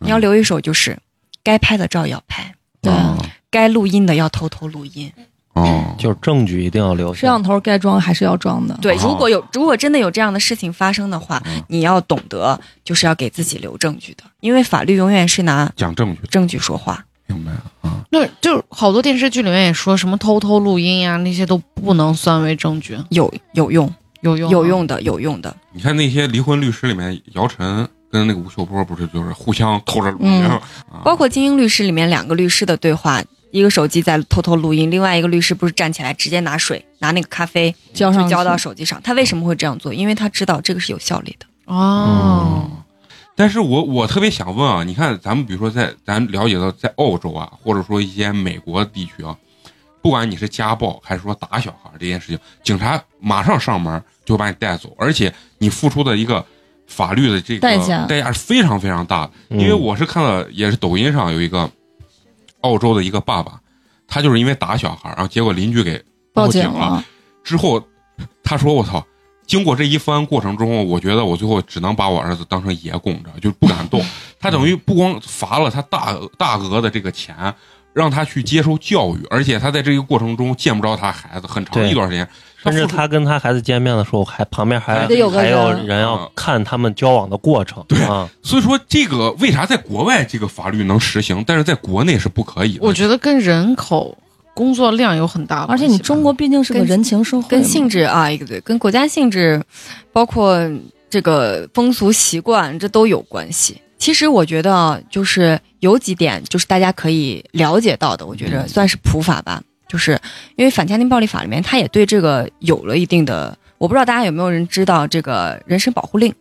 你要留一手，就是该拍的照要拍，
对
哦
该录音的要偷偷录音。
哦，
就是证据一定要留
摄
下
像。头该装还是要装的。
对，
哦
如果有如果真的有这样的事情发生的话，
嗯
你要懂得就是要给自己留证据的，因为法律永远是拿
讲证据，
证据说话。
明白了啊。
那就是好多电视剧里面也说什么偷偷录音呀，那些都不能算为证据，
有有用，
有用
有
吗。
用的，啊有用的。
你看那些离婚律师里面，姚晨跟那个吴秀波不是就是互相偷着录音
嗯
啊？
包括《精英律师》里面两个律师的对话，一个手机在偷偷录音，另外一个律师不是站起来直接拿水拿那个咖啡
交
就
上
浇到
去
手机上。他为什么会这样做？因为他知道这个是有效率的。
哦，
但是我我特别想问啊，你看咱们比如说在咱了解到在澳洲啊，或者说一些美国地区啊，不管你是家暴还是说打小孩这件事情，警察马上上门就会把你带走，而且你付出的一个法律的这个
代价
代价是非常非常大的。
嗯
因为我是看了也是抖音上有一个澳洲的一个爸爸，他就是因为打小孩，然后结果邻居给
报警
警了，之后，他说：“我操！”经过这一番过程中，我觉得我最后只能把我儿子当成爷供着，就不
*laughs*
敢动。他等于不光罚了他大额大额的这个钱，让他去接受教育，而且他在这个过程中见不着他孩子很长
对
一段时间，
甚至
付出
他跟他孩子见面的时候，还旁边还
还得
有个
还有
人
人要
嗯
看他们交往的过程
对
啊。
所以说这个为啥在国外这个法律能实行，但是在国内是不可以的？
我觉得跟人口工作量有很大
而
关系
且
吧，
你中国毕竟是个
跟
人情社会嘛，
跟性质啊，一个对，跟国家性质，包括这个风俗习惯，这都有关系。其实我觉得啊，就是有几点，就是大家可以了解到的，我觉得算是普法吧。就是因为反家庭暴力法里面，它也对这个有了一定的，我不知道大家有没有人知道这个人身保护令。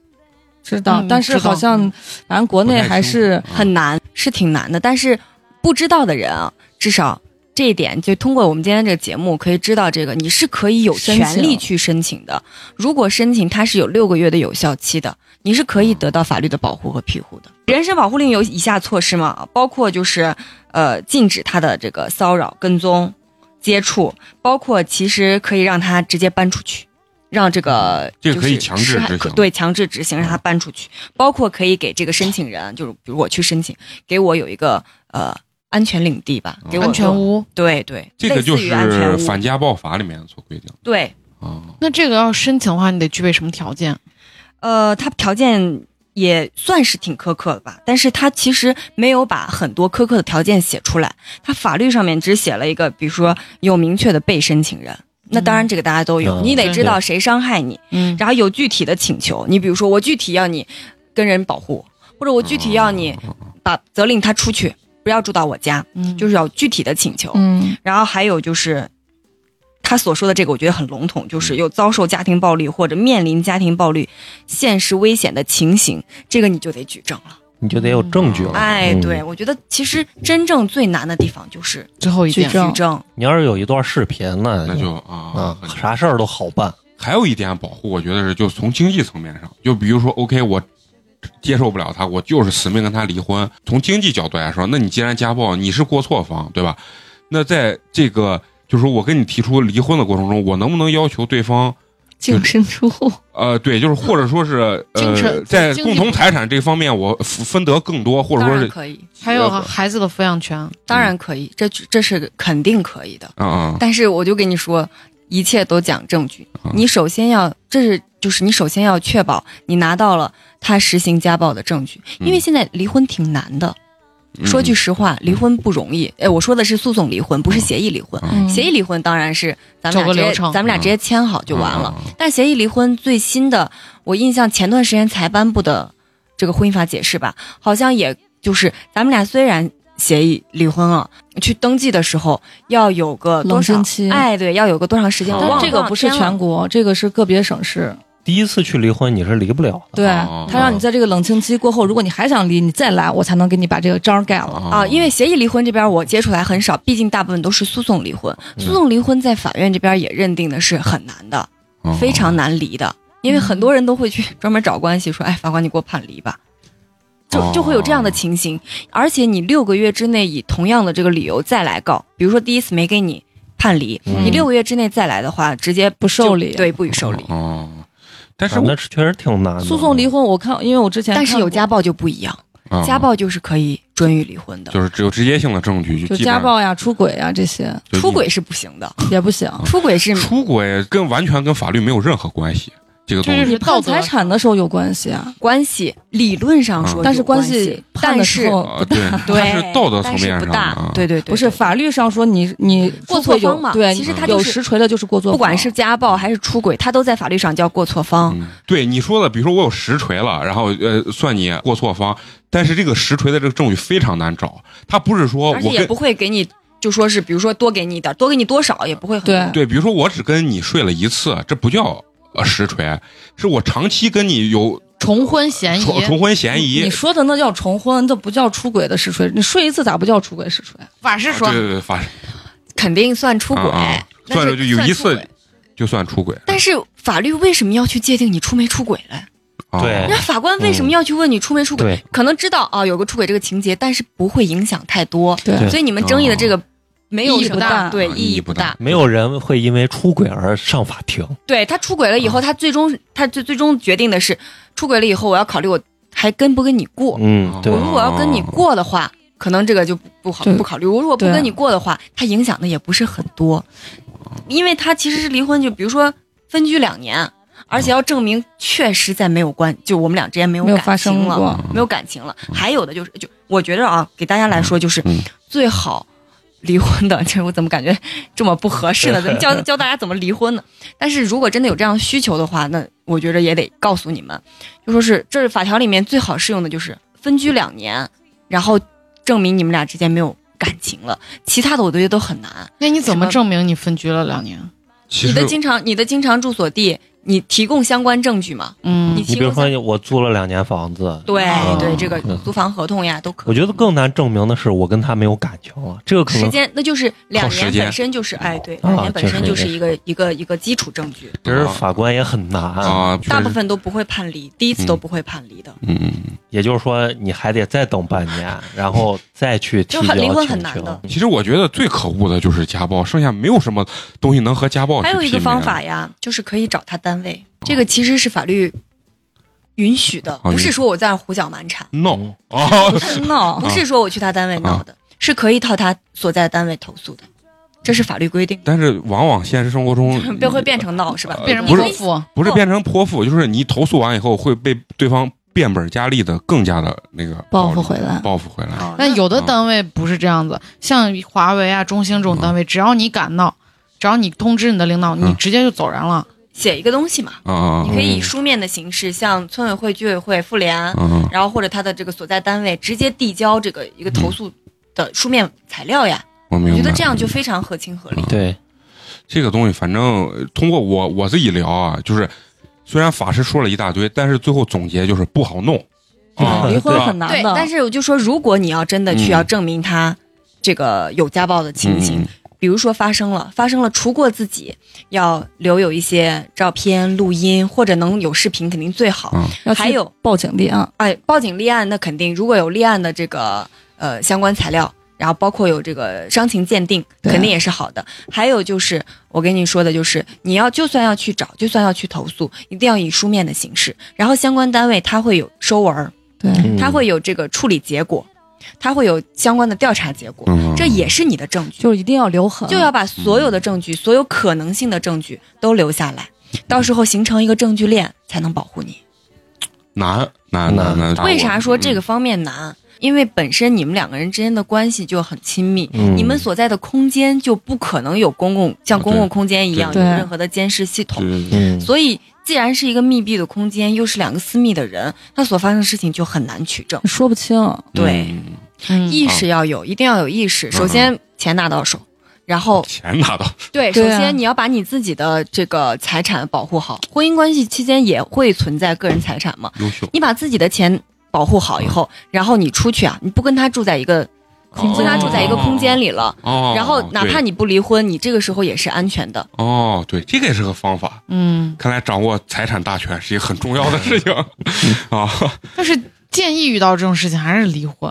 知道
嗯，
但是
知道
好像咱国
不太
内
清
还
楚
是
嗯
很难，是挺难的。但是不知道的人啊，至少这一点，就通过我们今天这个节目可以知道，这个你是可以有
申
权利
请
去申请的。如果申请，它是有六个月的有效期的，你是可以得到法律的保护和庇护的。人身保护令有以下措施嘛，包括就是呃禁止他的这个骚扰、跟踪、接触，包括其实可以让他直接搬出去。让这个
嗯这个
就
可以
是
强制
施害
执行嗯
对强制执行，让他搬出去。包括可以给这个申请
*laughs*
人，就是比如我去申请，给我有一个呃安全领地吧，给我
安全，屋。
对对，
哦这个就
类似于安全
是
屋
反家暴法里面所规定
对，
的啊。
那这个要申请的话，你得具备什么条件？
呃，它条件也算是挺苛刻的吧，但是它其实没有把很多苛刻的条件写出来，它法律上面只写了一个，比如说有明确的被申请人。那当然，这个大家都有，
嗯
你得知道谁伤害你，
嗯，
然后有具体的请求。你比如说，我具体要你跟人保护，或者我具体要你
嗯
把责令他出去，不要住到我家，
嗯
就是是要具体的请求。
嗯，
然后还有就是，他所说的这个，我觉得很笼
嗯
统，就是有遭受家庭暴力或者面临家庭暴力、现实危险的情形，这个你就得举证了。
你就得有证据了。
哎，
嗯
对，，我觉得其实真正最难的地方就是
最后一
举
点，
证
举证。
你要是有一段视频呢，
那就
啊
啊，很，
啥事儿都好办。
还有一点保护，我觉得是就从经济层面上，就比如说，OK，我接受不了他，我就是死命跟他离婚。从经济角度来说，那你既然家暴，你是过错方，对吧？那在这个就是说我跟你提出离婚的过程中，我能不能要求对方？
净身出户，
呃，对，就是或者说是
精
呃，
神
在
经济
共同财产这方面，我分分得更多，或者
当
说
然啊
是
可以，
还有孩子的抚养权，
当然可以，这这是肯定可以的。
啊啊，
但是我就跟你说，一切都讲证据
嗯。
你首先要，这是就是你首先要确保你拿到了他实行家暴的证据，因为
嗯
现在离婚挺难的。
嗯
说句实话，离婚不容易。哎，我说的是诉讼离婚，不是协议离婚。
嗯
协议离婚当然是咱们
走个
俩直接
流程
咱们俩直接签好就完了。
嗯嗯嗯
但协议离婚最新的，我印象前段时间才颁布的这个婚姻法解释吧，好像也就是咱们俩虽然协议离婚了，去登记的时候要有个多
冷
少
静期
哎，对，要有个多长时间？
哦
我
但
忘
这个不是
忘了
全国，这个是个别省市。
第一次去离婚，你是离不了的。
对
哦，
他让你在这个冷静期过后，如果你还想离，你再来，我才能给你把这个章盖
嗯
了。
哦
啊，因为协议离婚这边我接触来很少，毕竟大部分都是诉讼离婚。诉讼离婚在法院这边也认定的是很难的，
哦
非常难离的，因为很多人都会去
嗯
专门找关系说，哎，法官你给我判离吧，
哦
就就会有这样的情形。而且你六个月之内以同样的这个理由再来告，比如说第一次没给你判离，
嗯
你六个月之内再来的话，直接
不受理
就对，不予受理。
哦，但是
啊那是确实挺难的。
诉讼离婚，我看，因为我之前
但是有
看过
家暴就不一样，
啊
家暴就是可以准予离婚的，
就是只有直接性的证据，
就
基本
家
上
暴呀、出轨呀这些
就哦
出
一
轨是不行的，
也不行。
出轨是
出轨跟完全跟法律没有任何关系，这个东
就是
西
你
道
判
德
财产的时候有关系啊，
关系，理论上说
嗯
有
但是
关
关系判
但
的时
是
候
啊，对，它
对
是道德层面上
但是
的
不大
啊，，
对对对，
不是
对
法律上说你你
过
出轨
错
有
方嘛
对，
其实
他
就
有
是
实锤的就是过错方，
不管是家暴还是出轨，他都在法律上叫过错方。
嗯，对你说的，比如说我有实锤了，然后呃，算你过错方，但是这个实锤的这个证据非常难找，他不是说
而且
哦我
也
跟
不会给你就说是，比如说多给你一点，多给你多少也不会很
对
多
对，比如说我只跟你睡了一次，这不叫呃实锤，是我长期跟你有
重婚嫌疑
重，重婚嫌疑。
你说的那叫重婚，这不叫出轨的实锤。你睡一次咋不叫出轨实锤？
法师说
啊对对对，发生
肯定算出轨
啊啊，
那
算
是
是就有
算
一
出
次
轨
就算出轨。
但是法律为什么要去界定你出没出轨嘞？
啊
对
那法官为什么要去问你出没出轨？
对
可能知道啊有个出轨这个情节，但是不会影响太多。
对
对
所以你们争议的这个没有
意义
什么
不大
对
哦啊
意
意义
义
不
不
大
大。
没有人会因为出轨而上法庭。
对他出轨了以
啊
后，他最终他最最终决定的是出轨了以后，我要考虑我还跟不跟你过。
哦
嗯，对
我，如果要跟你过的话，可能这个就不不好
对
不考虑。我如果不
对啊
跟你过的话，它影响的也不是很多，因为他其实是离婚，就比如说分居两年，而且要证明确实再没有关，就我们俩之间没有
没有
感
发
情
生
了，
过。
没有感情了。还有的就是，就我觉着啊，给大家来说就是、
嗯
最好离婚的， *laughs* 这我怎么感觉这么不合适呢？怎么教教大家怎么离婚呢？但是如果真的有这样的需求的话，那我觉着也得告诉你们，就说是这是法条里面最好适用的就是分居两年，然后证明你们俩之间没有感情了，其他的我都觉得都很难。
那你怎么证明你分居了两年？
其
你的
实
经常你的经常住所地，你提供相关证据吗？
嗯
你，
你
提
比
供
如
相
说我租了两年房子，
对
啊
对，这个
嗯
租房合同呀都可以。
我觉得更难证明的是我跟他没有感情了，这个可
时
能
间，那就是两
靠时
年
间哦
本身就是，哎，对，
啊
两年本身
确实
就是一个一个一个基础证据，
其实法官也很难。
啊，确
大部
实
分都不会判离，第一次
嗯
都不会判离的，
嗯嗯。
也就是说，你还得再等半
*laughs*
年，然后再去提
就很
交
离婚
请
很难
求
的。
其实我觉得最可恶的就是家暴，剩下没有什么东西能和家暴去啊
还有一个
媲美
方法呀，就是可以找他单位，这个其实是法律允许的，
哦
不
允
是
许
说我在那儿胡搅蛮缠，
闹啊，，
*laughs* 闹，不是说我去他单位闹的，是可以到他所在单位投诉的，这是法律规定
但是往往现实生活
*laughs*
中 *laughs*
不会变成闹是吧？
变成
呃不是啊
泼妇，
不是变成泼妇，就是你投诉完以后会被对方变本加厉的更加的那个
报复
暴力
回来
报复回来。
哦
但有的
嗯
单位不是这样子，像华为啊、中兴这种单位，只要你敢闹，只要你通知你的领导，你
嗯
直接就走人了。
写一个东西嘛，
啊啊
你可以以书面的形式向村委会、居委会、妇联
啊，啊！
然后或者他的这个所在单位直接递交这个一个投诉的书面材料呀，
我嗯
我
明白。
觉得这样就非常合情合理。
对，
这个东西，反正呃通过我我自己聊啊，就是虽然法师说了一大堆，但是最后总结就是不好弄啊，
离婚
对吧
很难
*laughs* 对，
的，
但是我就说，如果你要真的去
嗯
要证明他这个有家暴的情形，
嗯
比如说发生了，发生了，除过自己要留有一些照片、录音，或者能有视频，肯定最好。
嗯
要
还
去
有，
报警啊立案。
哎，报警立案那肯定，如果有立案的这个呃相关材料，然后包括有这个伤情鉴定，
对
肯定也是好的。还有就是我跟你说的，就是你要就算要去找，就算要去投诉，一定要以书面的形式，然后相关单位他会有收文儿，
对，
嗯
他会有这个处理结果，他会有相关的调查结果，
嗯，
这也是你的证据，
就是一定要留痕，
就要把所有的证据、所有可能性的证据都留下来，到时候形成一个证据链，才能保护你。
难难难
啊
难。嗯
为啥说
嗯
这个方面难？因为本身你们两个人之间的关系就很亲密，
嗯
你们所在的空间就不可能有公共像公共空间一样有
对
任何的监视系统，
嗯？对
嗯，
所以既然是一个密闭的空间，又是两个私密的人，那所发生的事情就很难取证。
说不清。
对，
嗯，
意识要有，一定要有意
嗯
识。首先，钱拿到手，然后
钱拿到
对，首
对啊
先你要把你自己的这个财产保护好。婚姻关系期间也会存在个人财产嘛，
优秀，
你把自己的钱保护好以后，
嗯
然后你出去啊，你不跟他住在一个，
哦
不跟他住在一个空间里了。
哦，
然后哪怕
对
你不离婚，你这个时候也是安全的。
哎
哦，对，这个也是个方法。
嗯，
看来掌握财产大权是一个很重要的
*laughs*
事情啊。
但是建议遇到这种事情还是离婚。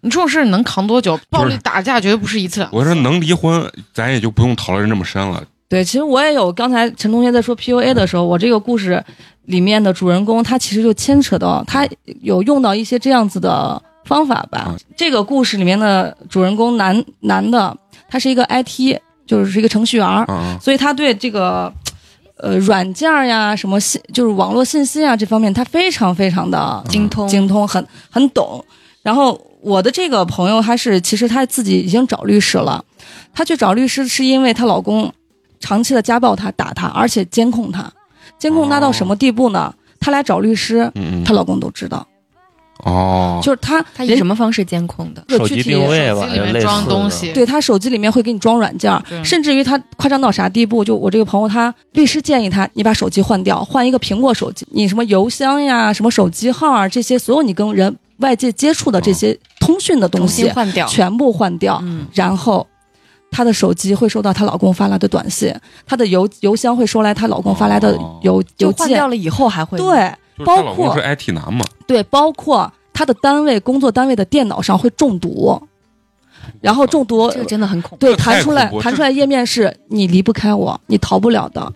你这种事儿能扛多久？暴力打架绝对不是一次两次。
我说能离婚，咱也就不用讨论这么深了。
对，其实我也有，刚才陈同学在说 PUA 的时候，我这个故事里面的主人公，他其实就牵扯到他有用到一些这样子的方法吧。
嗯
这个故事里面的主人公男男的，他是一个 IT，就是是一个程序员儿，
啊
所以他对这个呃软件儿呀、什么信就是网络信息啊这方面，他非常非常的
嗯
精通，
精通，很很懂。然后我的这个朋友，她是其实她自己已经找律师了，她去找律师是因为她老公长期的家暴她、打她，而且监
哦
控她，监控她到什么地步呢？她来找律师，
嗯嗯，
她老公都知道。
哦，
就是他
它以什么方式监控的？
个
手
具
机
体
定位
手
吧，
机里
就
面
类似
装
的
东西，
对他手机里面会给你装软件儿，
对
甚至于他夸张到啥地步？就我这个朋友他，律师建议他，你把手机换掉，换一个苹果手机。你什么邮箱呀、什么手机号啊，这些所有你跟人外界接触的这些通讯的东
重
西啊
新，换掉。
全部换掉。
嗯，
然后，她的手机会收到她老公发来的短信，她的邮邮箱会收来她老公发来的
哦
邮
就
邮
换
件
掉。了以后还会
对
就是她
包
老公
括
是 IT 男嘛，
对，包括她的单位工作单位的电脑上会中毒，然后中毒
这个真的很恐怖。
对，
这太
弹出来
恐怖
弹
这
出来页面是你离不开我，你逃不了的，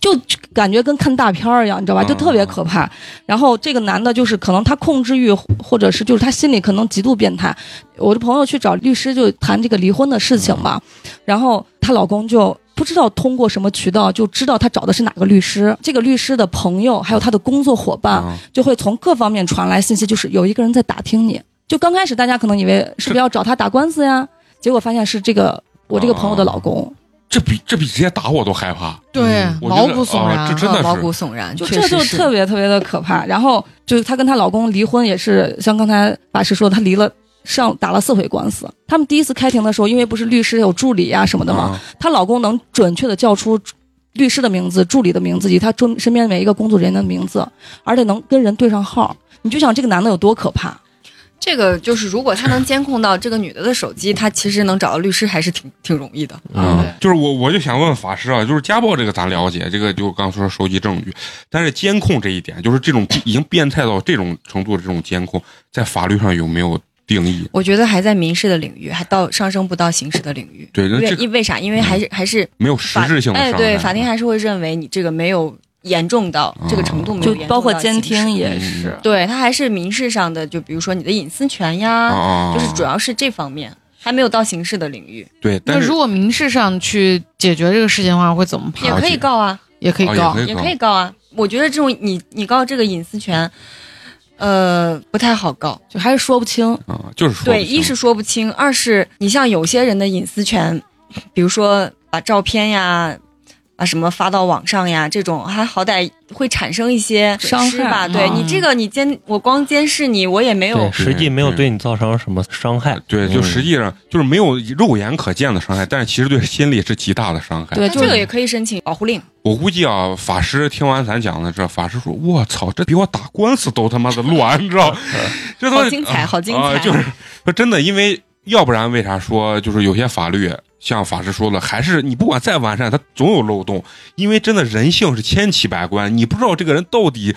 就感觉跟看大片儿一样，你知道吧？就
嗯
特别可怕。然后这个男的，就是可能他控制欲，或者是就是他心里可能极度变态。我的朋友去找律师就谈这个离婚的事情嘛，
嗯
然后她老公就。不知道通过什么渠道就知道她找的是哪个律师，这个律师的朋友还有她的工作伙伴
嗯
啊
就会从各方面传来信息，就是有一个人在打听你。就刚开始大家可能以为是不是要找他打官司呀，结果发现是这个我这个
哦
朋友的老公，
这比这比直接打我都害怕。
对
嗯，我觉
毛
得
骨悚
啊
然
这。真的
啊
是
毛骨悚然，
就
确
这
实
就是特别特别的可怕。然后就是她跟她老公离婚也是像刚才法师说的，她离了上打了四回官司。他们第一次开庭的时候，因为不是律师有助理呀、什么的嘛，
啊
她老公能准确的叫出律师的名字、助理的名字以及她周身边每一个工作人员的名字，而且能跟人对上号。你就想这个男的有多可怕？
这个就是，如果他能监控到这个女的的手机，他其实能找到律师还是挺挺容易的。
嗯
对，
就是我我就想问法师啊，就是家暴这个咱了解，这个就刚说收集证据，但是监控这一点，就是这种已经变态到这种程度的这种监控，在法律上有没有定义？
我觉得还在民事的领域，还到上升不到刑事的领域。
对，
因
那
为
这个
因为啥？因为还是还是
没有实
法
质性的
哎，
伤害。
对，法庭还是会认为你这个没有严重到
哦
这个程度，没有
就
严重到嗯
包括监
刑事
听也是。
对他还是民事上的，就比如说你的隐私权呀，
啊，
就是主
要
要是这方面，还没有到刑事的领域，
对，
那
但是
如果民事上去解决这个事情的话，会怎么判
也？可以告啊，
也可以
啊
告
也可以
也可以告啊。我觉得这种你你告这个隐私权，呃，不太好告。
就还是说不清。
啊，就是说
对，
不清
一是说不清，二是你像有些人的隐私权，比如说把照片呀。把什么发到网上呀？这种还好歹会产生一些
伤害
损失
啊
嗯
吧？对你这个，你监我光监视你，我也没有
对，实际没有对你造成什么伤害。嗯
对，
嗯
就实际上就是没有肉眼可见的伤害，但是其实对心理是极大的伤害。
对，
哎那
就
这
是
个也可以申请保护令。
我估计啊，法师听完咱讲的这，法师说：“我操，这比我打官司都他妈的乱，你知
*laughs*
道？这他妈
好精彩
啊
好精彩
啊就是说真的，因为要不然为啥说就是有些法律像法师说的，还是你不管再完善，它总有漏洞，因为真的人性是千奇百观，你不知道这个人到底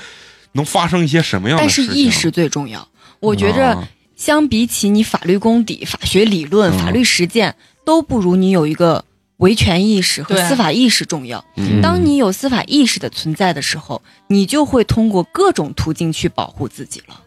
能发生一些什么样的
但
事
是
情。
意识最重要。我觉
啊
着，相比起你法律功底、法学理论、
嗯
法律实践，都不如你有一个维权意识和
对
司法意识重要。
嗯
当你有司法意识的存在的时候，你就会通过各种途径去保护自己了。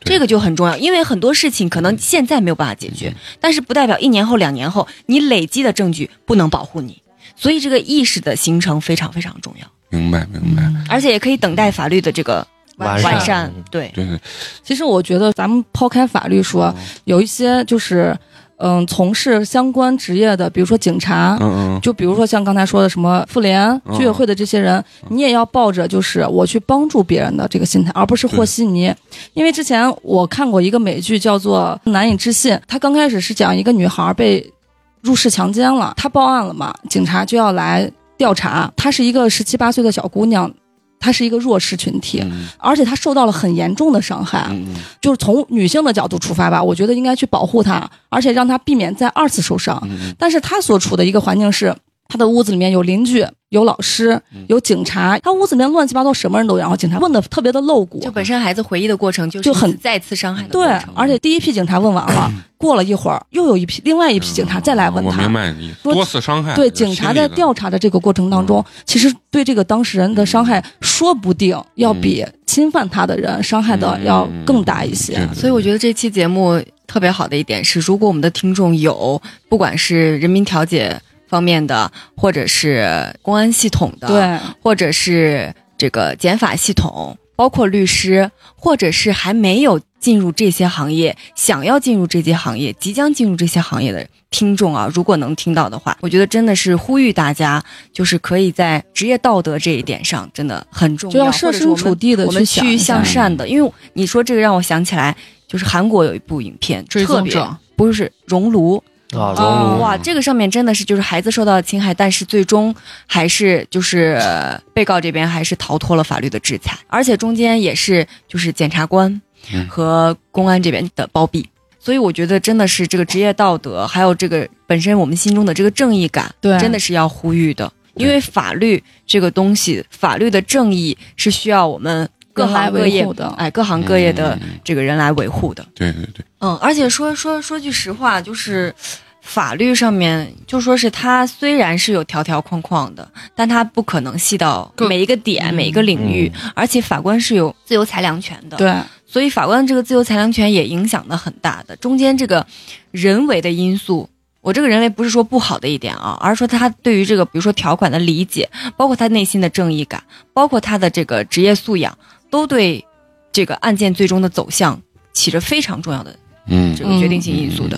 对
这个就很重要，因为很多事情可能现在没有办法解决，但是不代表一年后、两年后你累积的证据不能保护你，所以这个意识的形成非常非常重要，
明白明白，
而且也可以等待法律的这个
完
完
善
善。对，
对对，
其实我觉得咱们抛开法律
哦
说，有一些就是，嗯，从事相关职业的，比如说警察，
嗯嗯
就比如说像刚才说的什么妇联、
嗯
居委会的这些人，
嗯
你也要抱着就是我去帮助别人的这个心态，而不是和稀泥。因为之前我看过一个美剧叫做《难以置信》，它刚开始是讲一个女孩被入室强奸了，她报案了嘛，警察就要来调查。她是一个十七八岁的小姑娘，她是一个弱势群体。
嗯
而且她受到了很严重的伤
啊
害，啊
嗯嗯
就是从女性的角度出发吧，我觉得应该去保护她，而且让她避免再二次受伤。
嗯嗯
但是她所处的一个环境是，她的屋子里面有邻居、有老师、
嗯
有警察，她屋子里面乱七八糟什么人都有，然后警察问的特别的露骨
就。本身孩子回忆的过程就是
就很
一次再次伤害的
对
过程，
而且第一批警察问完了，过了一会儿又有一批另外一批警察再来问
嗯我明
他。
白你
说
多次伤害，
对，警察
心
在
理的
调查的这个过程当中，其实对这个当事人的伤害，
嗯
说不定要比侵犯他的人伤害的要更大一些。
嗯
所以我觉得这期节目特别好的一点是，如果我们的听众有不管是人民调解方面的，或者是公安系统的，，
对，
或者是这个检法系统，包括律师，或者是还没有进入这些行业、想要进入这些行业、即将进入这些行业的听众啊，如果能听到的话，我觉得真的是呼吁大家，就是可以在职业道德这一点上真的很重
就要
或
啊设
者是我
身
们
处地的
我们
想
趋于
一下嗯
向善的，因为你说这个让我想起来，就是韩国有一部影片，
追
特
踪
别
者，
不是熔炉，
啊，
哦熔
熔
炉嗯
炉
哇，这个上面真的是就是孩子受到了侵害，但是最终还是就是呃被告这边还是逃脱了法律的制裁，而且中间也是就是检察官
嗯
和公安这边的包庇。所以我觉得真的是这个职业道德，还有这个本身我们心中的这个正义感，
对
真的是要呼吁的。因为法律这个东西，法律的正义是需要我们各
人来
行各
维
业
护的
哎，各行各业的
嗯
这个人来维护的。
对对对，
嗯，而且说说说句实话，就是法律上面就说是它虽然是有条条框框的，但它不可能细到
更
每一个点、
嗯
每一个领域，而且法官是有自由裁量权的。，
对，
所以法官的这个自由裁量权也影响的很大的，中间这个人为的因素。我这个人为不是说不好的一点啊，而是说他对于这个，比如说条款的理解，包括他内心的正义感，包括他的这个职业素养，都对这个案件最终的走向起着非常重要的
嗯
这个决定性因素的。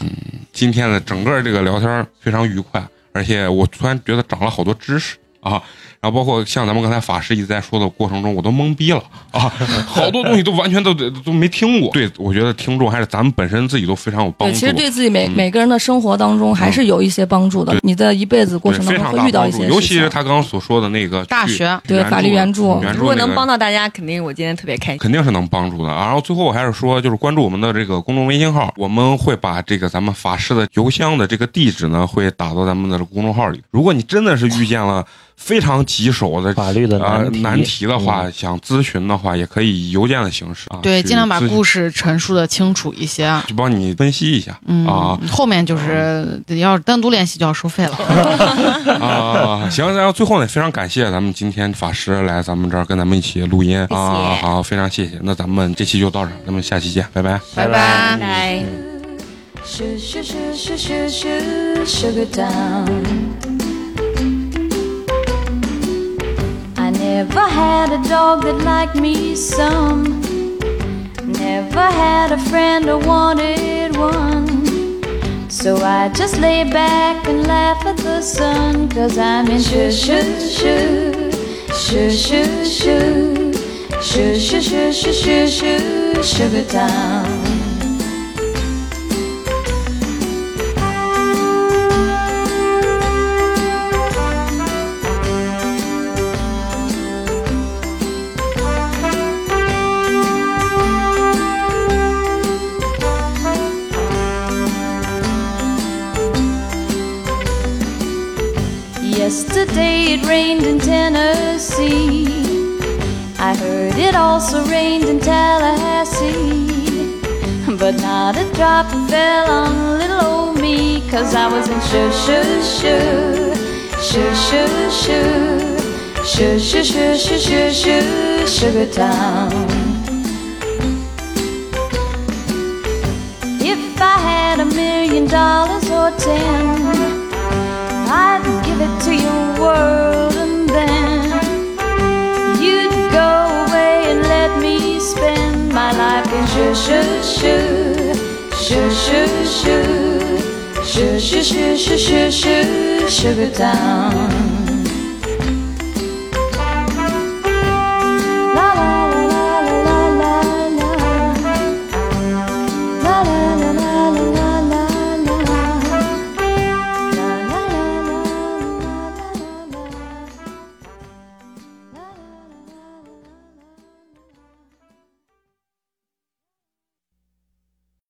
今天的整个这个聊天非常愉快，而且我突然觉得长了好多知识啊。然后包括像咱们刚才法师一直在说的过程中，我都懵逼了啊， *laughs* 好多东西都完全都都没听过。对，我觉得听众还是咱们本身自己都非常有帮
对，
助，
其实对自己每
嗯
每个人的生活当中还是有一些帮助的
对。
你在一辈子过程
对
当
非
中
常
会
大
遇到
帮
一
助。
些
尤
事
其是
情。
他刚刚所说的那个
大
去
学
对法律援助
援助
如果能帮
到。
到大家，肯定我今天特别开心。
肯定是能帮助的。然后最后我还是说，就是关注我们的这个公众微信号，我们会把这个咱们法师的邮箱的这个地址呢，会打到咱们的公众号里。如果你真的是遇见了非常棘手的
法律的
啊
难题
难题的话，
嗯
想咨询的话，也可以以邮件的形式啊，
对，尽量把故
事
事陈述的清楚一些。
去帮你分析一下
嗯，
啊嗯
后面就是要是单独练习就要收费了。
啊。 *laughs* 行，然后最后呢，非常感谢咱们今天法师来咱们这儿跟咱们一起录音啊，
谢谢
好，非常谢谢。那咱们这期就到这儿，咱们下期见，拜拜。
拜拜。
拜。
Shoo shoo shoo shoo shoo shoo sugar down. I never had a dog that liked me some. Never had a friend who wanted one. So I just lay back and laugh at the sun. Cause I'm in shoo shoo shoo shoo shoo shoo shoo shoo shoo shoo shoo shoo sugar town. Yesterday it rained in Tennessee. I heard it also rained in Tallahassee. But not a drop fell on little old me, cause I was in shoo shoo shoo. Shoo shoo shoo. Shoo shoo shoo shoo shoo shoo. Sugar Town. If I had a million dollars or ten. I'd give it to your world and then you'd go away and let me spend my life in shoo shoo shoo shoo shoo shoo shoo shoo shoo shoo shoo shoo sugar town.